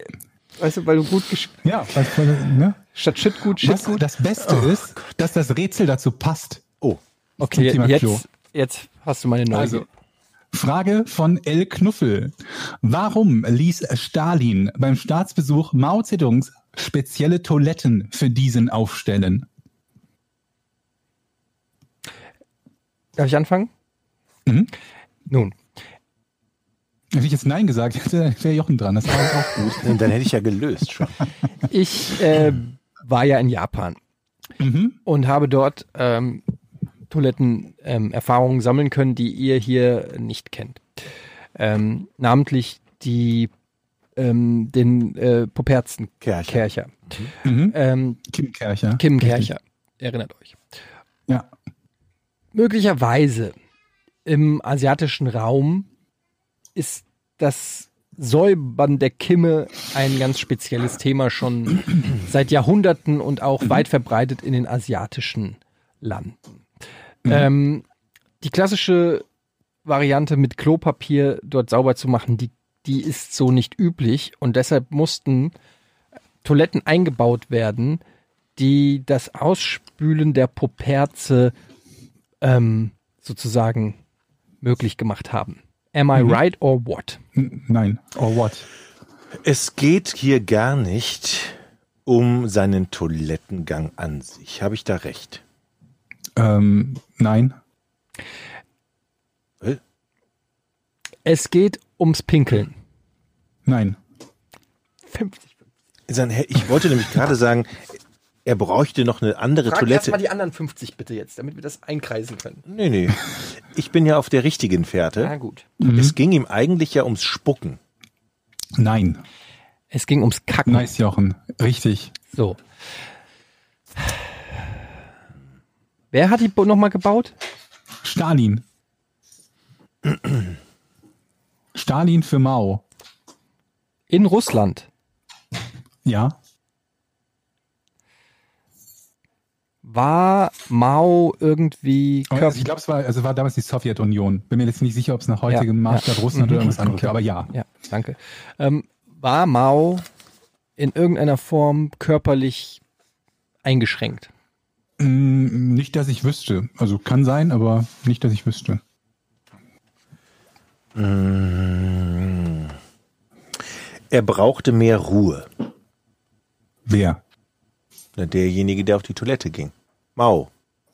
[SPEAKER 5] weißt du, weil du gut, gesch-
[SPEAKER 3] Ja, was, ne?
[SPEAKER 5] statt Shitgut,
[SPEAKER 3] was
[SPEAKER 5] Shitgut.
[SPEAKER 3] das Beste
[SPEAKER 5] Oh
[SPEAKER 3] ist, dass das Rätsel dazu passt.
[SPEAKER 4] oh,
[SPEAKER 5] Okay,
[SPEAKER 3] Thema Klo.
[SPEAKER 5] jetzt, jetzt hast du meine Neugier.
[SPEAKER 3] Also, Frage von L. Knuffel. Warum ließ Stalin beim Staatsbesuch Mao Zedongs spezielle Toiletten für diesen aufstellen?
[SPEAKER 5] Darf ich anfangen?
[SPEAKER 3] Mhm.
[SPEAKER 5] Nun,
[SPEAKER 3] Hätte ich jetzt Nein gesagt, hätte- wäre Jochen dran. Das war halt auch gut.
[SPEAKER 4] dann hätte ich ja gelöst schon.
[SPEAKER 5] ich äh, war ja in Japan.
[SPEAKER 3] Mhm.
[SPEAKER 5] und habe dort ähm, Toiletten-Erfahrungen ähm, Erfahrungen sammeln können, die ihr hier nicht kennt. Ähm, namentlich die ähm, den äh, Poperzen
[SPEAKER 4] Kercher.
[SPEAKER 5] Kercher.
[SPEAKER 3] Mhm.
[SPEAKER 5] Ähm,
[SPEAKER 3] Kim Kercher.
[SPEAKER 5] Kim Kercher, erinnert euch.
[SPEAKER 3] Ja.
[SPEAKER 5] Möglicherweise im asiatischen Raum ist das Säubern der Kimme ein ganz spezielles Thema schon seit Jahrhunderten und auch weit verbreitet in den asiatischen Landen. Ähm, die klassische Variante mit Klopapier dort sauber zu machen, die, die ist so nicht üblich und deshalb mussten Toiletten eingebaut werden, die das Ausspülen der Poperze ähm, sozusagen möglich gemacht haben. Am I right or what?
[SPEAKER 3] N- Nein. Or what?
[SPEAKER 4] Es geht hier gar nicht um seinen Toilettengang an sich. Habe ich da recht?
[SPEAKER 3] Ähm, nein.
[SPEAKER 5] Es geht ums Pinkeln.
[SPEAKER 3] Nein.
[SPEAKER 5] 50.
[SPEAKER 4] Sein Herr- Ich wollte nämlich gerade sagen, er bräuchte noch eine andere Toilette.
[SPEAKER 5] die anderen 50 bitte jetzt, damit wir das einkreisen können.
[SPEAKER 4] Nee, nee. Ich bin ja auf der richtigen
[SPEAKER 5] Na
[SPEAKER 4] Fährte.
[SPEAKER 5] gut.
[SPEAKER 3] Mhm.
[SPEAKER 4] Es ging ihm eigentlich ja ums Spucken.
[SPEAKER 3] Nein.
[SPEAKER 5] Es ging ums Kacken.
[SPEAKER 3] Nice, Jochen. Richtig.
[SPEAKER 5] So. Wer hat die nochmal gebaut?
[SPEAKER 3] Stalin. Stalin für Mao.
[SPEAKER 5] In Russland.
[SPEAKER 3] Ja.
[SPEAKER 5] War Mao irgendwie
[SPEAKER 3] Aber
[SPEAKER 5] körperlich?
[SPEAKER 3] Oh, Ich glaube, es war, also war damals die Sowjetunion. Bin mir jetzt nicht sicher, ob es nach heutigem
[SPEAKER 5] Ja,
[SPEAKER 3] Maßstab
[SPEAKER 5] ja.
[SPEAKER 3] Russland oder
[SPEAKER 5] Mhm.
[SPEAKER 3] irgendwas anderes war, aber ja.
[SPEAKER 5] Ja, danke. Ähm, war Mao in irgendeiner Form körperlich eingeschränkt?
[SPEAKER 3] Mm, Nicht, dass ich wüsste. Also kann sein, aber nicht, dass ich wüsste.
[SPEAKER 4] Er brauchte mehr Ruhe.
[SPEAKER 3] Wer?
[SPEAKER 4] Na, Derjenige, der auf die Toilette ging. Mau.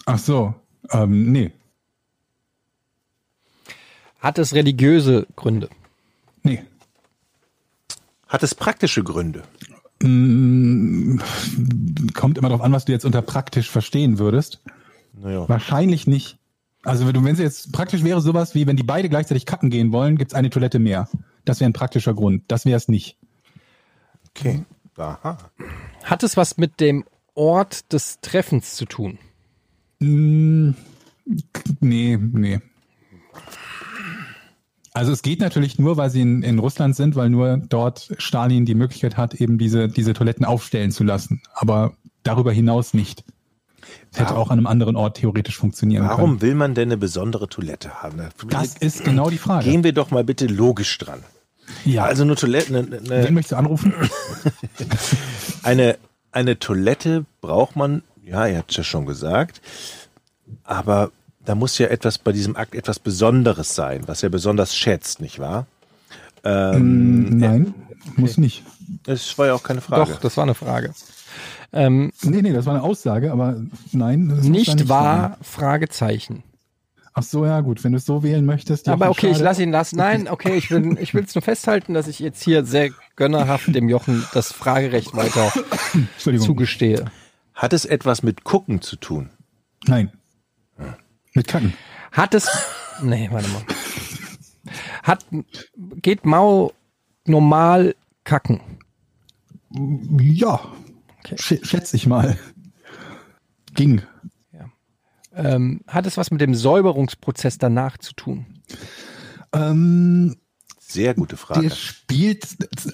[SPEAKER 3] Ach so. Ähm, nee.
[SPEAKER 5] Hat es religiöse Gründe?
[SPEAKER 3] Nee.
[SPEAKER 4] Hat es praktische Gründe?
[SPEAKER 3] Mm, Kommt immer darauf an, was du jetzt unter praktisch verstehen würdest.
[SPEAKER 4] Naja.
[SPEAKER 3] Wahrscheinlich nicht. Also wenn du- wenn es jetzt praktisch wäre, sowas wie, wenn die beide gleichzeitig kacken gehen wollen, gibt's eine Toilette mehr. Das wäre ein praktischer Grund. Das wäre es nicht.
[SPEAKER 4] Okay. Aha.
[SPEAKER 5] Hat es was mit dem Ort des Treffens zu tun?
[SPEAKER 3] Mm, Nee, nee. Also es geht natürlich nur, weil sie in, in Russland sind, weil nur dort Stalin die Möglichkeit hat, eben diese, diese Toiletten aufstellen zu lassen. Aber darüber hinaus nicht. Es hätte
[SPEAKER 4] Warum-
[SPEAKER 3] auch an einem anderen Ort theoretisch funktionieren können.
[SPEAKER 4] Warum will man denn eine besondere Toilette haben?
[SPEAKER 3] Mhm. Das ist genau die Frage.
[SPEAKER 4] Gehen wir doch mal bitte logisch dran.
[SPEAKER 3] ja,
[SPEAKER 4] Also eine Toilette, eine,
[SPEAKER 3] wen
[SPEAKER 4] eine,
[SPEAKER 3] möchtest du anrufen?
[SPEAKER 4] eine, eine Toilette braucht man, ja, ihr habt es ja schon gesagt, aber da muss ja etwas bei diesem Akt etwas Besonderes sein, was er besonders schätzt, nicht wahr? Ähm,
[SPEAKER 3] Nein, muss nicht.
[SPEAKER 4] Das war ja auch keine Frage.
[SPEAKER 5] Doch, das war eine Frage. Ähm,
[SPEAKER 3] Nee, nee, das war eine Aussage, aber nein. das muss da
[SPEAKER 5] nicht
[SPEAKER 3] sein.
[SPEAKER 5] wahr? Fragezeichen.
[SPEAKER 3] Ach so, ja gut, wenn du es so wählen möchtest.
[SPEAKER 5] Aber
[SPEAKER 3] Jochen,
[SPEAKER 5] okay, ich
[SPEAKER 3] schade.
[SPEAKER 5] lasse ihn das. Nein, okay, ich will ich will's nur festhalten, dass ich jetzt hier sehr gönnerhaft dem Jochen das Fragerecht weiter
[SPEAKER 3] Entschuldigung.
[SPEAKER 5] zugestehe.
[SPEAKER 4] Hat es etwas mit Gucken zu tun?
[SPEAKER 3] Nein. Mit Kacken.
[SPEAKER 5] Hat es. Nee, warte mal. Hat, geht Mao normal kacken?
[SPEAKER 3] Ja,
[SPEAKER 5] Okay.
[SPEAKER 3] sch schätze ich mal. Ging.
[SPEAKER 5] Ähm, hat es was mit dem Säuberungsprozess danach zu tun?
[SPEAKER 3] Ähm,
[SPEAKER 4] Sehr gute Frage.
[SPEAKER 3] der spielt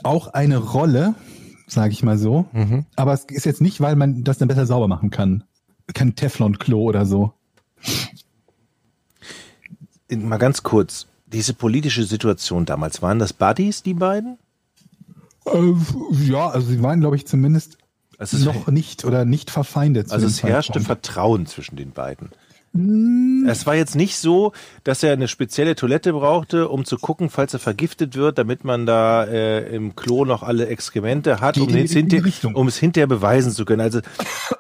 [SPEAKER 3] auch eine Rolle, sage ich mal so.
[SPEAKER 5] Mhm.
[SPEAKER 3] Aber es ist jetzt nicht, weil man das dann besser sauber machen kann. Kein Teflon-Klo oder so.
[SPEAKER 4] Mal ganz kurz, diese politische Situation damals, waren das Buddies, die beiden?
[SPEAKER 3] Äh, ja, also sie waren, glaube ich, zumindest
[SPEAKER 4] Also Es ist-
[SPEAKER 3] noch nicht oder nicht verfeindet. zu
[SPEAKER 4] Also
[SPEAKER 3] dem
[SPEAKER 4] es herrschte
[SPEAKER 3] Zeitpunkt.
[SPEAKER 4] Vertrauen zwischen den beiden.
[SPEAKER 3] Mm.
[SPEAKER 4] Es war jetzt nicht so, dass er eine spezielle Toilette brauchte, um zu gucken, falls er vergiftet wird, damit man da äh, im Klo noch alle Exkremente hat,
[SPEAKER 3] Geht
[SPEAKER 4] um,
[SPEAKER 3] in die
[SPEAKER 4] es hinter,
[SPEAKER 3] richtige Richtung.
[SPEAKER 4] um es hinterher beweisen zu können. Also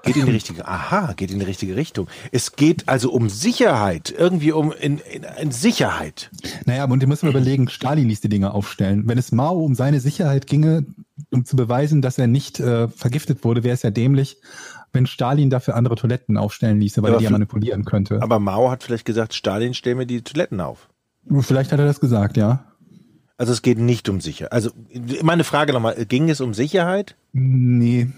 [SPEAKER 4] geht in die richtige, aha, geht in die richtige Richtung. Es geht also um Sicherheit, irgendwie um in, in, in Sicherheit.
[SPEAKER 3] Naja, und ihr müsst
[SPEAKER 4] Hm.
[SPEAKER 3] mal überlegen, Stalin ließ die Dinge aufstellen. Wenn es Mao um seine Sicherheit ginge, um zu beweisen, dass er nicht äh, vergiftet wurde, wäre es ja dämlich, wenn Stalin dafür andere Toiletten aufstellen ließe, weil
[SPEAKER 4] Aber
[SPEAKER 3] er die ja
[SPEAKER 4] für-
[SPEAKER 3] manipulieren könnte.
[SPEAKER 4] Aber Mao hat vielleicht gesagt, Stalin, stell mir die Toiletten auf.
[SPEAKER 3] Vielleicht hat er das gesagt, ja.
[SPEAKER 4] Also es geht nicht um Sicherheit. Also meine Frage nochmal, ging es um Sicherheit?
[SPEAKER 3] Nee,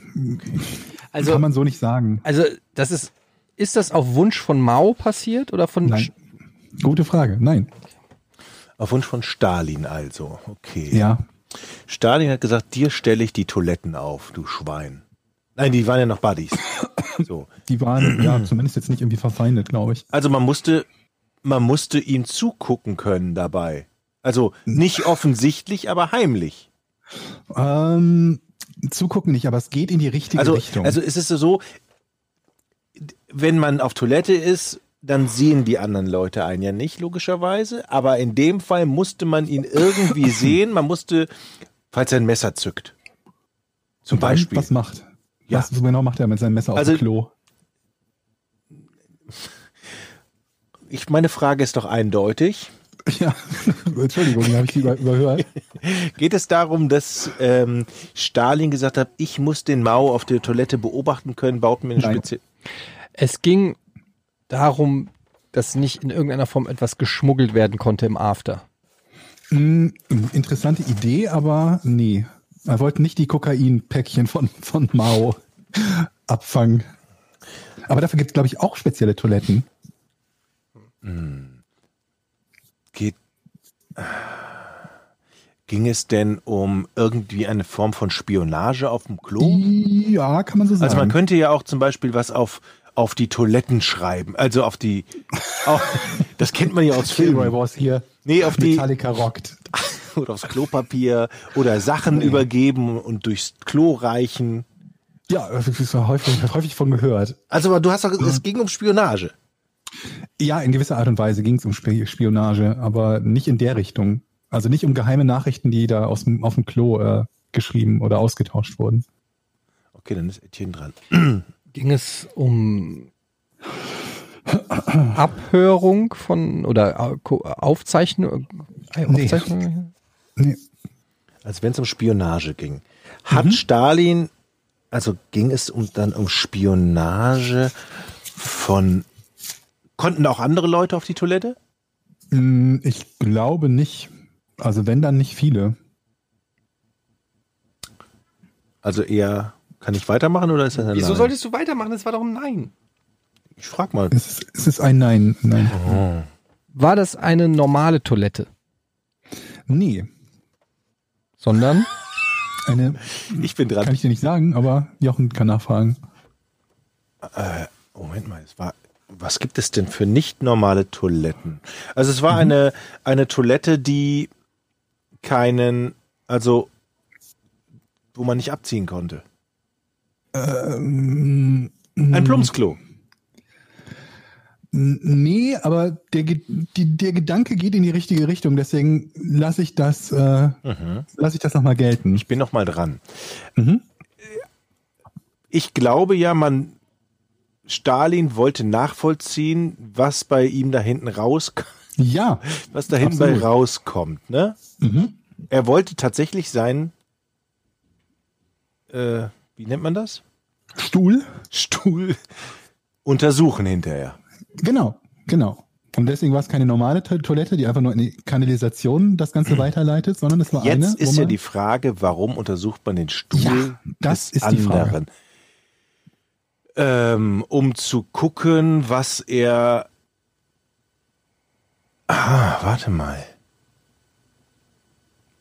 [SPEAKER 5] Also,
[SPEAKER 3] kann man so nicht sagen.
[SPEAKER 5] also das ist, ist das auf Wunsch von Mao passiert oder von?
[SPEAKER 3] Nein. Gute Frage. Nein.
[SPEAKER 4] Auf Wunsch von Stalin also. Okay.
[SPEAKER 3] Ja.
[SPEAKER 4] Stalin hat gesagt, dir stelle ich die Toiletten auf, du Schwein. Nein, die waren ja noch Buddies. So.
[SPEAKER 3] Die waren ja zumindest jetzt nicht irgendwie verfeindet, glaube ich.
[SPEAKER 4] Also man musste, man musste ihm zugucken können dabei. Also
[SPEAKER 3] Hm.
[SPEAKER 4] nicht offensichtlich, aber heimlich.
[SPEAKER 3] Ähm, zugucken nicht, aber es geht in die richtige
[SPEAKER 4] Also,
[SPEAKER 3] Richtung.
[SPEAKER 4] also es ist so, wenn man auf Toilette ist, dann sehen die anderen Leute einen ja nicht, logischerweise. Aber in dem Fall musste man ihn irgendwie sehen. Man musste, falls er ein Messer zückt. Zum
[SPEAKER 3] Und dann,
[SPEAKER 4] Beispiel.
[SPEAKER 3] Was macht?
[SPEAKER 4] Ja.
[SPEAKER 3] Was genau macht er mit seinem Messer
[SPEAKER 4] Also-
[SPEAKER 3] auf dem Klo?
[SPEAKER 4] Ich, meine Frage ist doch eindeutig.
[SPEAKER 3] Ja, Entschuldigung, da habe ich sie über, überhört.
[SPEAKER 4] Geht es darum, dass ähm, Stalin gesagt hat, ich muss den Mao auf der Toilette beobachten können, baut mir eine
[SPEAKER 3] Nein.
[SPEAKER 4] Spezi
[SPEAKER 5] Es ging darum, dass nicht in irgendeiner Form etwas geschmuggelt werden konnte im After.
[SPEAKER 3] Mm, Interessante Idee, aber nee. Er wollte nicht die Kokainpäckchen von, von Mao abfangen. Aber dafür gibt es, glaube ich, auch spezielle Toiletten.
[SPEAKER 4] Geht. Ging es denn um irgendwie eine Form von Spionage auf dem Klo?
[SPEAKER 3] Ja, kann man so sagen.
[SPEAKER 4] Also man könnte ja auch zum Beispiel was auf, auf die Toiletten schreiben. Also auf die. Auf, das kennt man ja aus
[SPEAKER 3] Kilroy
[SPEAKER 4] Filmen.
[SPEAKER 3] Wars hier.
[SPEAKER 4] Nee, auf die-
[SPEAKER 3] Metallica rockt.
[SPEAKER 4] Oder aufs Klopapier oder Sachen übergeben und durchs Klo reichen.
[SPEAKER 3] Ja, ich habe häufig, häufig von gehört.
[SPEAKER 4] Also, aber du hast doch, es ging um Spionage.
[SPEAKER 3] Ja, in gewisser Art und Weise ging es um Spi- Spionage, aber nicht in der Richtung. Also nicht um geheime Nachrichten, die da aus dem, auf dem Klo äh, geschrieben oder ausgetauscht wurden.
[SPEAKER 4] Okay, dann ist Etienne dran.
[SPEAKER 5] Ging es um Abhörung von oder Au- Ko- Aufzeichnung? äh,
[SPEAKER 3] Nee.
[SPEAKER 5] Aufzeichnung?
[SPEAKER 3] Nee.
[SPEAKER 4] Als wenn es um Spionage ging. Hat
[SPEAKER 5] Mhm.
[SPEAKER 4] Stalin, also ging es um, dann um Spionage von, konnten auch andere Leute auf die Toilette?
[SPEAKER 3] Mm, Ich glaube nicht. Also wenn, dann nicht viele.
[SPEAKER 4] Also eher, kann ich weitermachen oder ist das ein
[SPEAKER 5] Wieso
[SPEAKER 4] Nein?
[SPEAKER 5] solltest du weitermachen? Das war doch ein Nein.
[SPEAKER 4] Ich frag mal.
[SPEAKER 3] Es ist, es ist ein Nein. Nein.
[SPEAKER 5] War das eine normale Toilette?
[SPEAKER 3] Nee.
[SPEAKER 5] Sondern?
[SPEAKER 3] Eine,
[SPEAKER 4] Ich bin
[SPEAKER 3] kann
[SPEAKER 4] dran.
[SPEAKER 3] ich dir nicht sagen, aber Jochen kann nachfragen.
[SPEAKER 4] Oh, Moment mal, es war, was gibt es denn für nicht normale Toiletten? Also es war
[SPEAKER 5] Mhm.
[SPEAKER 4] eine, eine Toilette, die keinen, also wo man nicht abziehen konnte.
[SPEAKER 3] Ähm,
[SPEAKER 5] Mhm.
[SPEAKER 4] Ein Plumpsklo.
[SPEAKER 3] N- Nee, aber der, Ge- die, der Gedanke geht in die richtige Richtung, deswegen lasse ich das, äh,
[SPEAKER 4] Mhm.
[SPEAKER 3] lasse ich das nochmal gelten. Mhm.
[SPEAKER 4] Ich bin noch mal dran. Ich glaube ja, man Stalin wollte nachvollziehen, was bei ihm da hinten raus,
[SPEAKER 3] Ja, Mhm.
[SPEAKER 4] was da hinten bei
[SPEAKER 3] Absolut.
[SPEAKER 4] rauskommt. Ne? Er wollte tatsächlich seinen, äh, wie nennt man das?
[SPEAKER 3] Stuhl.
[SPEAKER 4] Stuhl untersuchen hinterher.
[SPEAKER 3] Genau, genau. Und deswegen war es keine normale To- Toilette, die einfach nur in die Kanalisation das Ganze weiterleitet, sondern es war eine.
[SPEAKER 4] Mhm. Jetzt ist
[SPEAKER 3] wo
[SPEAKER 4] ja
[SPEAKER 3] man-
[SPEAKER 4] die Frage, warum untersucht man den Stuhl
[SPEAKER 3] Ja, das
[SPEAKER 4] des
[SPEAKER 3] ist die Frage.
[SPEAKER 4] anderen? Ähm, um zu gucken, was er. Ah, warte mal.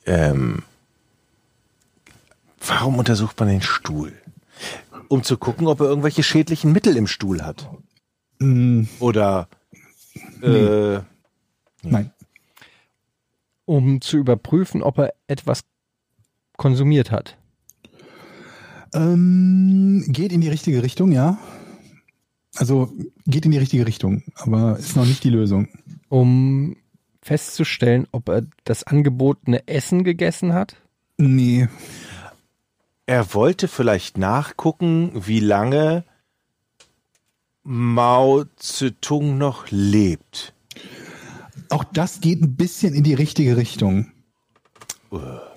[SPEAKER 4] Ähm, warum untersucht man den Stuhl? Um zu gucken, ob er irgendwelche schädlichen Mittel im Stuhl hat.
[SPEAKER 3] Mm,
[SPEAKER 4] Oder. Äh,
[SPEAKER 3] nein,
[SPEAKER 5] um zu überprüfen, ob er etwas konsumiert hat.
[SPEAKER 3] ähm, geht in die richtige Richtung, ja. Also geht in die richtige Richtung, aber ist noch nicht die Lösung.
[SPEAKER 5] Um festzustellen, ob er das angebotene Essen gegessen hat.
[SPEAKER 3] Nee,
[SPEAKER 4] Er wollte vielleicht nachgucken, wie lange Mao Zedong noch lebt.
[SPEAKER 3] auch das geht ein bisschen in die richtige Richtung.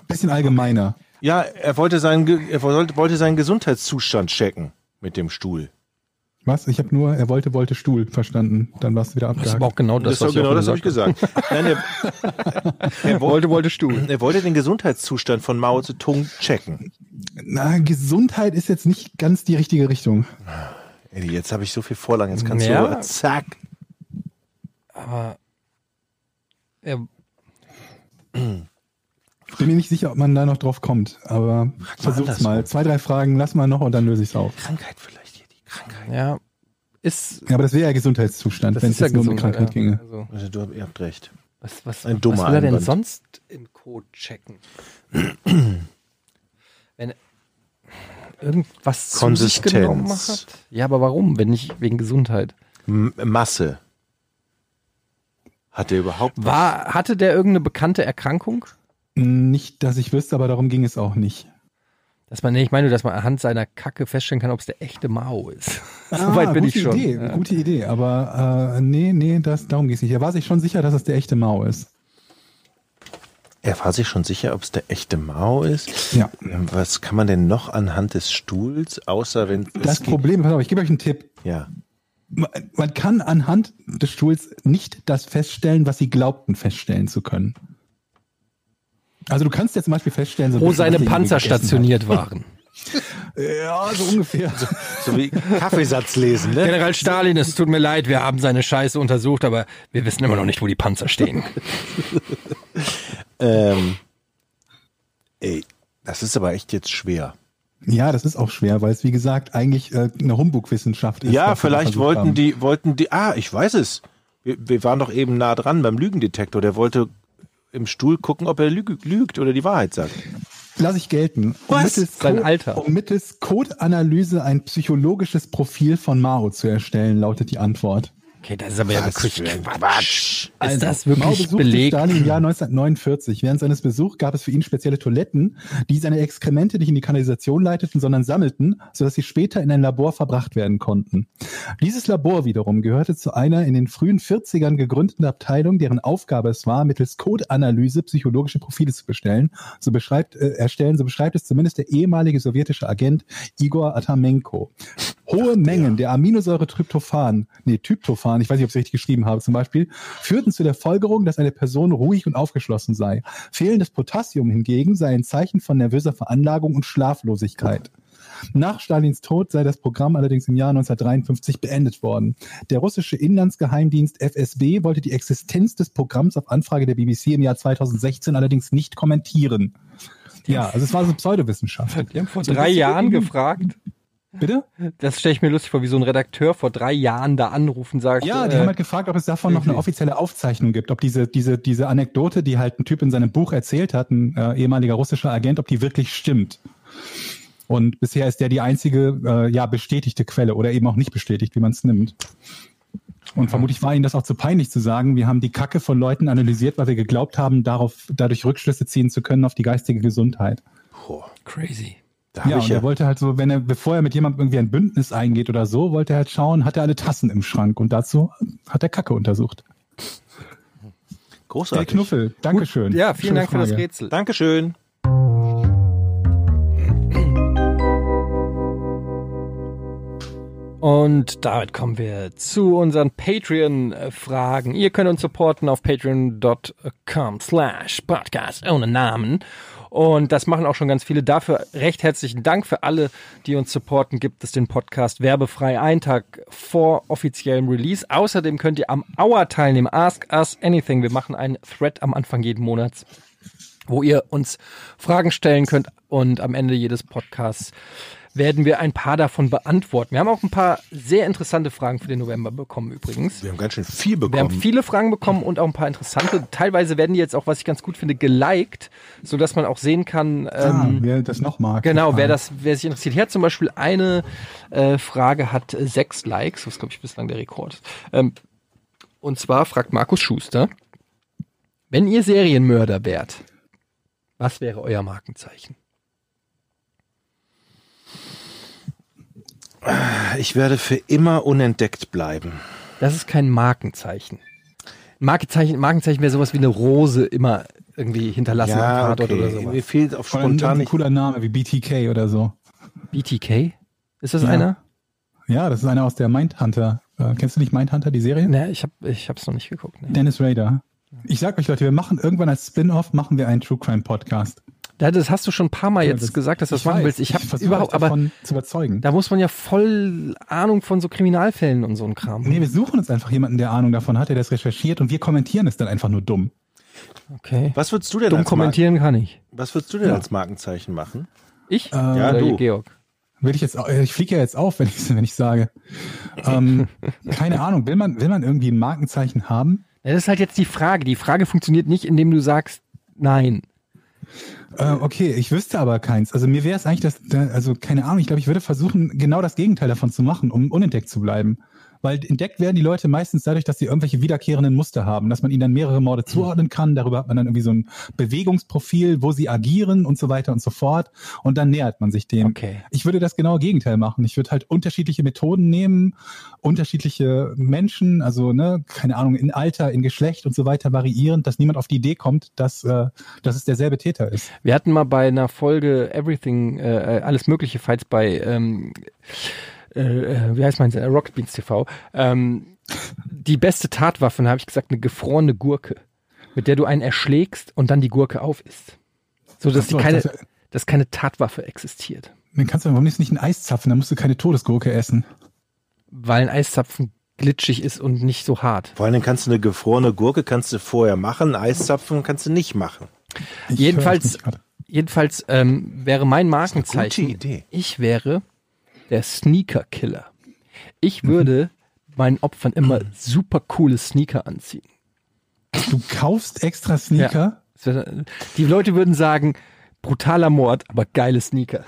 [SPEAKER 3] Bisschen allgemeiner.
[SPEAKER 4] Ja, er wollte seinen, Ge- er wollte wollte seinen Gesundheitszustand checken mit dem Stuhl.
[SPEAKER 3] Was? Ich habe nur, er wollte, wollte Stuhl verstanden. Dann warst du wieder
[SPEAKER 5] Das ist aber auch
[SPEAKER 3] abgehakt.
[SPEAKER 5] genau das,
[SPEAKER 4] war
[SPEAKER 5] was
[SPEAKER 4] genau
[SPEAKER 5] Jochen
[SPEAKER 4] das habe ich
[SPEAKER 5] gesagt
[SPEAKER 4] gesagt. Nein, er, er,
[SPEAKER 5] hat.
[SPEAKER 4] wollte,
[SPEAKER 5] wollte Stuhl.
[SPEAKER 4] er wollte den Gesundheitszustand von Mao Zedong checken.
[SPEAKER 3] Na, Gesundheit ist jetzt nicht ganz die richtige Richtung.
[SPEAKER 4] Eddie, jetzt habe ich so viel Vorlagen, jetzt kannst
[SPEAKER 5] Ja.
[SPEAKER 4] du zack.
[SPEAKER 5] Er,
[SPEAKER 3] Bin mir nicht sicher, ob man da noch drauf kommt, aber versuch's
[SPEAKER 4] andersrum.
[SPEAKER 3] mal. Zwei, drei Fragen, lass mal noch und dann löse ich's auf.
[SPEAKER 4] Krankheit vielleicht hier, die Krankheit.
[SPEAKER 5] ja, ist.
[SPEAKER 3] Ja, aber das wäre ja Gesundheitszustand,
[SPEAKER 5] Das
[SPEAKER 3] wenn
[SPEAKER 5] ist
[SPEAKER 3] es
[SPEAKER 5] ja
[SPEAKER 3] jetzt nur um die
[SPEAKER 5] gesund,
[SPEAKER 3] Krankheit
[SPEAKER 5] ja.
[SPEAKER 3] ginge.
[SPEAKER 5] Also,
[SPEAKER 4] Also, du, ihr habt recht.
[SPEAKER 5] was, was,
[SPEAKER 4] Ein dummer
[SPEAKER 5] was will er denn
[SPEAKER 4] Einwand.
[SPEAKER 5] sonst im Code checken? Wenn er irgendwas zu sich
[SPEAKER 4] Konsistenz.
[SPEAKER 5] genommen hat? Ja, aber warum? Wenn nicht wegen Gesundheit.
[SPEAKER 4] M Masse. Hat er überhaupt
[SPEAKER 5] War, hatte der irgendeine bekannte Erkrankung?
[SPEAKER 3] Nicht, dass ich wüsste, aber darum ging es auch nicht.
[SPEAKER 5] Dass man, nee, ich meine, nur, dass man anhand seiner Kacke feststellen kann, ob es der echte Mao ist. so weit bin
[SPEAKER 3] Ah, gute
[SPEAKER 5] ich schon.
[SPEAKER 3] Idee,
[SPEAKER 5] Ja.
[SPEAKER 3] Gute Idee, aber äh, nee, nee, das, darum ging's nicht. Er war sich schon sicher, dass das der echte Mao ist.
[SPEAKER 4] Er war sich schon sicher, ob es der echte Mao ist.
[SPEAKER 3] Ja.
[SPEAKER 4] Was kann man denn noch anhand des Stuhls, außer wenn es
[SPEAKER 3] Das Problem, pass auf, ich gebe euch einen Tipp.
[SPEAKER 4] geht- Ja.
[SPEAKER 3] Man, man kann anhand des Stuhls nicht das feststellen, was sie glaubten feststellen zu können. Also du kannst jetzt zum Beispiel feststellen, so ein
[SPEAKER 5] Wo
[SPEAKER 3] bisschen,
[SPEAKER 5] seine
[SPEAKER 3] was derjenige
[SPEAKER 5] Panzer
[SPEAKER 3] gegessen hat.
[SPEAKER 5] stationiert waren.
[SPEAKER 3] Ja, so ungefähr.
[SPEAKER 4] So wie Kaffeesatz lesen, ne?
[SPEAKER 5] General Stalin, es tut mir leid, wir haben seine Scheiße untersucht, aber wir wissen immer noch nicht, wo die Panzer stehen.
[SPEAKER 4] ähm, ey, das ist aber echt jetzt schwer.
[SPEAKER 3] Ja, das ist auch schwer, weil es wie gesagt eigentlich äh, eine Humbug-Wissenschaft ist.
[SPEAKER 4] ja,
[SPEAKER 3] was wir da
[SPEAKER 4] vielleicht
[SPEAKER 3] versucht
[SPEAKER 4] wollten
[SPEAKER 3] haben.
[SPEAKER 4] die, wollten die, ah, ich weiß es. Wir, wir waren doch eben nah dran beim Lügendetektor. Der wollte im Stuhl gucken, ob er lüg, lügt oder die Wahrheit sagt.
[SPEAKER 3] lasse ich gelten, um
[SPEAKER 5] Was?
[SPEAKER 3] mittels,
[SPEAKER 5] Sein
[SPEAKER 3] Co-
[SPEAKER 5] Alter.
[SPEAKER 3] um mittels Code-Analyse ein psychologisches Profil von Mao zu erstellen, lautet die Antwort.
[SPEAKER 5] Okay, das ist aber ja wirklich Quatsch.
[SPEAKER 3] Also,
[SPEAKER 5] ist das
[SPEAKER 3] Mao
[SPEAKER 5] wirklich
[SPEAKER 3] besuchte
[SPEAKER 5] belegt?
[SPEAKER 3] Stalin im Jahr 1949. Während seines Besuchs gab es für ihn spezielle Toiletten, die seine Exkremente nicht in die Kanalisation leiteten, sondern sammelten, sodass sie später in ein Labor verbracht werden konnten. Dieses Labor wiederum gehörte zu einer in den frühen 40ern gegründeten Abteilung, deren Aufgabe es war, mittels Code-Analyse psychologische Profile zu bestellen, so beschreibt, äh, erstellen, so beschreibt es zumindest der ehemalige sowjetische Agent Igor Atamenko. Hohe Mengen der Aminosäure Tryptophan, nee, Tryptophan, ich weiß nicht, ob ich es richtig geschrieben habe zum Beispiel, führten zu der Folgerung, dass eine Person ruhig und aufgeschlossen sei. Fehlendes Potassium hingegen sei ein Zeichen von nervöser Veranlagung und Schlaflosigkeit. Nach Stalins Tod sei das Programm allerdings im Jahr 1953 beendet worden. Der russische Inlandsgeheimdienst FSB wollte die Existenz des Programms auf Anfrage der BBC im Jahr 2016 allerdings nicht kommentieren. Ja, also es war so Pseudowissenschaft.
[SPEAKER 5] Die haben vor
[SPEAKER 3] So ein
[SPEAKER 5] drei
[SPEAKER 3] bisschen
[SPEAKER 5] Jahren
[SPEAKER 3] irgendwie-
[SPEAKER 5] gefragt.
[SPEAKER 3] Bitte?
[SPEAKER 5] Das stelle ich mir lustig vor, wie so ein Redakteur vor drei Jahren da anruft und sagt,
[SPEAKER 3] Ja, die
[SPEAKER 5] äh,
[SPEAKER 3] haben halt gefragt, ob es davon noch eine
[SPEAKER 4] Mhm.
[SPEAKER 5] wirklich?
[SPEAKER 3] offizielle Aufzeichnung gibt, ob diese, diese, diese Anekdote, die halt ein Typ in seinem Buch erzählt hat, ein äh, ehemaliger russischer Agent, ob die wirklich stimmt. Und bisher ist der die einzige äh, ja, bestätigte Quelle oder eben auch nicht bestätigt, wie man es nimmt. Und vermutlich war ihnen das auch zu peinlich zu sagen, wir haben die Kacke von Leuten analysiert, weil wir geglaubt haben, darauf, dadurch Rückschlüsse ziehen zu können auf die geistige Gesundheit.
[SPEAKER 5] crazy.
[SPEAKER 4] Da hab
[SPEAKER 3] ja,
[SPEAKER 4] ich
[SPEAKER 3] und er
[SPEAKER 4] ja.
[SPEAKER 3] wollte halt so, wenn er, bevor er mit jemandem irgendwie ein Bündnis eingeht oder so, wollte er halt schauen, hat er alle Tassen im Schrank und dazu hat er Kacke untersucht. Der
[SPEAKER 4] Großartig.
[SPEAKER 3] Knuffel, Dankeschön.
[SPEAKER 5] Ja, vielen
[SPEAKER 3] Schöne
[SPEAKER 5] Dank für das
[SPEAKER 3] Frage.
[SPEAKER 5] Rätsel.
[SPEAKER 4] Dankeschön.
[SPEAKER 5] Und damit kommen wir zu unseren Patreon-Fragen. Ihr könnt uns supporten auf patreon.com slash podcast ohne Namen. Und das machen auch schon ganz viele. Dafür recht herzlichen Dank für alle, die uns supporten. Gibt es den Podcast werbefrei einen Tag vor offiziellem Release. Außerdem könnt ihr am Hour teilnehmen. Ask Us Anything. Wir machen einen Thread am Anfang jeden Monats, wo ihr uns Fragen stellen könnt. Und am Ende jedes Podcasts werden wir ein paar davon beantworten. Wir haben auch ein paar sehr interessante Fragen für den November bekommen übrigens.
[SPEAKER 4] Wir haben ganz schön viel
[SPEAKER 5] Wir haben
[SPEAKER 4] bekommen.
[SPEAKER 5] viele Fragen bekommen und auch ein paar interessante. Teilweise werden die jetzt auch, was ich ganz gut finde, geliked, sodass man auch sehen kann,
[SPEAKER 3] Ah,
[SPEAKER 5] ähm,
[SPEAKER 3] wer das noch mag.
[SPEAKER 5] genau, wer,
[SPEAKER 3] total.
[SPEAKER 5] das, wer sich interessiert. Hier hat zum Beispiel eine äh, Frage, hat äh, sechs Likes, was glaube ich bislang der Rekord. ist. Ähm, und zwar fragt Markus Schuster, wenn ihr Serienmörder wärt, was wäre euer Markenzeichen?
[SPEAKER 4] Ich werde für immer unentdeckt bleiben.
[SPEAKER 5] Das ist kein Markenzeichen. Markenzeichen, Markenzeichen wäre sowas wie eine Rose immer irgendwie hinterlassen am Tatort oder sowas.
[SPEAKER 4] Mir fehlt auf
[SPEAKER 3] Vor allem
[SPEAKER 4] spontan
[SPEAKER 3] ein cooler Name wie BTK oder so.
[SPEAKER 5] BTK? Ist das
[SPEAKER 3] Ja.
[SPEAKER 5] einer?
[SPEAKER 3] Ja, das ist einer aus der Mindhunter. Äh, kennst du nicht Mindhunter, die Serie?
[SPEAKER 5] Ne, ich habe ich hab's noch nicht geguckt. ne.
[SPEAKER 3] Dennis Rader. Ich sag euch, Leute, wir machen irgendwann als Spin-off machen wir einen True Crime Podcast.
[SPEAKER 5] Da- Das hast du schon ein paar Mal Ah, jetzt gesagt, dass du das machen
[SPEAKER 3] weiß,
[SPEAKER 5] willst. Ich habe
[SPEAKER 3] versuche
[SPEAKER 5] überhaupt,
[SPEAKER 3] euch
[SPEAKER 5] aber
[SPEAKER 3] davon zu überzeugen.
[SPEAKER 5] da muss man ja voll Ahnung von so Kriminalfällen und so einem Kram.
[SPEAKER 3] Nee, wir suchen uns einfach jemanden, der Ahnung davon hat, der das recherchiert und wir kommentieren es dann einfach nur dumm.
[SPEAKER 5] Okay.
[SPEAKER 4] Was würdest du denn,
[SPEAKER 5] Dumm
[SPEAKER 4] als, Mar
[SPEAKER 5] kommentieren kann ich.
[SPEAKER 4] was würdest du denn als Markenzeichen machen?
[SPEAKER 5] Ich?
[SPEAKER 4] Ja,
[SPEAKER 5] Oder
[SPEAKER 4] du.
[SPEAKER 5] Georg.
[SPEAKER 3] Will ich jetzt, au- äh, ich fliege ja jetzt auf, wenn ich, wenn ich sage. Ähm, keine Ahnung, will man, will man irgendwie ein Markenzeichen haben?
[SPEAKER 5] Ja, Das ist halt jetzt die Frage. Die Frage funktioniert nicht, indem du sagst, nein.
[SPEAKER 3] Äh, okay, ich wüsste aber keins. Also mir wäre es eigentlich das, da- also keine Ahnung, ich glaube, ich würde versuchen, genau das Gegenteil davon zu machen, um unentdeckt zu bleiben. Weil entdeckt werden die Leute meistens dadurch, dass sie irgendwelche wiederkehrenden Muster haben, dass man ihnen dann mehrere Morde zuordnen kann. Darüber hat man dann irgendwie so ein Bewegungsprofil, wo sie agieren und so weiter und so fort. Und dann nähert man sich dem.
[SPEAKER 5] Okay.
[SPEAKER 3] Ich würde das genaue Gegenteil machen. Ich würde halt unterschiedliche Methoden nehmen, unterschiedliche Menschen, also ne, keine Ahnung, in Alter, in Geschlecht und so weiter variierend, dass niemand auf die Idee kommt, dass, äh, dass es derselbe Täter ist.
[SPEAKER 5] Wir hatten mal bei einer Folge Everything, äh, alles mögliche Fights bei, ähm, äh, äh, wie heißt man, äh, Rocket Beans TV, ähm, die beste Tatwaffe, und da habe ich gesagt, eine gefrorene Gurke, mit der du einen erschlägst und dann die Gurke aufisst. So, dass,
[SPEAKER 3] Ach so,
[SPEAKER 5] die keine,
[SPEAKER 3] ich dachte-
[SPEAKER 5] dass keine Tatwaffe existiert.
[SPEAKER 3] Dann kannst du warum nimmst du nicht ein Eis zapfen, dann musst du keine Todesgurke essen.
[SPEAKER 5] Weil ein Eiszapfen glitschig ist und nicht so hart.
[SPEAKER 4] Vor allem kannst du eine gefrorene Gurke kannst du vorher machen, Eiszapfen kannst du nicht machen.
[SPEAKER 3] Ich
[SPEAKER 5] Jedenfalls-
[SPEAKER 3] höre dich nicht gerade.
[SPEAKER 5] Jedenfalls ähm, wäre mein Markenzeichen.
[SPEAKER 4] gute Idee.
[SPEAKER 5] Ich wäre der Sneaker Killer.
[SPEAKER 4] Mhm.
[SPEAKER 5] Ich würde meinen Opfern immer super coole Sneaker anziehen.
[SPEAKER 3] Du kaufst extra Sneaker.
[SPEAKER 5] Es wäre- Die Leute würden sagen, brutaler Mord, aber geile Sneaker.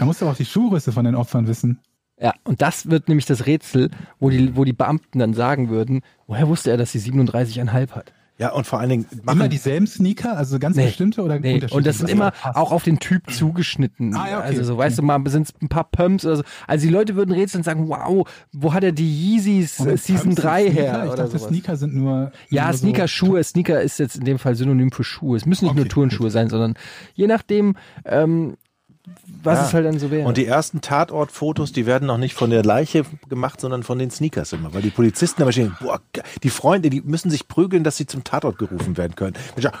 [SPEAKER 3] Da musst du aber auch die Schuhgröße von den Opfern wissen.
[SPEAKER 5] Ja, und das wird nämlich das Rätsel, wo die, wo die Beamten dann sagen würden, woher wusste er, dass sie 37,5 hat?
[SPEAKER 4] Ja, und vor allen Dingen
[SPEAKER 3] Immer
[SPEAKER 4] machen
[SPEAKER 3] dieselben Sneaker, also ganz
[SPEAKER 5] Nee.
[SPEAKER 3] bestimmte oder
[SPEAKER 5] Nee,
[SPEAKER 3] unterschiedliche?
[SPEAKER 5] und das sind
[SPEAKER 3] Was
[SPEAKER 5] immer
[SPEAKER 3] passt?
[SPEAKER 5] auch auf den Typ zugeschnitten.
[SPEAKER 3] Ah, ja, okay.
[SPEAKER 5] Also so, weißt du, mal sind es ein paar Pumps oder so. Also die Leute würden rätseln und sagen, wow, wo hat er die Yeezys
[SPEAKER 3] Und
[SPEAKER 5] äh,
[SPEAKER 3] Oh, mit
[SPEAKER 5] Season
[SPEAKER 3] Pumps
[SPEAKER 5] 3
[SPEAKER 3] sind
[SPEAKER 5] her?
[SPEAKER 3] Sneaker? Ich
[SPEAKER 5] oder
[SPEAKER 3] dachte,
[SPEAKER 5] sowas.
[SPEAKER 3] Sneaker sind nur.
[SPEAKER 5] Ja,
[SPEAKER 3] nur
[SPEAKER 5] Sneaker, Schuhe. Sneaker ist jetzt in dem Fall Synonym für Schuhe. Es müssen nicht nur
[SPEAKER 3] Okay,
[SPEAKER 5] Turnschuhe sein, sondern je nachdem, ähm, was
[SPEAKER 4] Ja.
[SPEAKER 5] es halt dann so wäre.
[SPEAKER 4] Und die ersten Tatortfotos, die werden noch nicht von der Leiche gemacht, sondern von den Sneakers immer, weil die Polizisten immer stehen, boah, ge- die Freunde, die müssen sich prügeln, dass sie zum Tatort gerufen werden können. Und sagen,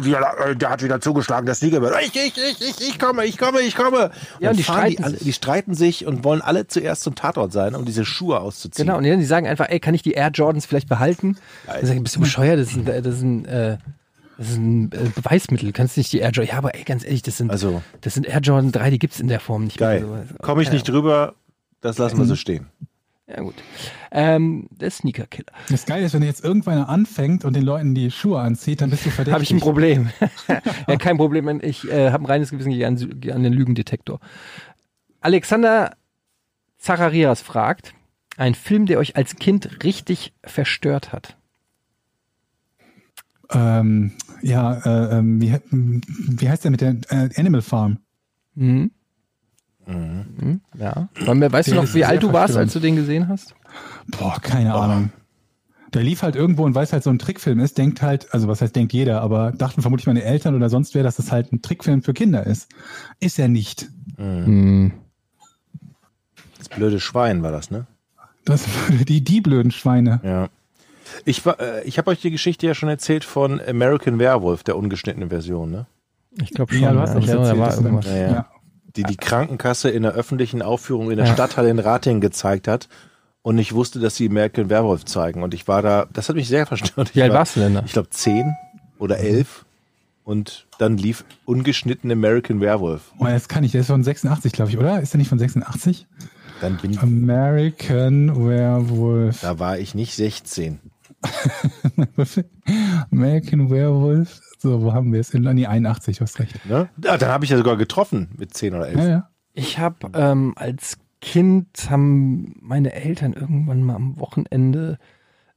[SPEAKER 4] "Wieder- äh, Der hat wieder zugeschlagen, der Sneaker wird, ich, ich, ich, ich, ich komme, ich komme, ich komme.
[SPEAKER 5] Ja, und die
[SPEAKER 4] fahren
[SPEAKER 5] streiten
[SPEAKER 4] alle,
[SPEAKER 5] sich.
[SPEAKER 4] die streiten sich und wollen alle zuerst zum Tatort sein, um diese Schuhe auszuziehen.
[SPEAKER 5] Genau, und die sagen einfach, ey, kann ich die Air Jordans vielleicht behalten? Dann sag ich, bist du bescheuert? Das ist ein, das ist ein, äh, das ist ein äh, Beweismittel. Kannst nicht die Air Jordan. Ja, aber ey, ganz ehrlich, das sind,
[SPEAKER 4] Also-
[SPEAKER 5] das sind Air Jordan 3, die gibt's in der Form nicht
[SPEAKER 4] Geil.
[SPEAKER 5] mehr. also,
[SPEAKER 4] Komme ich nicht drüber, das lassen
[SPEAKER 5] Mhm.
[SPEAKER 4] wir so stehen.
[SPEAKER 5] Ja, gut. Ähm, der Sneaker-Killer.
[SPEAKER 3] Das Geile ist, wenn jetzt irgendwann anfängt und den Leuten die Schuhe anzieht, dann bist du verdächtig.
[SPEAKER 5] Habe ich ein Problem. ja, kein Problem. Ich äh, habe ein reines Gewissen geh an, geh an den Lügendetektor. Alexander Zacharias fragt, ein Film, der euch als Kind richtig verstört hat.
[SPEAKER 3] Ähm, ja, äh, ähm, wie, he- wie heißt der mit der äh, Animal Farm?
[SPEAKER 5] Mhm. Mhm. Ja. Weil mir, weißt du
[SPEAKER 3] Der
[SPEAKER 5] noch,
[SPEAKER 3] ist
[SPEAKER 5] wie
[SPEAKER 3] sehr
[SPEAKER 5] alt du warst,
[SPEAKER 3] verstörend.
[SPEAKER 5] als du den gesehen hast?
[SPEAKER 3] Boah, keine Ahnung. Der lief halt irgendwo und weil es halt so ein Trickfilm ist, denkt halt, also was heißt denkt jeder, aber dachten vermutlich meine Eltern oder sonst wer, dass es halt ein Trickfilm für Kinder ist. Ist er nicht.
[SPEAKER 4] Das blöde Schwein war das, ne?
[SPEAKER 3] Das die, die blöden Schweine.
[SPEAKER 4] Ja. Ich, war- äh, ich habe euch die Geschichte ja schon erzählt von American Werewolf, der ungeschnittenen Version, ne?
[SPEAKER 5] Ich glaube
[SPEAKER 3] Ja, du hast das erzählt. das ist-
[SPEAKER 4] Ja, ja.
[SPEAKER 3] ja.
[SPEAKER 4] Die die Krankenkasse in der öffentlichen Aufführung in der Stadthalle in Ratingen gezeigt hat und ich wusste, dass sie American Werewolf zeigen. Und ich war da, das hat mich sehr verstört.
[SPEAKER 5] Wie alt
[SPEAKER 4] Ich war-
[SPEAKER 5] warst du denn da?
[SPEAKER 4] Ich glaube zehn oder elf. Und dann lief ungeschnitten American Werewolf.
[SPEAKER 3] Oh, das kann ich, der ist von 86, glaube ich, oder? Ist der nicht von 86?
[SPEAKER 4] Dann bin ich,
[SPEAKER 3] American Werewolf.
[SPEAKER 4] da war ich nicht 16.
[SPEAKER 3] American Werewolf. So, wo haben wir es? In nee, 81, du hast recht.
[SPEAKER 4] Ne? Ah, dann habe ich ja sogar getroffen mit zehn oder elf.
[SPEAKER 3] Ja, ja.
[SPEAKER 5] Ich habe ähm, als Kind haben meine Eltern irgendwann mal am Wochenende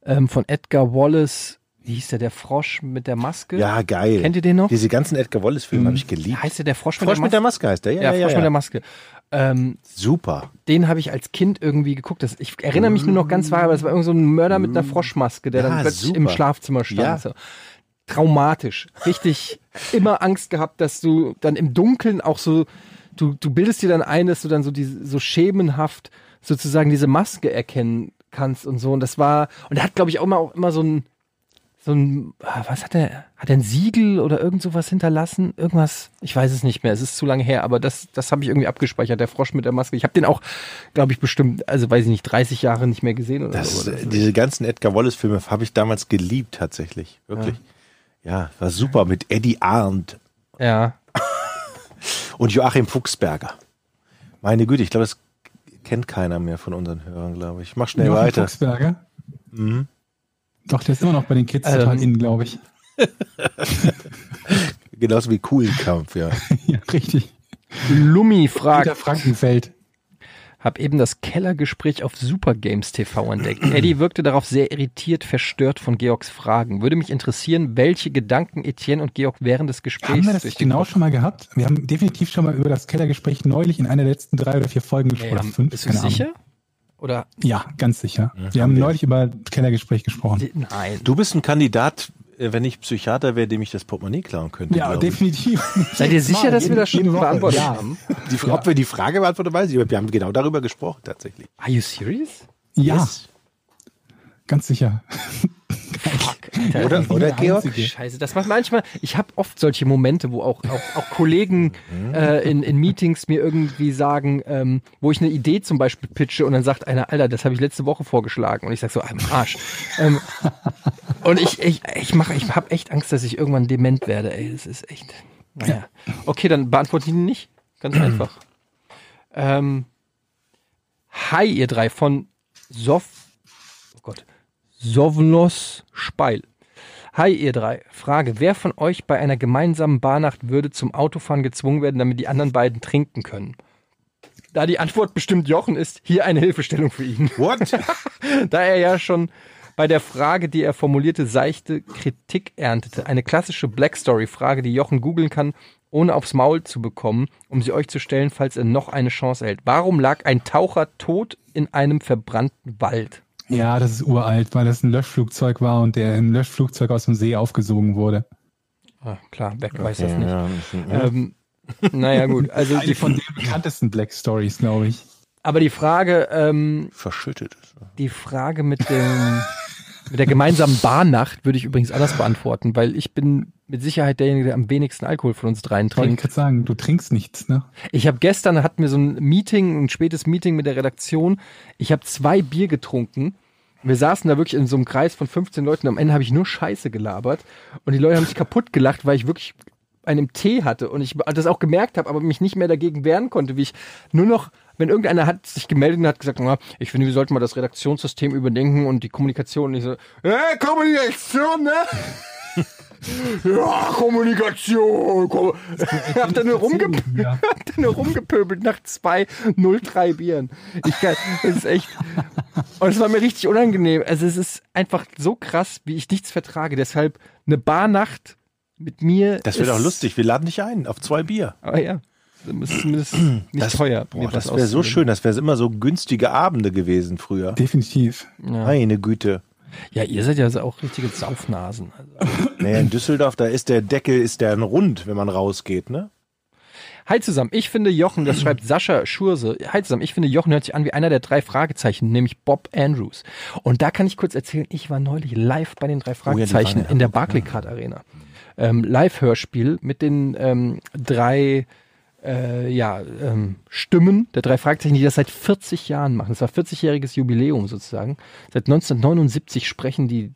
[SPEAKER 5] ähm, von Edgar Wallace, wie hieß der, der Frosch mit der Maske?
[SPEAKER 4] Ja, geil.
[SPEAKER 5] Kennt ihr den noch?
[SPEAKER 4] Diese ganzen Edgar Wallace-Filme habe ich geliebt.
[SPEAKER 5] Heißt der der Frosch mit
[SPEAKER 4] Frosch mit der
[SPEAKER 5] der Maske?
[SPEAKER 4] Maske heißt der, ja. ja,
[SPEAKER 5] ja,
[SPEAKER 4] ja,
[SPEAKER 5] Frosch
[SPEAKER 4] ja.
[SPEAKER 5] mit der Maske. Ähm,
[SPEAKER 4] Super.
[SPEAKER 5] den habe ich als Kind irgendwie geguckt. Das, ich erinnere mich nur noch ganz vage, aber das war irgend so ein Mörder mit einer Froschmaske, der
[SPEAKER 4] Mm. Ja,
[SPEAKER 5] dann plötzlich
[SPEAKER 4] super.
[SPEAKER 5] im Schlafzimmer stand.
[SPEAKER 4] Ja.
[SPEAKER 5] So. Traumatisch. Richtig immer Angst gehabt, dass du dann im Dunkeln auch so, du, du bildest dir dann ein, dass du dann so, diese, so schemenhaft sozusagen diese Maske erkennen kannst und so. Und das war, und er hat, glaube ich, auch immer, auch immer so ein, so ein, ah, was hat er, hat er ein Siegel oder irgend sowas hinterlassen? Irgendwas, ich weiß es nicht mehr, es ist zu lange her, aber das, das habe ich irgendwie abgespeichert, der Frosch mit der Maske. Ich habe den auch, glaube ich, bestimmt, also weiß ich nicht, 30 Jahre nicht mehr gesehen oder
[SPEAKER 4] Das,
[SPEAKER 5] so. Oder
[SPEAKER 4] äh,
[SPEAKER 5] so.
[SPEAKER 4] diese ganzen Edgar Wallace-Filme habe ich damals geliebt, tatsächlich. Wirklich. Ja. war super mit Eddie Arndt
[SPEAKER 5] ja,
[SPEAKER 4] und Joachim Fuchsberger. Meine Güte, ich glaube, das kennt keiner mehr von unseren Hörern, glaube ich. Mach schnell
[SPEAKER 3] Joachim
[SPEAKER 4] weiter.
[SPEAKER 3] Fuchsberger. Doch, der ist immer noch bei den Kids
[SPEAKER 5] Ähm.
[SPEAKER 3] total innen, glaube ich.
[SPEAKER 4] Genauso wie Kuhlenkampf, ja.
[SPEAKER 3] ja, richtig.
[SPEAKER 5] Lummi
[SPEAKER 3] Peter
[SPEAKER 5] fragt,
[SPEAKER 3] Frankenfeld.
[SPEAKER 5] hab eben das Kellergespräch auf Super Games TV entdeckt. Eddie wirkte darauf sehr irritiert, verstört von Georgs Fragen. Würde mich interessieren, welche Gedanken Etienne und Georg während des Gesprächs
[SPEAKER 3] Haben wir das
[SPEAKER 5] durch
[SPEAKER 3] nicht
[SPEAKER 5] den
[SPEAKER 3] genau
[SPEAKER 5] Kopf-
[SPEAKER 3] schon mal gehabt? Wir haben definitiv schon mal über das Kellergespräch neulich in einer der letzten drei oder vier Folgen gesprochen.
[SPEAKER 5] Ey,
[SPEAKER 3] Oder
[SPEAKER 5] haben-
[SPEAKER 3] fünf,
[SPEAKER 5] Bist du
[SPEAKER 3] keine Ahnung.
[SPEAKER 5] sicher? Oder
[SPEAKER 3] Ja, ganz sicher. wir haben neulich über das Kellergespräch gesprochen.
[SPEAKER 5] nein.
[SPEAKER 4] Du bist ein Kandidat, äh, wenn ich Psychiater wäre, dem ich das Portemonnaie klauen könnte.
[SPEAKER 3] Ja,
[SPEAKER 4] glaube ich.
[SPEAKER 3] definitiv.
[SPEAKER 5] Seid ihr sicher, dass wir das schon beantwortet
[SPEAKER 3] ja.
[SPEAKER 5] haben?
[SPEAKER 4] Die, Fra- Ob wir die Frage beantwortet, weiß ich. aber Wir haben genau darüber gesprochen, tatsächlich.
[SPEAKER 5] Are you serious?
[SPEAKER 3] Ja,
[SPEAKER 4] Yes.
[SPEAKER 3] ganz sicher.
[SPEAKER 5] Alter,
[SPEAKER 4] Oder,
[SPEAKER 3] Ich bin
[SPEAKER 4] oder
[SPEAKER 3] der
[SPEAKER 4] Georg?
[SPEAKER 3] Einzige.
[SPEAKER 5] Scheiße, das macht manchmal. Ich habe oft solche Momente, wo auch, auch, auch Kollegen äh, in, in Meetings mir irgendwie sagen, ähm, wo ich eine Idee zum Beispiel pitche und dann sagt einer, Alter, das habe ich letzte Woche vorgeschlagen. Und ich sage so, am Arsch. ähm, und ich, ich, ich mache, ich habe echt Angst, dass ich irgendwann dement werde, ey. Das ist echt. Naja. Okay, dann beantworte ich ihn nicht. Ganz einfach. Ähm, hi, ihr drei von Sof. Oh Gott. Sovnos Speil. Hi, ihr drei. Frage, wer von euch bei einer gemeinsamen Barnacht würde zum Autofahren gezwungen werden, damit die anderen beiden trinken können? Da die Antwort bestimmt Jochen ist, hier eine Hilfestellung für ihn.
[SPEAKER 4] What?
[SPEAKER 5] Da er ja schon bei der Frage, die er formulierte, seichte Kritik erntete. Eine klassische Black Story-Frage, die Jochen googeln kann, ohne aufs Maul zu bekommen, um sie euch zu stellen, falls er noch eine Chance erhält. Warum lag ein Taucher tot in einem verbrannten Wald?
[SPEAKER 3] Ja, das ist uralt, weil das ein Löschflugzeug war und der im Löschflugzeug aus dem See aufgesogen wurde.
[SPEAKER 5] Ah, klar, wer weiß das nicht.
[SPEAKER 4] Ja,
[SPEAKER 5] Ähm, naja, gut. Also
[SPEAKER 3] Eine
[SPEAKER 5] die,
[SPEAKER 3] von den bekanntesten Black Stories, glaube ich.
[SPEAKER 5] aber die Frage, ähm,
[SPEAKER 4] verschüttet.
[SPEAKER 5] Die Frage mit, dem, mit der gemeinsamen Barnacht würde ich übrigens anders beantworten, weil ich bin mit Sicherheit derjenige, der am wenigsten Alkohol von uns dreien
[SPEAKER 3] Ich wollte
[SPEAKER 5] trinkt.
[SPEAKER 3] gerade sagen, du trinkst nichts, ne?
[SPEAKER 5] Ich habe gestern, hatten wir so ein Meeting, ein spätes Meeting mit der Redaktion. Ich habe zwei Bier getrunken. Wir saßen da wirklich in so einem Kreis von 15 Leuten. Am Ende habe ich nur Scheiße gelabert. Und die Leute haben sich kaputt gelacht, weil ich wirklich einen im Tee hatte und ich das auch gemerkt habe, aber mich nicht mehr dagegen wehren konnte, wie ich nur noch, wenn irgendeiner hat sich gemeldet und hat gesagt, na, ich finde, wir sollten mal das Redaktionssystem überdenken und die Kommunikation. Und ich so, äh, Kommunikation, ne? ja, Kommunikation. Kom ich hab dann nur rumgepöbelt
[SPEAKER 3] Ja.
[SPEAKER 5] hab da nur rumgepöbelt nach zwei 03 Bieren. Ich kann, das ist echt. Und es war mir richtig unangenehm. Also es ist einfach so krass, wie ich nichts vertrage. Deshalb eine Barnacht mit mir.
[SPEAKER 4] Das wäre
[SPEAKER 5] ist-
[SPEAKER 4] doch lustig. Wir laden dich ein auf zwei Bier.
[SPEAKER 5] Aber ja, das ist zumindest nicht teuer.
[SPEAKER 4] Boah,
[SPEAKER 5] mir was
[SPEAKER 4] das wäre so
[SPEAKER 5] auszudenken.
[SPEAKER 4] schön. Das wäre immer so günstige Abende gewesen früher.
[SPEAKER 3] Definitiv.
[SPEAKER 4] Meine Güte.
[SPEAKER 5] Ja, ihr seid ja also auch richtige Saufnasen. Also.
[SPEAKER 4] Naja, in Düsseldorf, da ist der Deckel, ist der ein Rund, wenn man rausgeht, ne?
[SPEAKER 5] Hi zusammen, ich finde Jochen, das schreibt Sascha Schurse. Hi zusammen, ich finde Jochen hört sich an wie einer der drei Fragezeichen, nämlich Bob Andrews. Und da kann ich kurz erzählen, ich war neulich live bei den drei
[SPEAKER 4] waren in
[SPEAKER 5] Fragezeichen in der
[SPEAKER 4] Hamburg,
[SPEAKER 5] Barclaycard Arena. Ähm, Live-Hörspiel mit den ähm, drei äh, ja, ähm, Stimmen der drei Fragezeichen, die das seit 40 Jahren machen. Das war 40-jähriges Jubiläum sozusagen. Seit 1979 sprechen die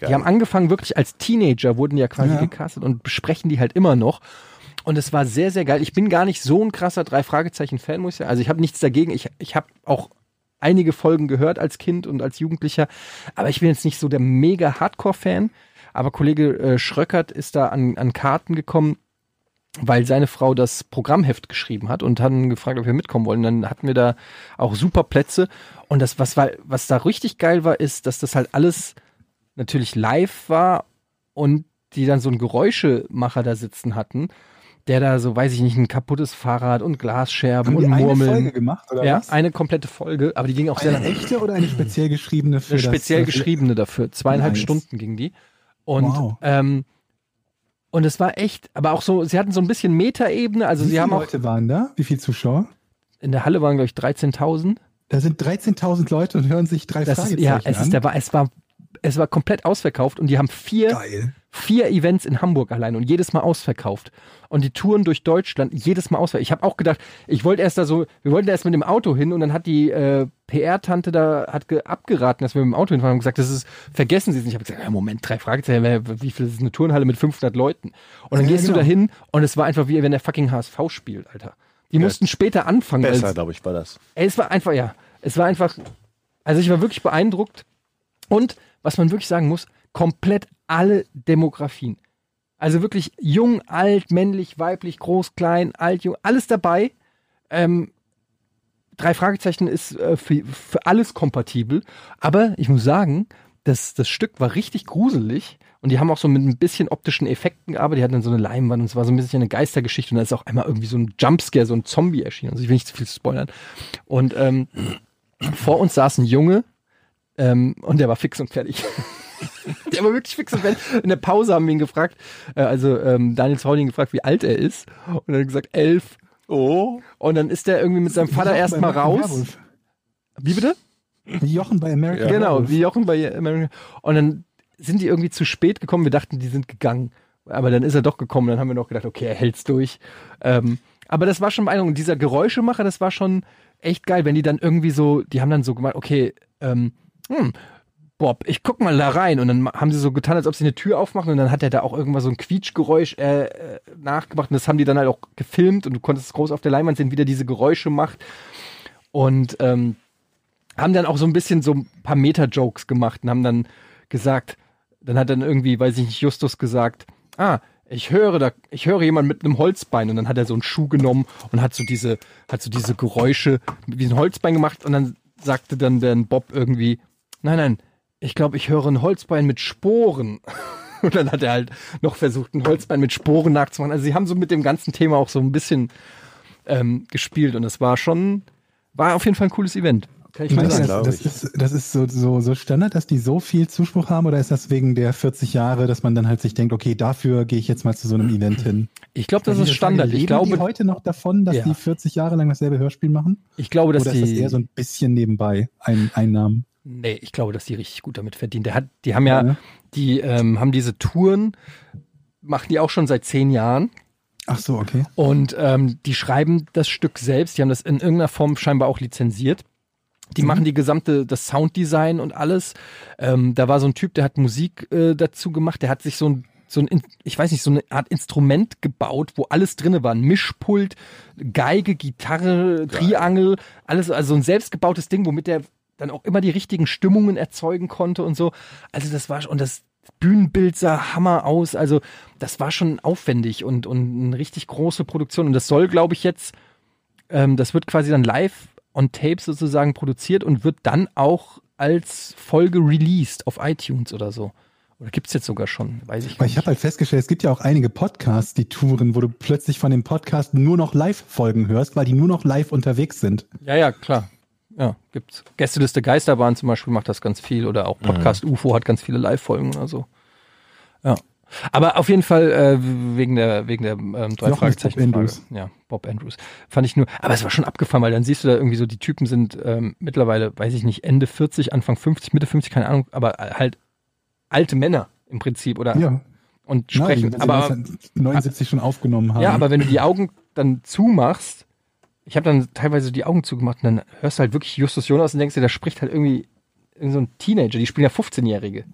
[SPEAKER 5] die haben angefangen wirklich als Teenager, wurden ja quasi
[SPEAKER 3] Ja.
[SPEAKER 5] gecastet und besprechen die halt immer noch. Und es war sehr, sehr geil. Ich bin gar nicht so ein krasser Drei-Fragezeichen-Fan, muss ich sagen. Also ich habe nichts dagegen. Ich, ich habe auch einige Folgen gehört als Kind und als Jugendlicher. Aber ich bin jetzt nicht so der mega Hardcore-Fan. Aber Kollege äh, Schröckert ist da an, an Karten gekommen, weil seine Frau das Programmheft geschrieben hat und haben gefragt, ob wir mitkommen wollen. Dann hatten wir da auch super Plätze. Und das, was, war, was da richtig geil war, ist, dass das halt alles natürlich live war und die dann so einen Geräuschemacher da sitzen hatten, der da so, weiß ich nicht, ein kaputtes Fahrrad und Glasscherben
[SPEAKER 3] Haben die
[SPEAKER 5] und
[SPEAKER 3] eine
[SPEAKER 5] Murmeln.
[SPEAKER 3] Folge gemacht, oder
[SPEAKER 5] ja,
[SPEAKER 3] was?
[SPEAKER 5] eine komplette Folge, aber die ging auch sehr
[SPEAKER 3] Eine
[SPEAKER 5] lange.
[SPEAKER 3] echte oder eine speziell geschriebene für
[SPEAKER 5] Eine speziell
[SPEAKER 3] das, äh,
[SPEAKER 5] geschriebene dafür. Zweieinhalb
[SPEAKER 3] Nice.
[SPEAKER 5] Stunden ging die. Und,
[SPEAKER 3] Wow.
[SPEAKER 5] ähm, und es war echt, aber auch so, sie hatten so ein bisschen Metaebene, also
[SPEAKER 3] Wie
[SPEAKER 5] sie
[SPEAKER 3] viele
[SPEAKER 5] haben auch,
[SPEAKER 3] Leute waren da? Wie viele Zuschauer?
[SPEAKER 5] in der Halle waren, glaube ich, 13.000.
[SPEAKER 3] Da sind 13.000 Leute und hören sich drei
[SPEAKER 5] Das ist,
[SPEAKER 3] Fragezeichen
[SPEAKER 5] ja, es
[SPEAKER 3] an.
[SPEAKER 5] ist der, Wa- es war, es war komplett ausverkauft und die haben vier,
[SPEAKER 3] Geil.
[SPEAKER 5] vier Events in Hamburg allein und jedes Mal ausverkauft. Und die Touren durch Deutschland jedes Mal ausverkauft. Ich habe auch gedacht, ich wollte erst da so, wir wollten da erst mit dem Auto hin und dann hat die äh, PR-Tante da hat ge- abgeraten, dass wir mit dem Auto hinfahren und gesagt, das ist, vergessen Sie es nicht. Ich habe gesagt, ja, Moment, drei Fragezeichen, wer- wie viel das ist eine Turnhalle mit 500 Leuten? Und dann
[SPEAKER 3] Ja,
[SPEAKER 5] gehst
[SPEAKER 3] genau.
[SPEAKER 5] du da hin und es war einfach wie wenn der fucking HSV spielt, Alter. Die mussten später anfangen.
[SPEAKER 4] Besser,
[SPEAKER 5] als-
[SPEAKER 4] glaube ich, war das.
[SPEAKER 5] Ey, es war einfach, ja. Es war einfach, also ich war wirklich beeindruckt. Und was man wirklich sagen muss, komplett alle Demografien. Also wirklich jung, alt, männlich, weiblich, groß, klein, alt, jung, alles dabei. Ähm, drei Fragezeichen ist äh, für, für alles kompatibel. Aber ich muss sagen, das, das Stück war richtig gruselig. Und die haben auch so mit ein bisschen optischen Effekten gearbeitet. Die hatten dann so eine Leinwand und es war so ein bisschen eine Geistergeschichte. Und da ist auch einmal irgendwie so ein Jumpscare, so ein Zombie erschienen. Also ich will nicht zu viel spoilern. Und ähm, vor uns saß ein Junge ähm, und der war fix und fertig. der war wirklich fix und fertig. In der Pause haben wir ihn gefragt, äh, also ähm, Daniel Zorn ihn gefragt, wie alt er ist. Und er hat gesagt, elf.
[SPEAKER 4] Oh.
[SPEAKER 5] Und dann ist der irgendwie mit seinem Vater
[SPEAKER 3] Jochen
[SPEAKER 5] erstmal
[SPEAKER 3] bei American
[SPEAKER 5] raus. Wie bitte?
[SPEAKER 3] Werewolf. Wie Jochen bei American
[SPEAKER 5] Genau,
[SPEAKER 3] Werewolf.
[SPEAKER 5] wie Jochen bei American. Und dann sind die irgendwie zu spät gekommen. Wir dachten, die sind gegangen. Aber dann ist er doch gekommen. Dann haben wir noch gedacht, okay, er hält's durch. Ähm, aber das war schon beeindruckend. Und Dieser Geräuschemacher, das war schon echt geil, wenn die dann irgendwie so, die haben dann so gemacht, okay, ähm, hm, Bob, ich guck mal da rein. Und dann ma- haben sie so getan, als ob sie eine Tür aufmachen. Und dann hat er da auch irgendwas so ein Quietschgeräusch äh, äh, nachgemacht. Und das haben die dann halt auch gefilmt. Und du konntest groß auf der Leinwand sehen, wie der diese Geräusche macht. Und ähm, haben dann auch so ein bisschen so ein paar Meta-Jokes gemacht und haben dann gesagt, dann hat dann irgendwie, weiß ich nicht, Justus gesagt, ah, ich höre da, ich höre jemand mit einem Holzbein und dann hat er so einen Schuh genommen und hat so diese, hat so diese Geräusche wie ein Holzbein gemacht und dann sagte dann dann Bob irgendwie, nein, nein, ich glaube, ich höre ein Holzbein mit Sporen. Und dann hat er halt noch versucht, ein Holzbein mit Sporen nachzumachen. Also sie haben so mit dem ganzen Thema auch so ein bisschen ähm, gespielt und das war schon, war auf jeden Fall ein cooles Event. Kann ich mal
[SPEAKER 3] Meinst du,
[SPEAKER 5] sagen.
[SPEAKER 4] glaub
[SPEAKER 3] das, das,
[SPEAKER 4] ich.
[SPEAKER 3] ist, das ist so, so, so Standard, dass die so viel Zuspruch haben oder ist das wegen der 40 Jahre, dass man dann halt sich denkt, okay, dafür gehe ich jetzt mal zu so einem Event hin?
[SPEAKER 5] Ich glaube, das
[SPEAKER 3] Diese
[SPEAKER 5] ist
[SPEAKER 3] Frage,
[SPEAKER 5] Standard. Ich
[SPEAKER 3] leben die
[SPEAKER 5] glaube,
[SPEAKER 3] heute noch davon, dass
[SPEAKER 5] Ja.
[SPEAKER 3] die 40 Jahre lang dasselbe Hörspiel machen?
[SPEAKER 5] ich glaube, dass
[SPEAKER 3] oder ist das
[SPEAKER 5] die,
[SPEAKER 3] eher so ein bisschen nebenbei ein, Einnahmen?
[SPEAKER 5] nee, ich glaube, dass die richtig gut damit verdient. Der hat, die haben ja,
[SPEAKER 3] Ja.
[SPEAKER 5] die ähm, haben diese Touren, machen die auch schon seit zehn Jahren.
[SPEAKER 3] Ach so, okay.
[SPEAKER 5] Und ähm, die schreiben das Stück selbst. Die haben das in irgendeiner Form scheinbar auch lizenziert. Die
[SPEAKER 3] Mhm.
[SPEAKER 5] machen die gesamte, das Sounddesign und alles. Ähm, da war so ein Typ, der hat Musik äh, dazu gemacht. Der hat sich so ein, so ein, In- ich weiß nicht, so eine Art Instrument gebaut, wo alles drinne war. Ein Mischpult, Geige, Gitarre, Triangel, alles. Also so ein selbstgebautes Ding, womit der dann auch immer die richtigen Stimmungen erzeugen konnte und so. Also das war schon, und das Bühnenbild sah Hammer aus. Also das war schon aufwendig und, und eine richtig große Produktion. Und das soll, glaube ich, jetzt, ähm, das wird quasi dann live on Tape sozusagen produziert und wird dann auch als Folge released auf iTunes oder so. Oder gibt's jetzt sogar schon? Weiß ich
[SPEAKER 3] Weil
[SPEAKER 5] nicht.
[SPEAKER 3] ich habe halt festgestellt, es gibt ja auch einige Podcasts, die Touren, wo du plötzlich von dem Podcast nur noch Live-Folgen hörst, weil die nur noch live unterwegs sind.
[SPEAKER 5] ja, ja, klar. Ja, gibt's. Gästeliste Geisterbahn zum Beispiel macht das ganz viel oder auch Podcast
[SPEAKER 3] Mhm.
[SPEAKER 5] UFO hat ganz viele Live-Folgen oder so. Ja. Aber auf jeden Fall äh, wegen der wegen der ähm, drei
[SPEAKER 3] Jochen ist Bob
[SPEAKER 5] Fragezeichen Frage.
[SPEAKER 3] Andrews.
[SPEAKER 5] Ja, Bob Andrews. Fand ich nur, aber es war schon abgefahren, weil dann siehst du da irgendwie so, die Typen sind ähm, mittlerweile, weiß ich nicht, Ende 40, Anfang 50, Mitte 50, keine Ahnung, aber halt alte Männer im Prinzip oder
[SPEAKER 3] Ja.
[SPEAKER 5] und
[SPEAKER 3] Na,
[SPEAKER 5] sprechen.
[SPEAKER 3] die,
[SPEAKER 5] aber
[SPEAKER 3] 79 schon aufgenommen haben.
[SPEAKER 5] ja, aber wenn du die Augen dann zumachst, ich habe dann teilweise die Augen zugemacht und dann hörst du halt wirklich Justus Jonas und denkst dir, da spricht halt irgendwie irgend so ein Teenager, die spielen ja 15-Jährige.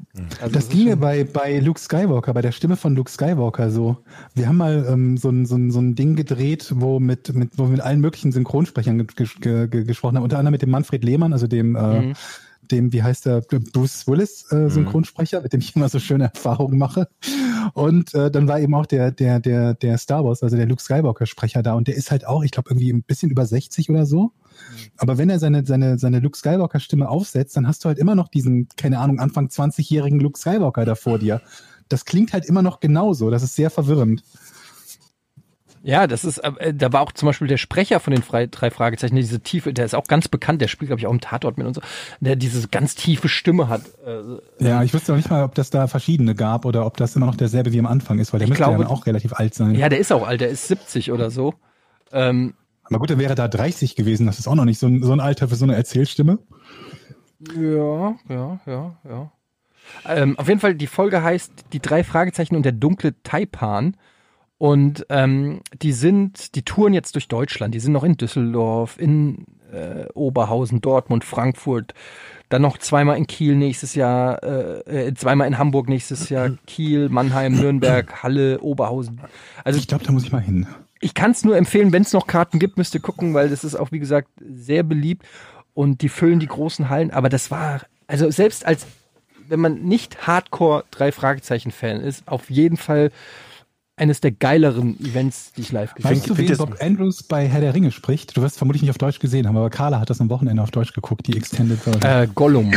[SPEAKER 5] Also
[SPEAKER 3] Das
[SPEAKER 5] ist
[SPEAKER 3] ging mir
[SPEAKER 5] schon-
[SPEAKER 3] bei, bei Luke Skywalker, bei der Stimme von Luke Skywalker so. Wir haben mal ähm, so, ein, so, ein, so ein Ding gedreht, wo, mit, mit, wo wir mit allen möglichen Synchronsprechern ge- ge- ge- ge- gesprochen haben, unter anderem mit dem Manfred Lehmann, also dem, äh,
[SPEAKER 5] Mhm.
[SPEAKER 3] dem wie heißt der, Bruce Willis äh, Synchronsprecher, mit dem ich immer so schöne Erfahrungen mache. Und äh, dann war eben auch der, der, der, der Star Wars, also der Luke Skywalker Sprecher da und der ist halt auch, ich glaube, irgendwie ein bisschen über 60 oder so. Aber wenn er seine, seine, seine Luke Skywalker-Stimme aufsetzt, dann hast du halt immer noch diesen, keine Ahnung, Anfang 20-jährigen Luke Skywalker da vor dir. Das klingt halt immer noch genauso. Das ist sehr verwirrend.
[SPEAKER 5] Ja, das ist, äh, da war auch zum Beispiel der Sprecher von den Fre- drei Fragezeichen, diese tiefe, der ist auch ganz bekannt, der spielt, glaube ich, auch im Tatort mit und so, der diese ganz tiefe Stimme hat. Äh,
[SPEAKER 3] Ja, ich wüsste noch nicht mal, ob das da verschiedene gab oder ob das immer noch derselbe wie am Anfang ist, weil der
[SPEAKER 5] Ich
[SPEAKER 3] müsste
[SPEAKER 5] glaube-
[SPEAKER 3] ja dann auch relativ alt sein.
[SPEAKER 5] ja, der ist auch alt, der ist 70 oder so. Ähm,
[SPEAKER 3] Aber gut, er wäre da 30 gewesen. Das ist auch noch nicht so ein, so ein Alter für so eine Erzählstimme.
[SPEAKER 5] Ja, ja, ja, ja. Ähm, auf jeden Fall, die Folge heißt Die drei Fragezeichen und der dunkle Taipan. Und ähm, die sind, die touren jetzt durch Deutschland. Die sind noch in Düsseldorf, in äh, Oberhausen, Dortmund, Frankfurt. Dann noch zweimal in Kiel nächstes Jahr, äh, äh, zweimal in Hamburg nächstes Jahr, Kiel, Mannheim, Nürnberg, Halle, Oberhausen. Also
[SPEAKER 3] Ich glaube, da muss ich mal hin.
[SPEAKER 5] ich kann es nur empfehlen, wenn es noch Karten gibt, müsst ihr gucken, weil das ist auch, wie gesagt, sehr beliebt und die füllen die großen Hallen. Aber das war, also selbst als, wenn man nicht Hardcore drei Fragezeichen-Fan ist, auf jeden Fall eines der geileren Events, die ich live gesehen
[SPEAKER 3] Weißt
[SPEAKER 5] habe.
[SPEAKER 3] du, wie
[SPEAKER 4] find das-
[SPEAKER 3] Bob Andrews bei Herr der Ringe spricht? Du wirst vermutlich nicht auf Deutsch gesehen haben, aber Carla hat das am Wochenende auf Deutsch geguckt, die Extended Version.
[SPEAKER 5] Äh, Gollum,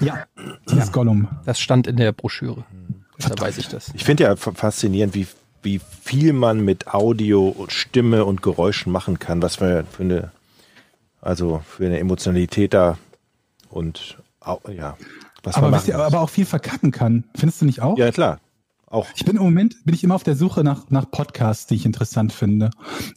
[SPEAKER 3] ja, dieses Gollum.
[SPEAKER 5] das stand in der Broschüre. Da weiß ich das.
[SPEAKER 4] Ich finde ja f- faszinierend, wie, wie viel man mit Audio, und Stimme und Geräuschen machen kann, was man für eine, also für eine Emotionalität da und au- ja, was
[SPEAKER 3] aber,
[SPEAKER 4] man
[SPEAKER 3] was
[SPEAKER 4] machen
[SPEAKER 3] die,
[SPEAKER 4] muss.
[SPEAKER 3] aber auch viel verkacken kann. Findest du nicht auch?
[SPEAKER 4] Ja, klar. Auch
[SPEAKER 3] Ich bin im Moment bin ich immer auf der Suche nach nach Podcasts, die ich interessant finde.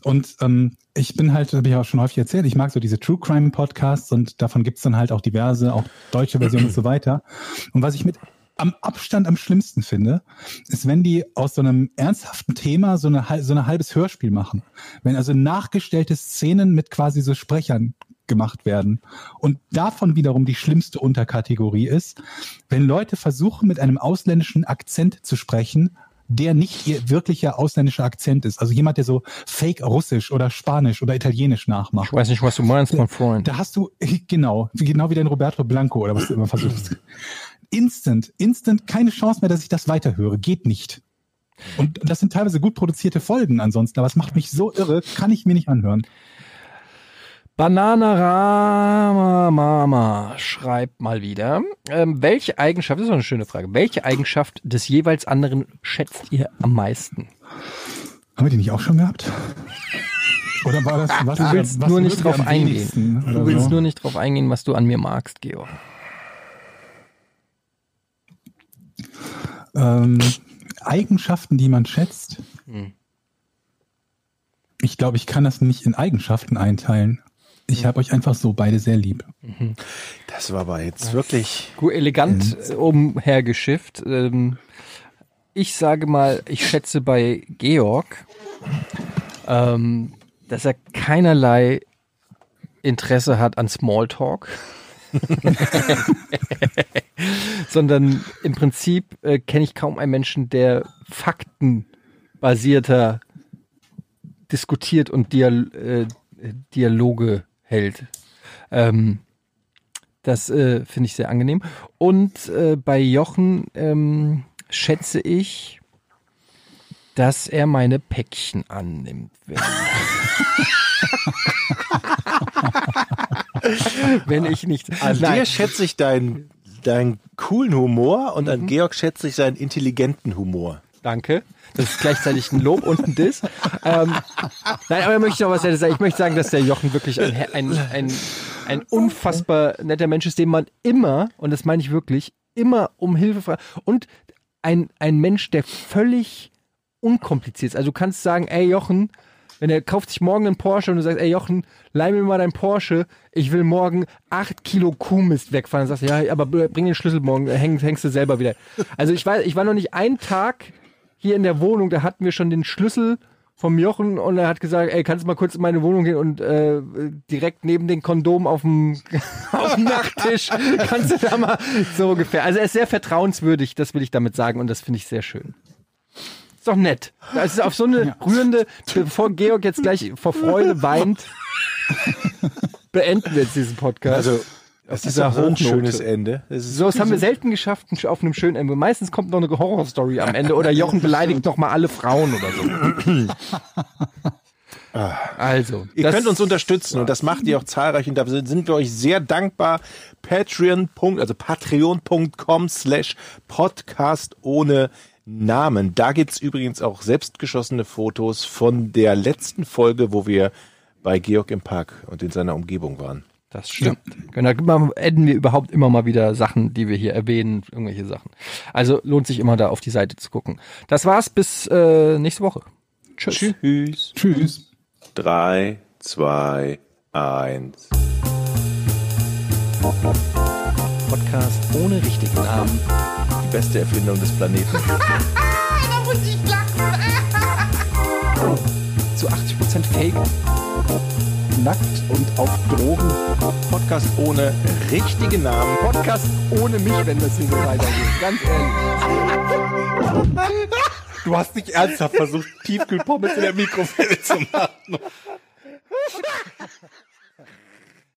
[SPEAKER 3] Und ähm, ich bin halt, habe ich auch schon häufig erzählt, ich mag so diese True Crime Podcasts und davon gibt's dann halt auch diverse, auch deutsche Versionen und so weiter. Und was ich mit am Abstand am schlimmsten finde, ist, wenn die aus so einem ernsthaften Thema so eine hal- so ein halbes Hörspiel machen. Wenn also nachgestellte Szenen mit quasi so Sprechern gemacht werden. Und davon wiederum die schlimmste Unterkategorie ist, wenn Leute versuchen, mit einem ausländischen Akzent zu sprechen, der nicht ihr wirklicher ausländischer Akzent ist. Also jemand, der so fake Russisch oder Spanisch oder Italienisch nachmacht.
[SPEAKER 5] weiß nicht, was du meinst, mein Freund.
[SPEAKER 3] Da hast du, genau, wie- genau wie dein Roberto Blanco oder was du immer versuchst. instant, instant, keine Chance mehr, dass ich das weiterhöre. Geht nicht. Und das sind teilweise gut produzierte Folgen ansonsten, aber es macht mich so irre, kann ich mir nicht anhören.
[SPEAKER 5] Bananarama Mama schreibt mal wieder. Ähm, welche Eigenschaft, das ist doch eine schöne Frage, welche Eigenschaft des jeweils anderen schätzt ihr am meisten?
[SPEAKER 3] Haben wir die nicht auch schon gehabt? Oder war das, was
[SPEAKER 5] Du willst
[SPEAKER 3] Ah, was
[SPEAKER 5] nur
[SPEAKER 3] mögen
[SPEAKER 5] nicht
[SPEAKER 3] wir
[SPEAKER 5] drauf
[SPEAKER 3] am
[SPEAKER 5] eingehen.
[SPEAKER 3] wenigsten, ne?
[SPEAKER 5] Du
[SPEAKER 3] Oder
[SPEAKER 5] willst
[SPEAKER 3] so.
[SPEAKER 5] nur nicht drauf eingehen, was du an mir magst, Georg.
[SPEAKER 3] ähm, Eigenschaften, die man schätzt. Ich glaube, ich kann das nicht in Eigenschaften einteilen. Ich habe euch einfach so beide sehr lieb.
[SPEAKER 4] Das war aber jetzt wirklich.
[SPEAKER 5] Gut, elegant
[SPEAKER 3] Ähm.
[SPEAKER 5] äh, umhergeschifft. Ähm, ich sage mal, ich schätze bei Georg, ähm, dass er keinerlei Interesse hat an Smalltalk, sondern im Prinzip äh, kenne ich kaum einen Menschen, der faktenbasierter diskutiert und Dial äh, Dialoge hält. Ähm, das äh, finde ich sehr angenehm. Und äh, bei Jochen ähm, schätze ich, dass er meine Päckchen annimmt. Wenn, wenn ich nicht.
[SPEAKER 4] An
[SPEAKER 5] Nein.
[SPEAKER 4] dir schätze ich deinen, deinen coolen Humor und an Georg schätze ich seinen intelligenten Humor.
[SPEAKER 5] Danke. Das ist gleichzeitig ein Lob und ein Diss. Ähm, nein, aber ich möchte noch was Nettes sagen. Ich möchte sagen, dass der Jochen wirklich ein, ein, ein, ein unfassbar netter Mensch ist, dem man immer, und das meine ich wirklich, immer um Hilfe fragt. Und ein, ein Mensch, der völlig unkompliziert ist. Also du kannst sagen, ey Jochen, wenn er kauft sich morgen einen Porsche und du sagst, ey Jochen, leih mir mal deinen Porsche, ich will morgen acht Kilo Kuhmist wegfahren. Dann sagst du, ja, aber bring den Schlüssel morgen, häng, hängst du selber wieder. Also ich weiß, ich war noch nicht einen Tag hier in der Wohnung, da hatten wir schon den Schlüssel vom Jochen und er hat gesagt, ey, kannst du mal kurz in meine Wohnung gehen und äh, direkt neben den Kondom auf dem, auf dem Nachttisch, kannst du da mal so ungefähr. Also er ist sehr vertrauenswürdig, das will ich damit sagen und das finde ich sehr schön. Ist doch nett. Das ist auf so eine rührende, bevor Georg jetzt gleich vor Freude weint, beenden wir jetzt diesen Podcast.
[SPEAKER 4] Also, das ist auch so ein
[SPEAKER 5] Hochnote.
[SPEAKER 4] schönes Ende. Das ist
[SPEAKER 5] So, das haben wir selten geschafft auf einem schönen Ende. Meistens kommt noch eine Horrorstory am Ende oder Jochen beleidigt noch mal alle Frauen oder so. Also,
[SPEAKER 4] Ihr
[SPEAKER 5] das-
[SPEAKER 4] könnt uns unterstützen und das macht ihr auch zahlreich und da sind sind wir euch sehr dankbar. Patreon. also patreon.com slash podcast ohne Namen. Da gibt's übrigens auch selbstgeschossene Fotos von der letzten Folge, wo wir bei Georg im Park und in seiner Umgebung waren.
[SPEAKER 5] Das stimmt. Genau, da adden wir überhaupt immer mal wieder Sachen, die wir hier erwähnen, irgendwelche Sachen. Also lohnt sich immer da auf die Seite zu gucken. Das war's bis äh, nächste Woche. Tschüss. Tschüss.
[SPEAKER 4] Tschüss.
[SPEAKER 3] Tschüss.
[SPEAKER 4] Drei, zwei, eins.
[SPEAKER 1] Podcast ohne richtigen Namen. Die beste Erfindung des Planeten.
[SPEAKER 2] da muss ich lachen.
[SPEAKER 1] Zu 80% Fake. Nackt und auf Drogen.
[SPEAKER 4] Podcast ohne richtigen Namen.
[SPEAKER 5] Podcast ohne mich, wenn das hier so weitergeht. Ganz ehrlich.
[SPEAKER 4] Du hast nicht ernsthaft versucht, Tiefkühlpommes in der Mikrofile zu machen.